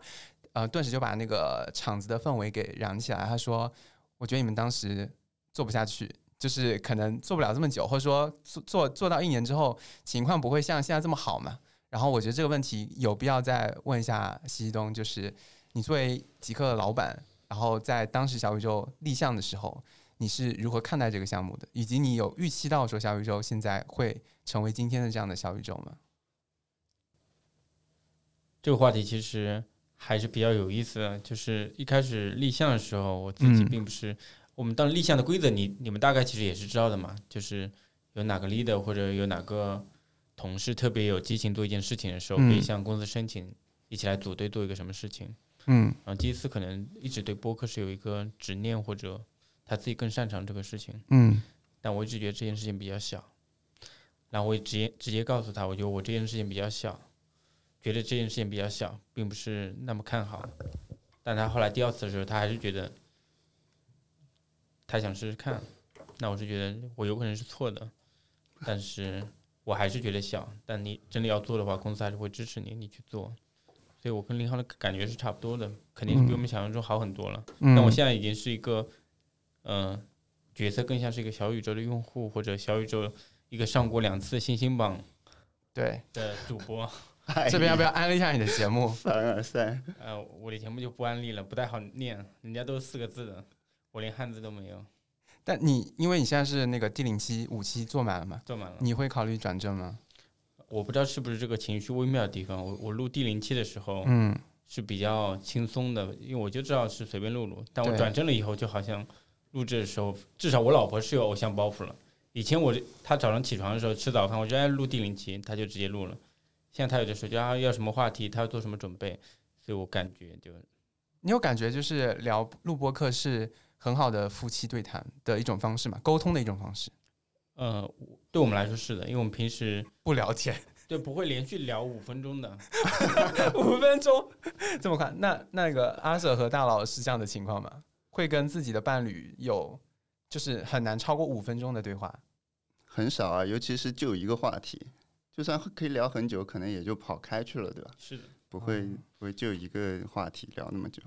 呃，顿时就把那个场子的氛围给燃起来。他说：“我觉得你们当时做不下去，就是可能做不了这么久，或者说做做做到一年之后，情况不会像现在这么好嘛。”然后我觉得这个问题有必要再问一下西东，就是你作为极客的老板，然后在当时小宇宙立项的时候，你是如何看待这个项目的，以及你有预期到说小宇宙现在会成为今天的这样的小宇宙吗？这个话题其实还是比较有意思的，就是一开始立项的时候，我自己嗯并不是、我们当时立项的规则你，你们大概其实也是知道的嘛，就是有哪个 leader 或者有哪个同事特别有激情做一件事情的时候，嗯可以向公司申请一起来组队做一个什么事情。嗯然后基斯可能一直对播客是有一个执念，或者他自己更擅长这个事情。嗯，但我一直觉得这件事情比较小，然后我也直接直接告诉他，我觉得我这件事情比较小，觉得这件事情比较小，并不是那么看好。但他后来第二次的时候，他还是觉得他想试试看，那我是觉得我有可能是错的，但是我还是觉得小。但你真的要做的话，公司还是会支持你，你去做。所以我跟林浩的感觉是差不多的，肯定是比我们想象中好很多了。嗯但我现在已经是一个，呃，角色更像是一个小宇宙的用户，或者小宇宙一个上过两次新星榜对的主播。 这边要不要安利一下你的节 目？凡尔赛。 呃，我的节目就不安利了，不太好念，人家都是四个字的，我连汉字都没有。但你因为你现在是那个 D 零七五期做满了嘛？做满了你会考虑转正吗？我不知道是不是这个情绪微妙的地方。我我录第零期的时候，嗯，是比较轻松的，因为我就知道是随便录录。但我对转正了以后，就好像录制的时候，至少我老婆是有偶像包袱了。以前我她早上起床的时候吃早饭，我就爱录第零期，她就直接录了。现在她有的时候就啊要什么话题，她要做什么准备，所以我感觉就你有感觉就是聊录播课是很好的夫妻对谈的一种方式嘛？沟通的一种方式。呃，对我们来说是的，因为我们平时 不聊天， 对不会连续聊五分钟的。五分钟这么快？那那个阿 Sir 和大佬是这样的情况吗？会跟自己的伴侣有就是很难超过五分钟的对话？很少啊，尤其是就一个话题，就算可以聊很久，可能也就跑开去了，对吧？是的，不会嗯不会就一个话题聊那么久。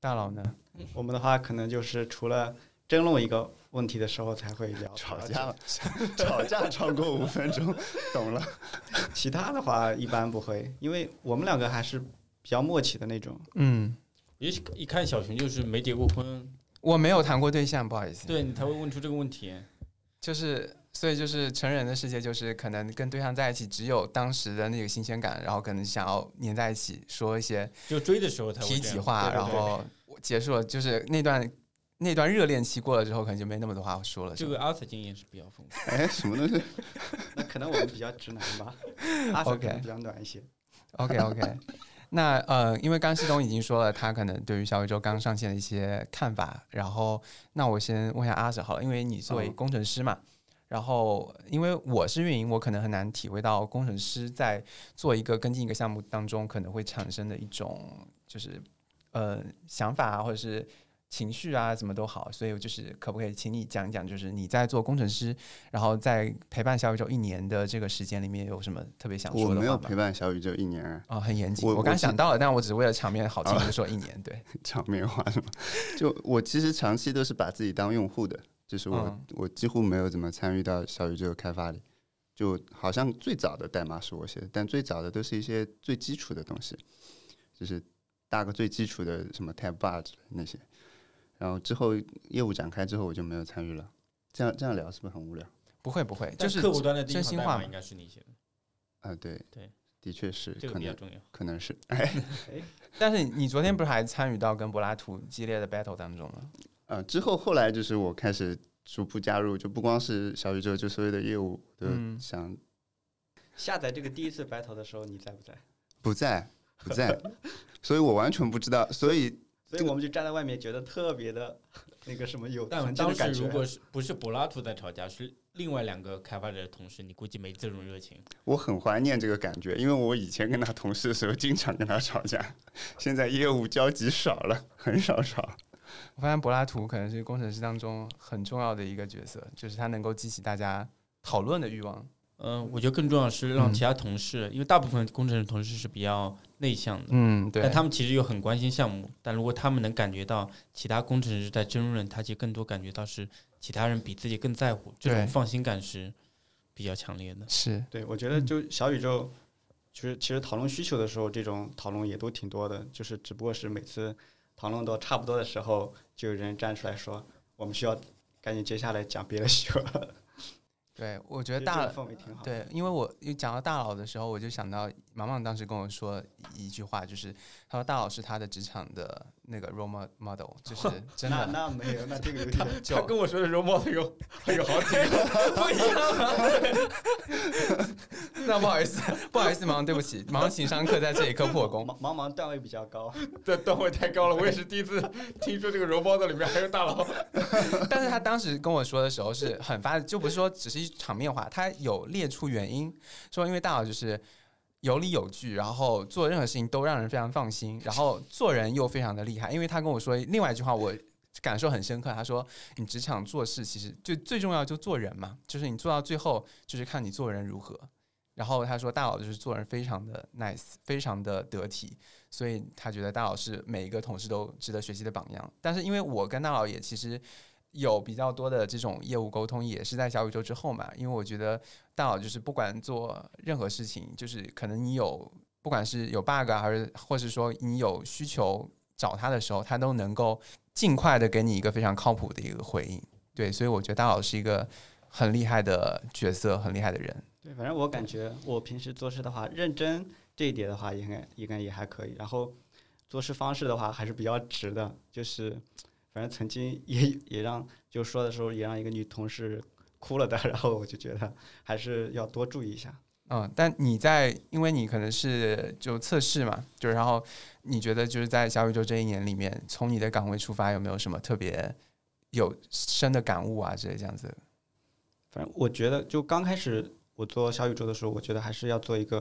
大佬呢？嗯我们的话可能就是除了争论一个问题的时候才会聊吵架了，吵架超过五分钟，懂了。 其他的话一般不会，因为我们两个还是比较默契的那种。嗯，也许一看小熊就是没结过婚，我没有谈过对象，不好意思。对你才会问出这个问题。就是，所以就是成人的世界，就是可能跟对象在一起，只有当时的那个新鲜感，然后可能想要黏在一起，说一些就追的时候才会提这己样话，对对对然后结束了，就是那段那段热恋期过了之后，可能就没那么多话说了。是这吧个阿 Sir 经验是比较丰富。哎，什么东西？那可能我们比较直男吧，阿 Sir 可 OK 能比较暖一些。 OK OK，那呃，因为刚旭东已经说了他可能对于小宇宙刚上线的一些看法，然后那我先问一下阿 Sir 好了，因为你作为嗯工程师嘛，然后因为我是运营，我可能很难体会到工程师在做一个跟进一个项目当中可能会产生的一种就是呃想法啊，或者是。情绪啊，怎么都好，所以我就是可不可以请你讲一讲，就是你在做工程师，然后在陪伴小宇宙一年的这个时间里面，有什么特别想说的我话吗？没有陪伴小宇宙一年啊。哦，很严谨。我我刚我是想到了，但我只是为了场面好哦听，就说一年。 对， 场面话是吗？ 就我其实长期都是把自己当用户的，就是我、嗯我几乎没有怎么参与到小宇宙开发里，就好像最早的代码是我写的，但最早的都是一些最基础的东西，就是大个最基础的什么 tab bar 之类那些，然后之后业务展开之后我就没有参与了。这样这样聊是不是很无聊？不会不会，就但是客户端的第一真行心代话码嘛应。该是你写的，啊，对对，的确是，这个可比较能重要。可能是，哎， 但是你昨天不是还参与到跟柏拉图激烈的 battle 当中了？呃，之后后来就是我开始逐步加入，就不光是小宇宙，就所有的业务都嗯想、下载这个第一次 battle 的时候，你在不在？不在，不在， 所以我完全不知道。所以所以我们就站在外面，觉得特别的，那个什么有但团结当的时感如觉。果是不是柏拉图在吵架，是另外两个开发者的同事，你估计没这种热情。我很怀念这个感觉，因为我以前跟他同事的时候，经常跟他吵架。现在业务交集少了，很少吵。我发现柏拉图可能是工程师当中很重要的一个角色，就是他能够激起大家讨论的欲望。嗯，我觉得更重要的是让嗯其他同事，因为大部分工程师同事是比较内向的，嗯，对但。他们其实又很关心项目。但如果他们能感觉到其他工程师在争论，他其实更多感觉到是其他人比自己更在乎，这对种放心感是比较强烈的。是对，我觉嗯得就小宇宙，其实其实讨论需求的时候，这种讨论也都挺多的，就是只不过是每次讨论到差不多的时候，就有人站出来说，我们需要赶紧接下来讲别的需求了。对，我觉得其实大这个氛围挺好的对，因为我一讲到大佬的时候，我就想到芒芒当时跟我说一句话，就是他说大佬是他的职场的那个 role mo- model，就是 真那的。那没有，那这个 有点就他跟我说的 role model 有有好 几个不一样啊。那不好意思，不好意思，忙，对不起，忙情商课在这一刻破功。茫茫茫段位比较 高，这段位太高了，我也是第一次听说这个 role model 里面还有大佬。但是他当时跟我说的时候是很发，就不是说只是一场面话，他有列出原因，说因为大佬就是有理有据，然后做任何事情都让人非常放心，然后做人又非常的厉害。因为他跟我说另外一句话，我感受很深刻，他说你职场做事其实就最重要就做人嘛，就是你做到最后就是看你做人如何。然后他说大佬就是做人非常的 nice，非常的得体，所以他觉得大佬是每一个同事都值得学习的榜样。但是因为我跟大佬也其实有比较多的这种业务沟通，也是在小宇宙之后嘛。因为我觉得大佬就是不管做任何事情，就是可能你有不管是有 bug 啊，还是或是说你有需求找他的时候，他都能够尽快的给你一个非常靠谱的一个回应。对，所以我觉得大佬是一个很厉害的角色，很厉害的人。对，反正我感觉我平时做事的话，认真这一点的话，应该应该也还可以。然后做事方式的话，还是比较直的，就是反正曾经也也让就说的时候也让一个女同事哭了的， 然后我就觉得还是要多注意一下。嗯，但你在，因为你可能是就测试嘛，就是然后你觉得就是在小宇宙这一年里面，从你的岗位出发，有没有什么特别有深的感悟啊之类这样子？反正我觉得，就刚开始我做小宇宙的时候，我觉得还是要做一个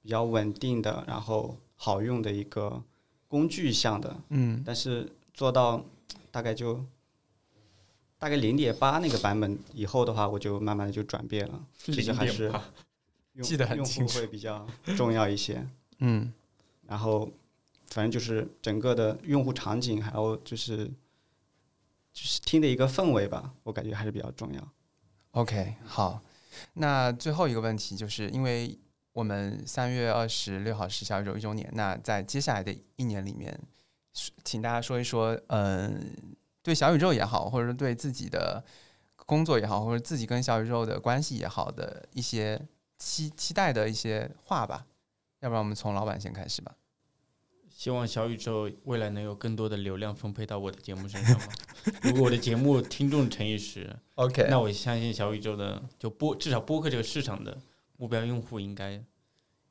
比较稳定的，然后好用的一个工具项的。嗯但是做到大概就大概零点八那个版本以后的话，我就慢慢的就转变了。其实还是0.8 用记得很用清户楚会比 较重要一些。嗯，然后反正就是整个的用户场景，还有就是就是听的一个氛围吧，我感觉还是比较重要。 OK，好，那最后一个问题就是因为我们三月二十六号是小宇宙一周年，那在接下来的一年里面，是请大家说一说，嗯，对小宇宙也好，或者说对自己的工作也好，或者自己跟小宇宙的关系也好的一些期期待的一些话吧。要不然我们从老板先开始吧。希望小宇宙未来能有更多的流量分配到我的节目身上吧。如果我的节目听众乘以十 OK 那我相信小宇宙的就播至少播客这个市场的目标用户应该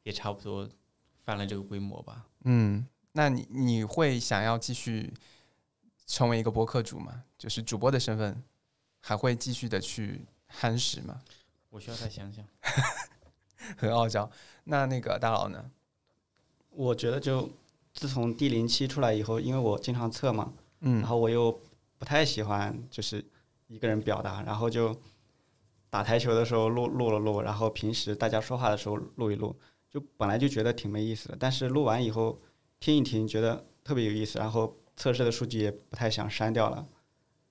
也差不多翻了这个规模吧。嗯，那你你会想要继续成为一个播客主吗？就是主播的身份，还会继续的去夯实吗？我需要再想想。 很傲娇。那那个大佬呢？我觉得就自从 D 零七出来以后，因为我经常测嘛，嗯然后我又不太喜欢就是一个人表达，然后就打台球的时候录录了录，然后平时大家说话的时候录一录，就本来就觉得挺没意思的，但是录完以后听一听，觉得特别有意思，然后测试的数据也不太想删掉了，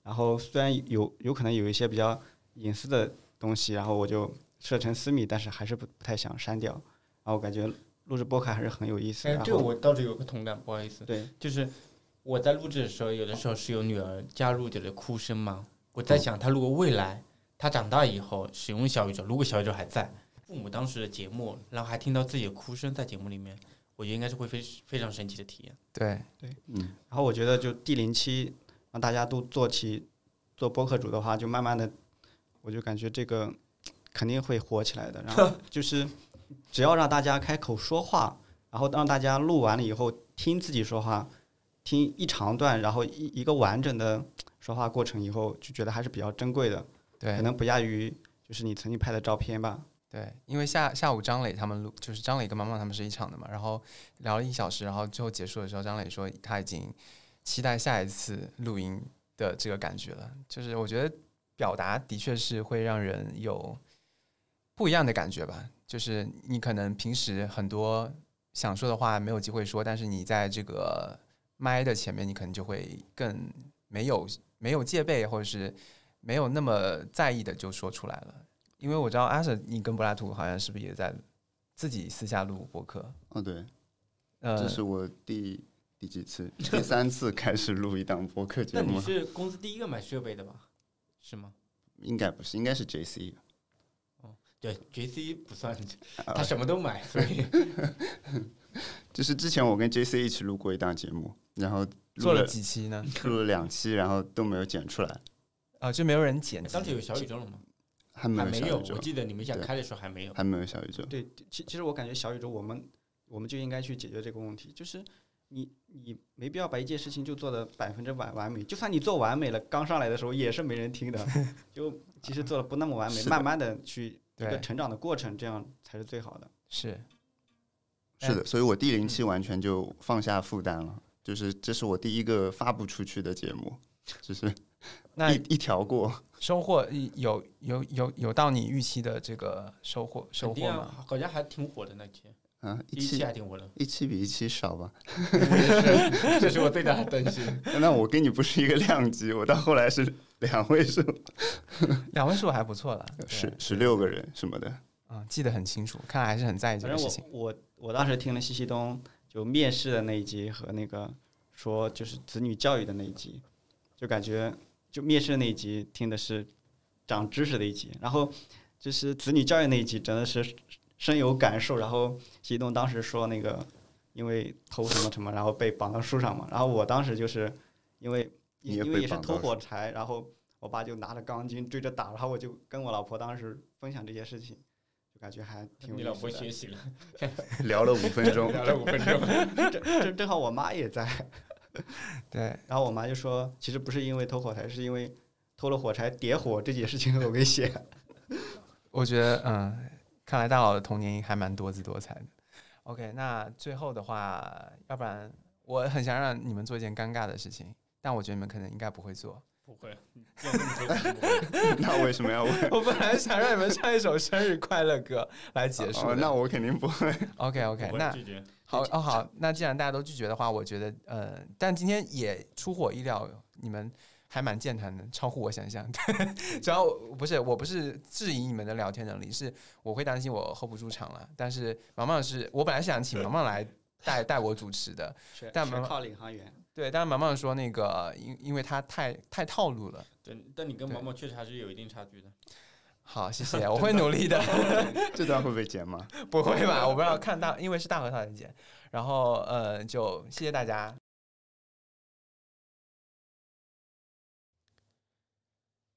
然后虽然有有可能有一些比较隐私的东西，然后我就设成私密，但是还是不不太想删掉，然后我感觉录制播客还是很有意思。哎然，后这个我倒是有个同感，不好意思。对，就是我在录制的时候，有的时候是有女儿加入者的哭声嘛。我在想，她如果未来她长大以后使用小宇宙，如果小宇宙还在，父母当时的节目，然后还听到自己的哭声在节目里面，我觉得应该是会非非常神奇的体验。对对，嗯。然后我觉得就 D 零七让大家都做起做播客主的话，就慢慢的，我就感觉这个肯定会火起来 的。然后就是只要让大家开口说话，然后让大家录完了以后听自己说话，听一长段，然后一一个完整的说话过程以后，就觉得还是比较珍贵的。对可能不亚于就是你曾经拍的照片吧。对，因为下下午张磊他们录，就是张磊跟妈妈他们是一场的嘛，然后聊了一小时，然后最后结束的时候，张磊说他已经期待下一次录音的这个感觉了。就是我觉得表达的确是会让人有不一样的感觉吧，就是你可能平时很多想说的话没有机会说，但是你在这个麦的前面，你可能就会更没有没有戒备，或者是没有那么在意的就说出来了。因为我知道阿舍，你跟柏拉图好像是不是也在自己私下录播客？哦，对，呃这是我第第几次？第三次开始录一档播客节 那目你了，是公司第一个买设备的吧？是吗？应该不是，应该是 JC。对，JC 不算，呃他什么都买， 所 以就是之前我跟 JC 一起录过一档节目，然后录做了几期呢？录了两期，然后都没有剪出来，啊，就没有人剪辑。哎当时有小宇宙了吗？还没还没小宇有宙我记得你们想对开的时候还没有还没有小宇宙。对，其其实我感觉小宇宙我们我们就应该去解决这个问题，就是你你没必要把一件事情就做的百分之百完美，就算你做完美了，刚上来的时候也是没人听 的，就其实做的不那么完美，是的慢慢的去一对个成长的过程，这样才是最好的。是是哎的，所以我第零嗯期完全就放下负担了，就是这是我第一个发布出去的节目，就是那一一条过。收获有有有有到你预期的这个收获收获肯定啊吗？啊，好像还挺火的那期。啊，一一期期还挺稳的一期比一期少 吧？也是这是我最大的担心 那我跟你不是一个量级，我到后来是两位数，两位数还不错了， 十十六个人什么的。啊，记得很清楚，看来还是很在意这反个正事我情。我我当时听了西西东就面试的那一集和那个说就是子女教育的那一集，就感觉就面试的那一集听的是长知识的一集，然后就是子女教育那一集真的是深有感受。然后西西东当时说那个因为偷什么什么，然后被绑到树上嘛，然后我当时就是因为你也因为被也是绑偷到火柴，然后我爸就拿着钢筋追着打，然后我就跟我老婆当时分享这些事情。就感觉还挺有意思的。你老婆学习了 聊了五分钟 聊了五分钟 正正正好我妈也 在。对，然后我妈就说，其实不是因为偷火柴，是因为偷了火柴点火这件事情很危险。我觉得，嗯，看来大佬的童年还蛮多姿多彩的。OK，那最后的话，要不然我很想让你们做一件尴尬的事情，但我觉得你们可能应该不会做。不会，你这样这么说不会 那为什么要问我本来想让你们唱一首生日快乐歌来结束的、哦那我肯定不会。 OK OK，我会那拒绝好哦好，那既然大家都拒绝的话，我觉得呃，但今天也出乎我意料，你们还蛮健谈的， 超乎我想象。主要我不是我不是质疑你们的聊天能力，是我会担心我 hold 不住场了。但是毛毛是我本来想请毛毛来带带我主持的全，但毛全靠毛领航员。对，但是毛毛说那个因因为他太太套路了。对，但你跟对毛毛确实还是有一定差距的。好，谢 谢，我会努力的。 这段会被剪吗？不会 吧？我不知道，看大，因为是大合唱的节，然后呃，就谢谢大家。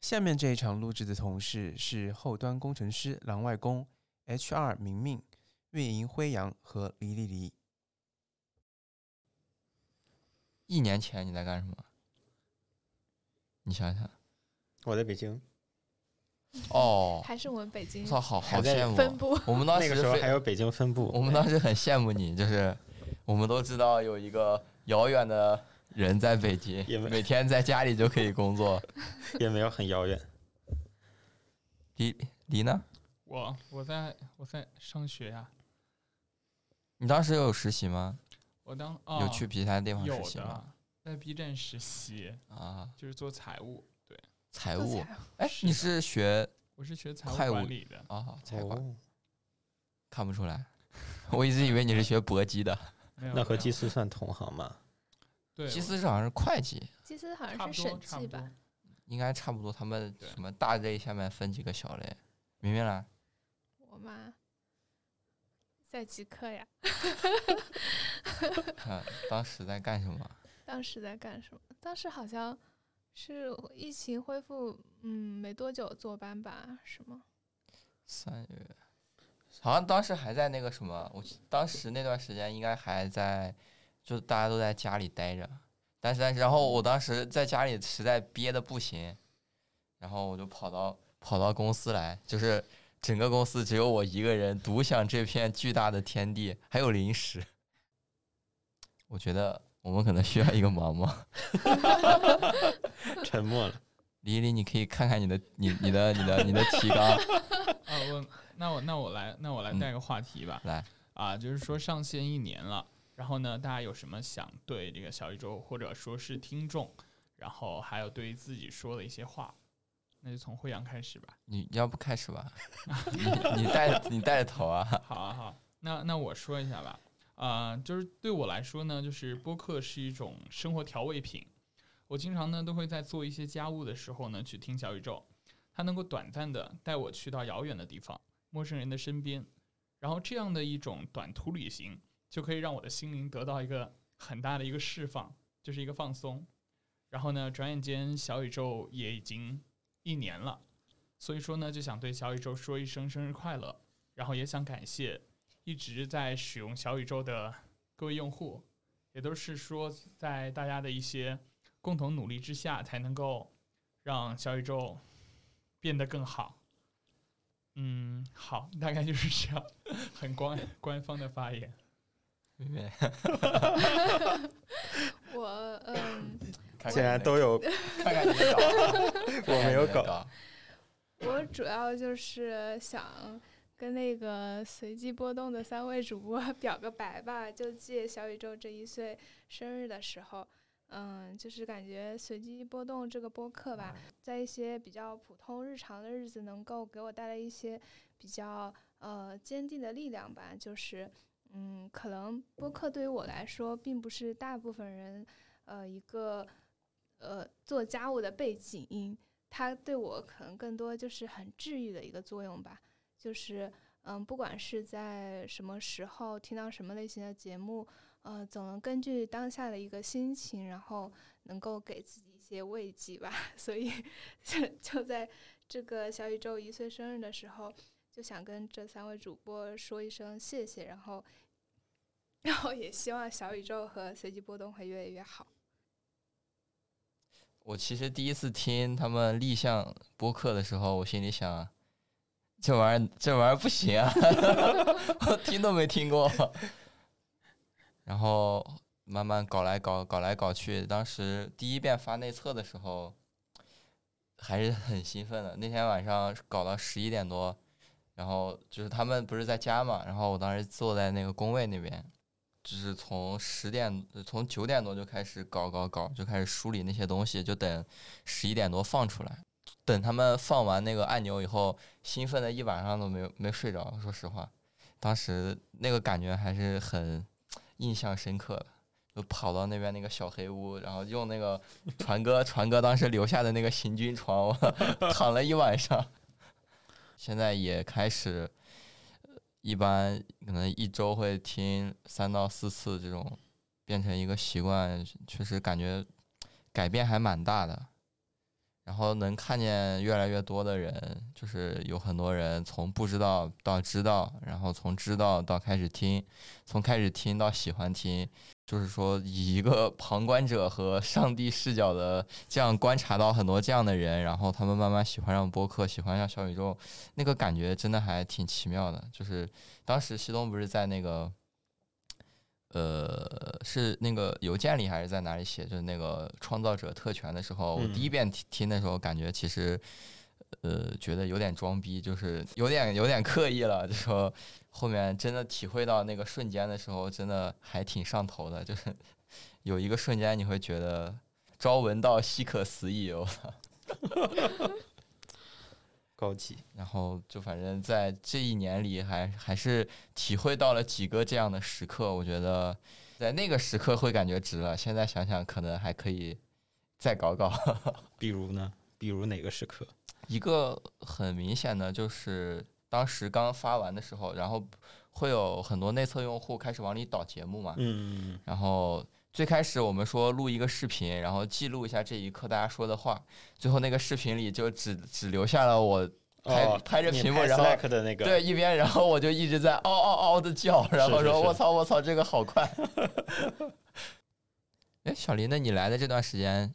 下面这一场录制的同事是后端工程师狼外公、HR 明明、运营辉阳和黎黎黎。一年前你在干什么？你想想，我在北京。哦，还是我们北京我操，好好还在羡慕啊。分布我们当 时那个时候非还有北京分部我们当时很羡慕你，就是我们都知道有一个遥远的人在北京，每天在家里就可以工作， 也没有很遥远。离离呢？我我在我在上学呀、你当时有实习吗？我当啊有去其他地方有实习的吗？在 B 站实习啊，就是做财务，对，财务，哎，你是学我是学财务会管务理的啊，财管，看不出来，我一直以为你是学搏击的， 没有那和没有基斯算同行吗？对基斯是好像是会计，其实好像是审计吧，应该差不多，他们什么大类下面分几个小类，明白了？我妈在极客 呀。看啊当时在干什么？当时在干什么？当时好像是疫情恢复，嗯，没多久坐班吧，是吗？ 三月，好像当时还在那个什么，我记当时那段时间应该还在，就大家都在家里待着，但是但是，然后我当时在家里实在憋的不行，然后我就跑到跑到公司来， 就是整个公司只有我一个人独享这片巨大的天地，还有零食。我觉得我们可能需要一个毛 毛。沉默了。李李，你可以看看你的你你的你呃的你的提纲。 嗯啊，我那我那我来那我来带个话题吧。来啊，就是说上线一年了，然后呢，大家有什么想对这个小宇宙或者说是听众，然后还有对于自己说的一些话，那就从辉阳开始吧。你要不开始吧？你你带你带头啊！好啊好，那那我说一下吧。啊、就是对我来说呢，就是播客是一种生活调味品。我经常呢都会在做一些家务的时候呢去听小宇宙，它能够短暂的带我去到遥远的地方、陌生人的身边，然后这样的一种短途旅行就可以让我的心灵得到一个很大的一个释放，就是一个放松。然后呢，转眼间小宇宙也已经一年了，所以说呢，就想对小宇宙说一声生日快乐，然后也想感谢一直在使用小宇宙的各位用户，也都是说在大家的一些共同努力之下，才能够让小宇宙变得更好。嗯，好，大概就是这样，很官官方的发言。，明白。 我嗯我看看竟然都有看看你的 稿啊 我没有搞。我主要就是想跟那个随机波动的三位主播表个白吧，就借小宇宙这一岁生日的时候，嗯，就是感觉随机波动这个播客吧，在一些比较普通日常的日子，能够给我带来一些比较呃坚定的力量吧。就是嗯，可能播客对于我来说，并不是大部分人呃一个呃做家务的背景音，它对我可能更多就是很治愈的一个作用吧。就是嗯，不管是在什么时候听到什么类型的节目，呃，总能根据当下的一个心情，然后能够给自己一些慰藉吧。 所以就就在这个小宇宙一岁生日的时候，就想跟这三位主播说一声谢谢，然后。然后也希望小宇宙和随机波动会越来越好。我其实第一次听他们立项播客的时候，我心里想，这玩意儿这玩意儿不行啊， 我听都没听过。然后慢慢搞来搞搞来搞去，当时第一遍发内测的时候，还是很兴奋的。那天晚上搞到十一点多，然后就是他们不是在家嘛，然后我当时坐在那个工位那边，就是从十点呃从九点多就开始搞搞搞，就开始梳理那些东西，就等十一点多放出来。等他们放完那个按钮以后，兴奋的一晚上都没有没睡着。说实话，当时那个感觉还是很印象深刻的。就跑到那边那个小黑屋，然后用那个传哥传哥当时留下的那个行军床，我 躺了一晚上。现在也开始，呃一般可能一周会听三到四次这种，变成一个习惯，确实感觉改变还蛮大的。然后能看见越来越多的人，就是有很多人从不知道到知道，然后从知道到开始听，从开始听到喜欢听，就是说以一个旁观者和上帝视角的这样观察到很多这样的人，然后他们慢慢喜欢上播客，喜欢上小宇宙，那个感觉真的还挺奇妙的。就是当时西东不是在那个。呃，是那个邮件里还是在哪里写？就是那个创造者特权的时候，我嗯第一遍听听的时候，感觉其实，呃，觉得有点装逼，就是有点有点刻意了。就说后面真的体会到那个瞬间的时候，真的还挺上头的。 就是有一个瞬间，你会觉得朝闻道，夕可思议。我 操！高级。然后就反正在这一年里还，还是体会到了几个这样的时刻。我觉得在那个时刻会感觉值了，现在想想可能还可以再搞搞。 比如呢？比如哪个时刻？一个很明显的就是当时刚发完的时候，然后会有很多内测用户开始往里导节目嘛。嗯嗯嗯然后最开始我们说录一个视频，然后记录一下这一刻大家说的话，最后那个视频里就只只留下了我。拍、哦拍着你屏幕，拍然后 Slack 的那个对一边，然后我就一直在嗷嗷嗷的叫，然后是是说是我操我操，这个好快。哎，小林，那你来的这段时间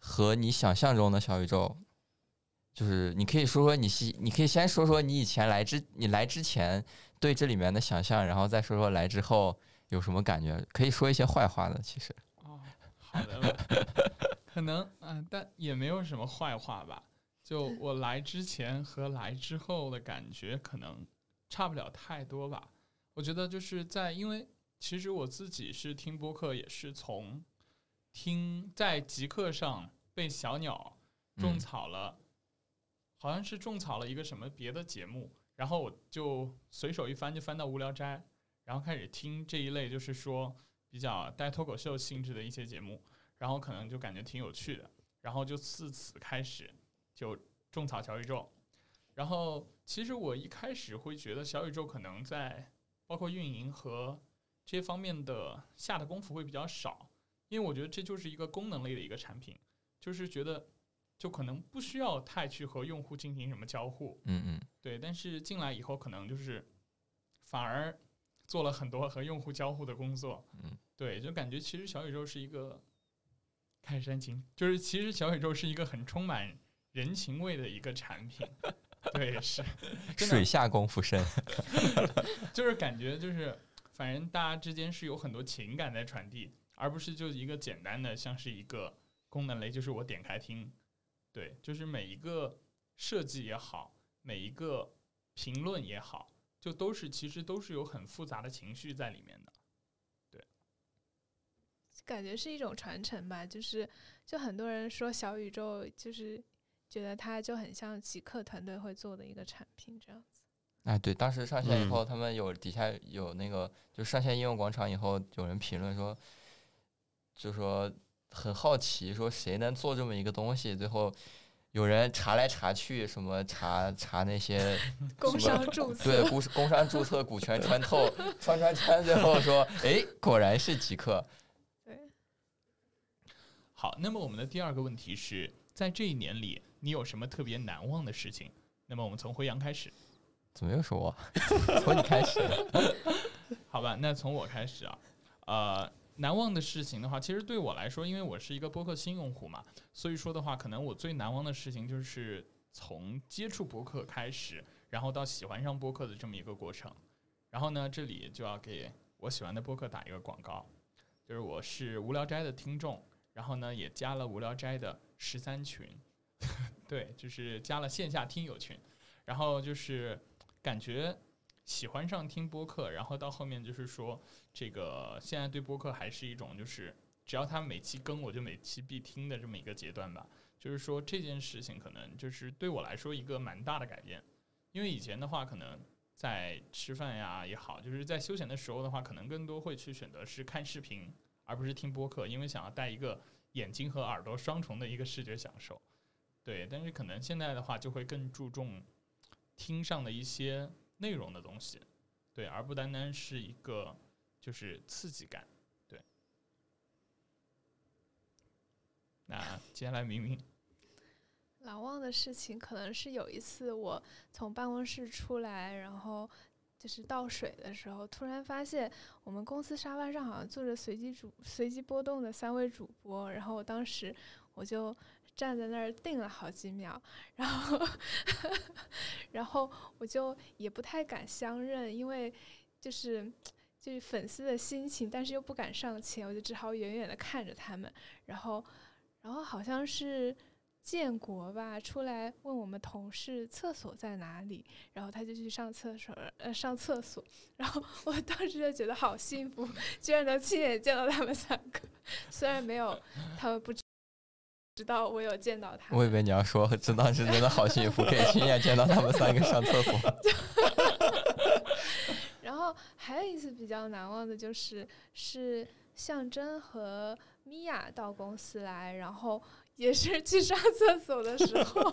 和你想象中的小宇宙，就是你可以说说你是，你可以先说说你以前来之你来之前对这里面的想象，然后再说说来之后有什么感觉，可以说一些坏话的，其实。好的， 可能嗯、但也没有什么坏话吧。就我来之前和来之后的感觉，可能差不了太多吧。我觉得就是在，因为其实我自己是听播客，也是从听在极客上被小鸟种嗯草了，好像是种草了一个什么别的节目，然后我就随手一翻就翻到无聊斋，然后开始听这一类，就是说比较带脱口秀性质的一些节目，然后可能就感觉挺有趣的，然后就自此开始就种草小宇宙。然后其实我一开始会觉得小宇宙可能在包括运营和这些方面的下的功夫会比较少，因为我觉得这就是一个功能类的一个产品，就是觉得就可能不需要太去和用户进行什么交互。嗯嗯。对，但是进来以后可能就是反而做了很多和用户交互的工作。嗯，对，就感觉其实小宇宙是一个看煽情，就是其实小宇宙是一个很充满人情味的一个产品。 对，是真的水下功夫深。 就是感觉就是，反正大家之间是有很多情感在传递，而不是就一个简单的像是一个功能类，就是我点开听，对，就是每一个设计也好，每一个评论也好，就都是其实都是有很复杂的情绪在里面的。感觉是一种传承吧，就是就很多人说小宇宙，就是觉得它就很像极客团队会做的一个产品这样子。哎，对，当时 上线以后，嗯他们有底下有那个，就上线应用广场以后，有人评论说，就说很好奇，说谁能做这么一个东西？最后有人查来查去，什么查查那些嗯工什么商注册 对，工工商注册、股权穿 透、穿穿穿，最后说，哎，果然是极客。好，那么我们的第二个问题是在这一年里，你有什么特别难忘的事情？那么我们从辉阳开始，怎么又是我？ 从你开始。 好吧，那从我开始啊，呃。难忘的事情的话，其实对我来说，因为我是一个播客新用户嘛，所以说的话，可能我最难忘的事情就是从接触播客开始，然后到喜欢上播客的这么一个过程。然后呢，这里就要给我喜欢的播客打一个广告，就是我是无聊斋的听众，然后呢也加了无聊斋的十三群， 对，就是加了线下听友群，然后就是感觉喜欢上听播客，然后到后面就是说这个现在对播客还是一种就是只要他每期更我就每期必听的这么一个阶段吧，就是说这件事情可能就是对我来说一个蛮大的改变，因为以前的话可能。在吃饭呀也好，就是在休闲的时候的话，可能更多会去选择是看视频，而不是听播客，因为想要带一个眼睛和耳朵双重的一个视觉享受。对，但是可能现在的话，就会更注重听上的一些内容的东西，对，而不单单是一个就是刺激感。对，那接下来明 明难忘的事情可能是有一次我从办公室出来，然后就是倒水的时候，突然发现我们公司沙发上好像坐着随机主随机波动的三位主播，然后我当时我就站在那儿定了好几秒，然后 然后我就也不太敢相认，因为就是。就是粉丝的心情，但是又不敢上前，我就只好远远的看着他们，然后，然后好像是建国吧，出来问我们同事厕所在哪里，然后他就去上厕所，呃，上厕所。然后我当时就觉得好幸福，居然能亲眼见到他们三个，虽然没有他们不知知道我有见到他们。我以为你要说，这当时真的好幸福，可以亲眼见到他们三个上厕所。 然后还有一次比较难忘的就是是象征和米娅到公司来，然后也是去上厕所的时 候，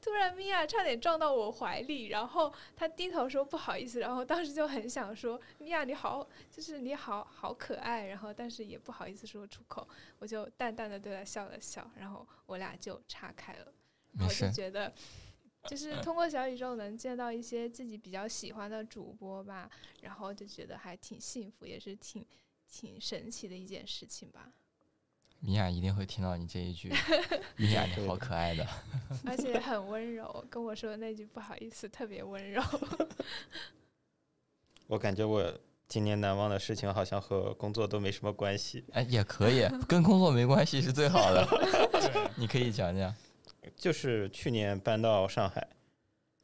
突然米娅差点撞到我怀里，然后她低头说不好意思，然后当时就很想说米娅你好，就是你好好可爱，然后但是也不好意思说出口，我就淡淡的对她笑了笑，然后我俩就岔开了，然没后就事觉得。就是通过小宇宙能见到一些自己比较喜欢的主播吧，然后就觉得还挺幸福，也是挺挺神奇的一件事情吧。米娅一定会听到你这一句，米娅你好可爱的。而且很温柔，跟我说的那句不好意思，特别温柔。 我感觉我今年难忘的事情好像和工作都没什么关系。哎，也可以，跟工作没关系是最好的。 你可以讲讲。就是去年搬到上海，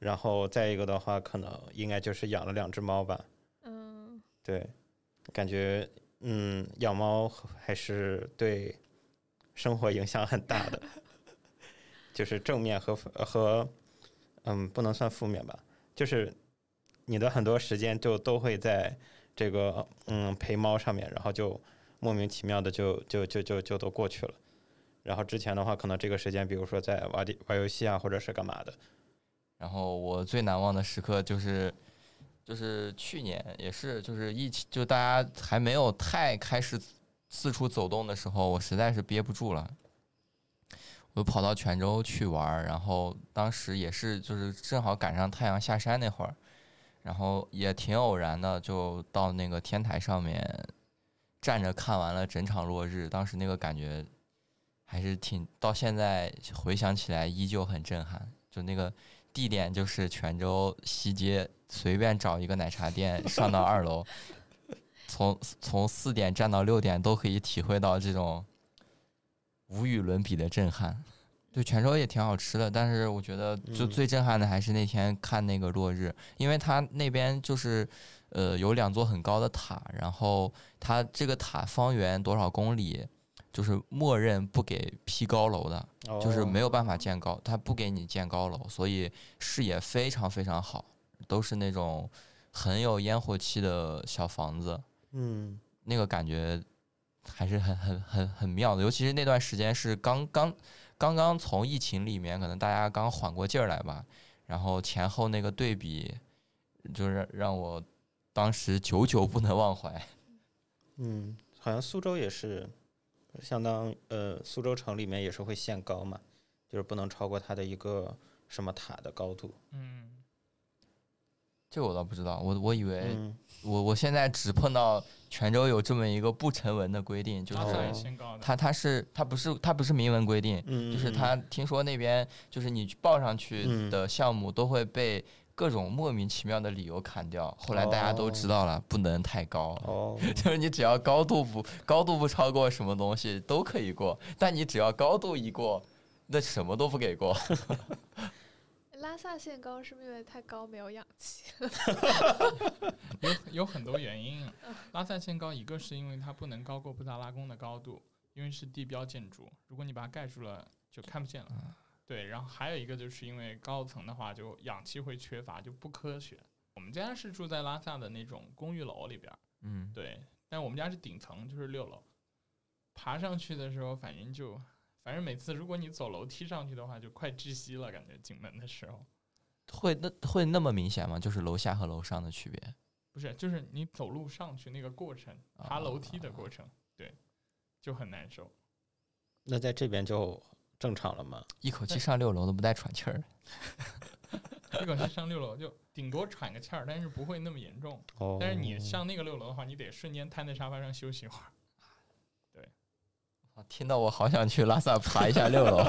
然后再一个的话，可能应该就是养了两只猫吧。嗯，对，感觉嗯，养猫还是对生活影响很大的，就是正面和负和嗯，不能算负面吧，就是你的很多时间就都会在这个嗯陪猫上面，然后就莫名其妙的就就就就就都过去了。然后之前的话，可能这个时间，比如说在玩地玩游戏啊，或者是干嘛的，然后我最难忘的时刻就是，就是去年也是，就是疫情，就大家还没有太开始四处走动的时候，我实在是憋不住了，我跑到泉州去玩儿，然后当时也是就是正好赶上太阳下山那会儿，然后也挺偶然的，就到那个天台上面站着看完了整场落日，当时那个感觉还是挺，到现在回想起来依旧很震撼。就那个地点就是泉州西街，随便找一个奶茶店，上到二楼，从从四点站到六点都可以体会到这种无与伦比的震撼。对，泉州也挺好吃的，但是我觉得就嗯最震撼的还是那天看那个落日，因为它那边就是，呃，有两座很高的塔，然后它这个塔方圆多少公里，就是默认不给批高楼的，就是哦没有办法建高，它不给你建高楼，所以视野非常非常好，都是那种很有烟火气的小房子，嗯，那个感觉还是很很很很妙的，尤其是那段时间是刚刚刚刚从疫情里面，可能大家刚缓过劲儿来吧，然后前后那个对比，就是让我当时久久不能忘怀。嗯，好像苏州也是，相当呃，苏州城里面也是会限高嘛，就是不能超过它的一个什么塔的高度。嗯，这我倒不知道，我我以为嗯我我现在只碰到泉州有这么一个不成文的规定，就拉萨也是限高的它它是它不是它不是明文规定，哦嗯就是嗯它听说那边就是你去报上去嗯的项目都会被各种莫名其妙的理由砍掉，后来大家都知道了，不能太高，哦， 就是你只要高度不高度不超过什么东西都可以过，但你只要高度一过，那什么都不给过。 拉萨限高是不是因为太高没有氧气？有有很多原因。啊拉萨限高，一个是因为它不能高过布达拉宫的高度，因为是地标建筑，如果你把它盖住了，就看不见了。对，然后还有一个就是因为高层的话，就氧气会缺乏，就不科学。我们家是住在拉萨的那种公寓楼里边，嗯，对，但我们家是顶层，就是六楼。爬上去的时候，反正就，反正每次如果你走楼梯上去的话，就快窒息了，感觉进门的时候。会那会那么明显吗？就是楼下和楼上的区别？不是，就是你走路上去那个过程，爬楼梯的过程，对，就很难受。那在这边就正常了吗？一口气上六楼都不带喘气儿。一口气上六楼就顶多喘个气儿，但是不会那么严重。哦但是你上那个六楼的话，你得瞬间瘫在沙发上休息一会儿。听到我好想去拉萨爬一下六 楼。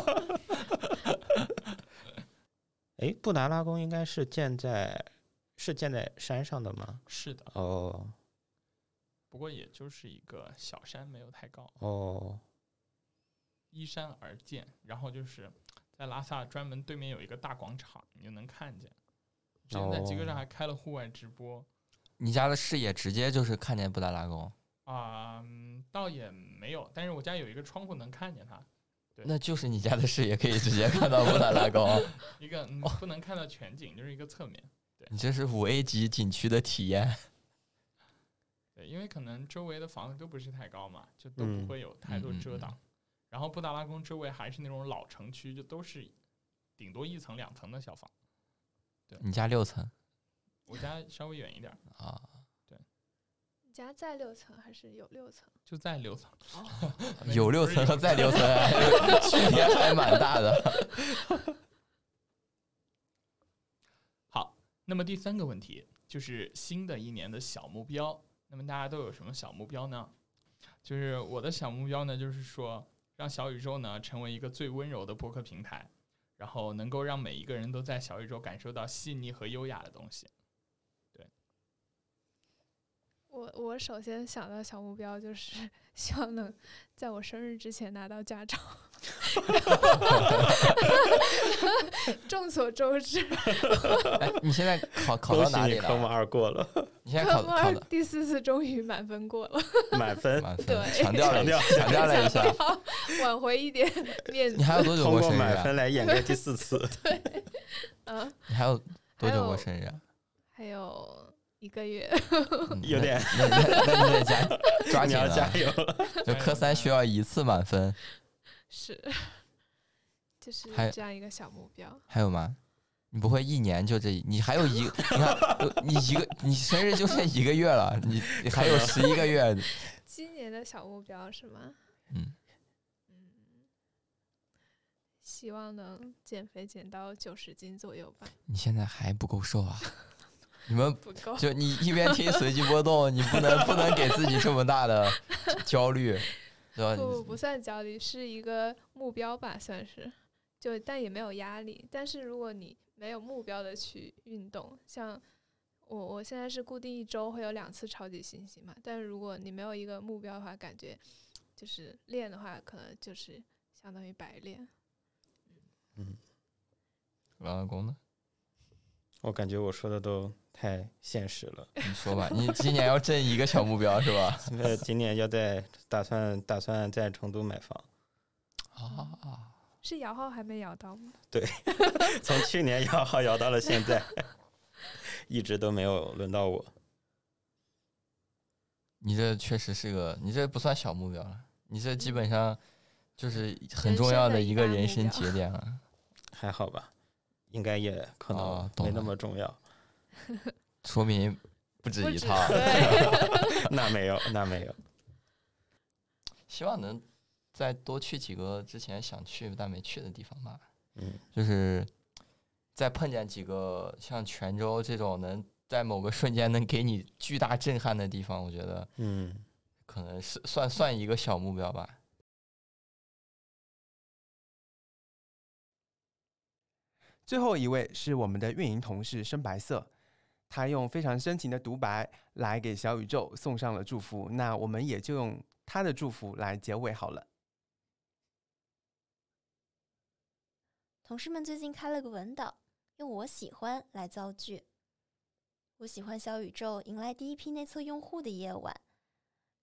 哎，布达拉宫应该是建在是建在山上的吗？是的哦不过也就是一个小山，没有太高，哦，依山而建。然后就是在拉萨专门对面有一个大广场，你就能看见。之前在极哦客上还开了户外直播你家的视野直接就是看见布达拉宫，啊、嗯倒也没有，但是我家有一个窗户能看见它。对，那就是你家的视野可以直接看到布达拉宫。 一个哦嗯不能看到全景，就是一个侧面。你这是五 A 级景区的体验。对，因为可能周围的房子都不是太高嘛，就都不嗯会有太多嗯嗯遮挡。然后布达拉宫周围还是那种老城区，就都是顶多一层两层的小房。对，你家六层我家稍微远一点儿，啊？ 你家在六层还是有六层？就在六层。啊有六层和再 六层还区别还蛮大 的。好，那么第三个问题就是新的一年的小目标。那么大家都有什么小目标呢？就是我的小目标呢，就是说让小宇宙呢成为一个最温柔的播客平台，然后能够让每一个人都在小宇宙感受到细腻和优雅的东西。我我首先想到小目标就是 希望能在我生日之前拿到驾照。 众所周 知，哎，你现在考考恭到喜哪你里科目了？二过了，你现在科 考目考二的第四次终于满分过了， 满分，满分对强调了一下，强调了 一下。挽回一 点面子。你还有多久通过过生日满啊？分来掩盖第四次。嗯， 你还有多久还有过生日啊？还有一个月。 有点嗯那那那你得 加抓你紧要了，加油！哎就科三需要一次满分，是，就是还这样一个小目标。还有吗？你不会一年就这一，你还有一，你 看你一个，你生日就剩一个月了，你你还有十一个月，今年的小目标是吗？嗯嗯希望能减肥减到九十斤左右吧。你现在还不够瘦啊？你们不够就你一边听随机波动，你不能不能给自己这么大的焦虑，对吧？不不不算焦虑，是一个目标吧，算是，就但也没有压力。但是如果你没有目标的去运动，像我我现在是固定一周会有两次超级星期嘛，但是如果你没有一个目标的话，感觉就是练的话，可能就是相当于白练。嗯，老老公呢？我感觉我说的都太现实了。你说吧，你今年要挣一个小目标是 吧？呃，今年要在打算打算在成都买房，啊，是摇号还没摇到吗？对， 从去年摇号摇到了现在， 一直都没有轮到我。你这确实是个，你这不算小目标了，你这基本上就是很重要的一个人生节点啊了。还好吧，应该也可能没那么重要。哦说明不止一套。 那没有，那没有。希望能再多去几个之前想去但没去的地方吧。嗯，就是再碰见几个像泉州这种能在某个瞬间能给你巨大震撼的地方，我觉得，嗯，可能是算算一个小目标吧。最后一位是我们的运营同事深白色，他用非常深情的独白来给小宇宙送上了祝福。那我们也就用他的祝福来结尾好了。同事们最近开了个文档，用“我喜欢”来造句。我喜欢小宇宙迎来第一批内测用户的夜晚，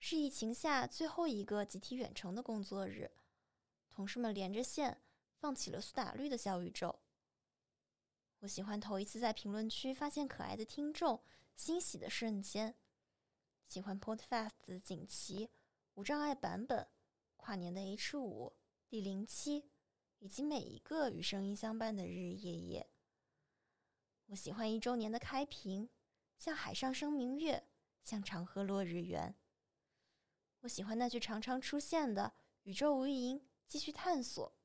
是疫情下最后一个集体远程的工作日。同事们连着线，放起了苏打绿的小宇宙。我喜欢头一次在评论区发现可爱的听众，欣喜的瞬间。喜欢 Podfast 的锦旗、无障碍版本、跨年的 H 五、D 零七，以及每一个与声音相伴的日日夜夜。我喜欢一周年的开屏，像海上生明月，像长河落日圆。我喜欢那句常常出现的“宇宙无垠，继续探索”。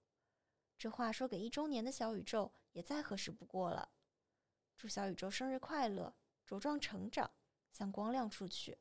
这话说给一周年的小宇宙也再合适不过了。祝小宇宙生日快乐，茁壮成长，向光亮处去。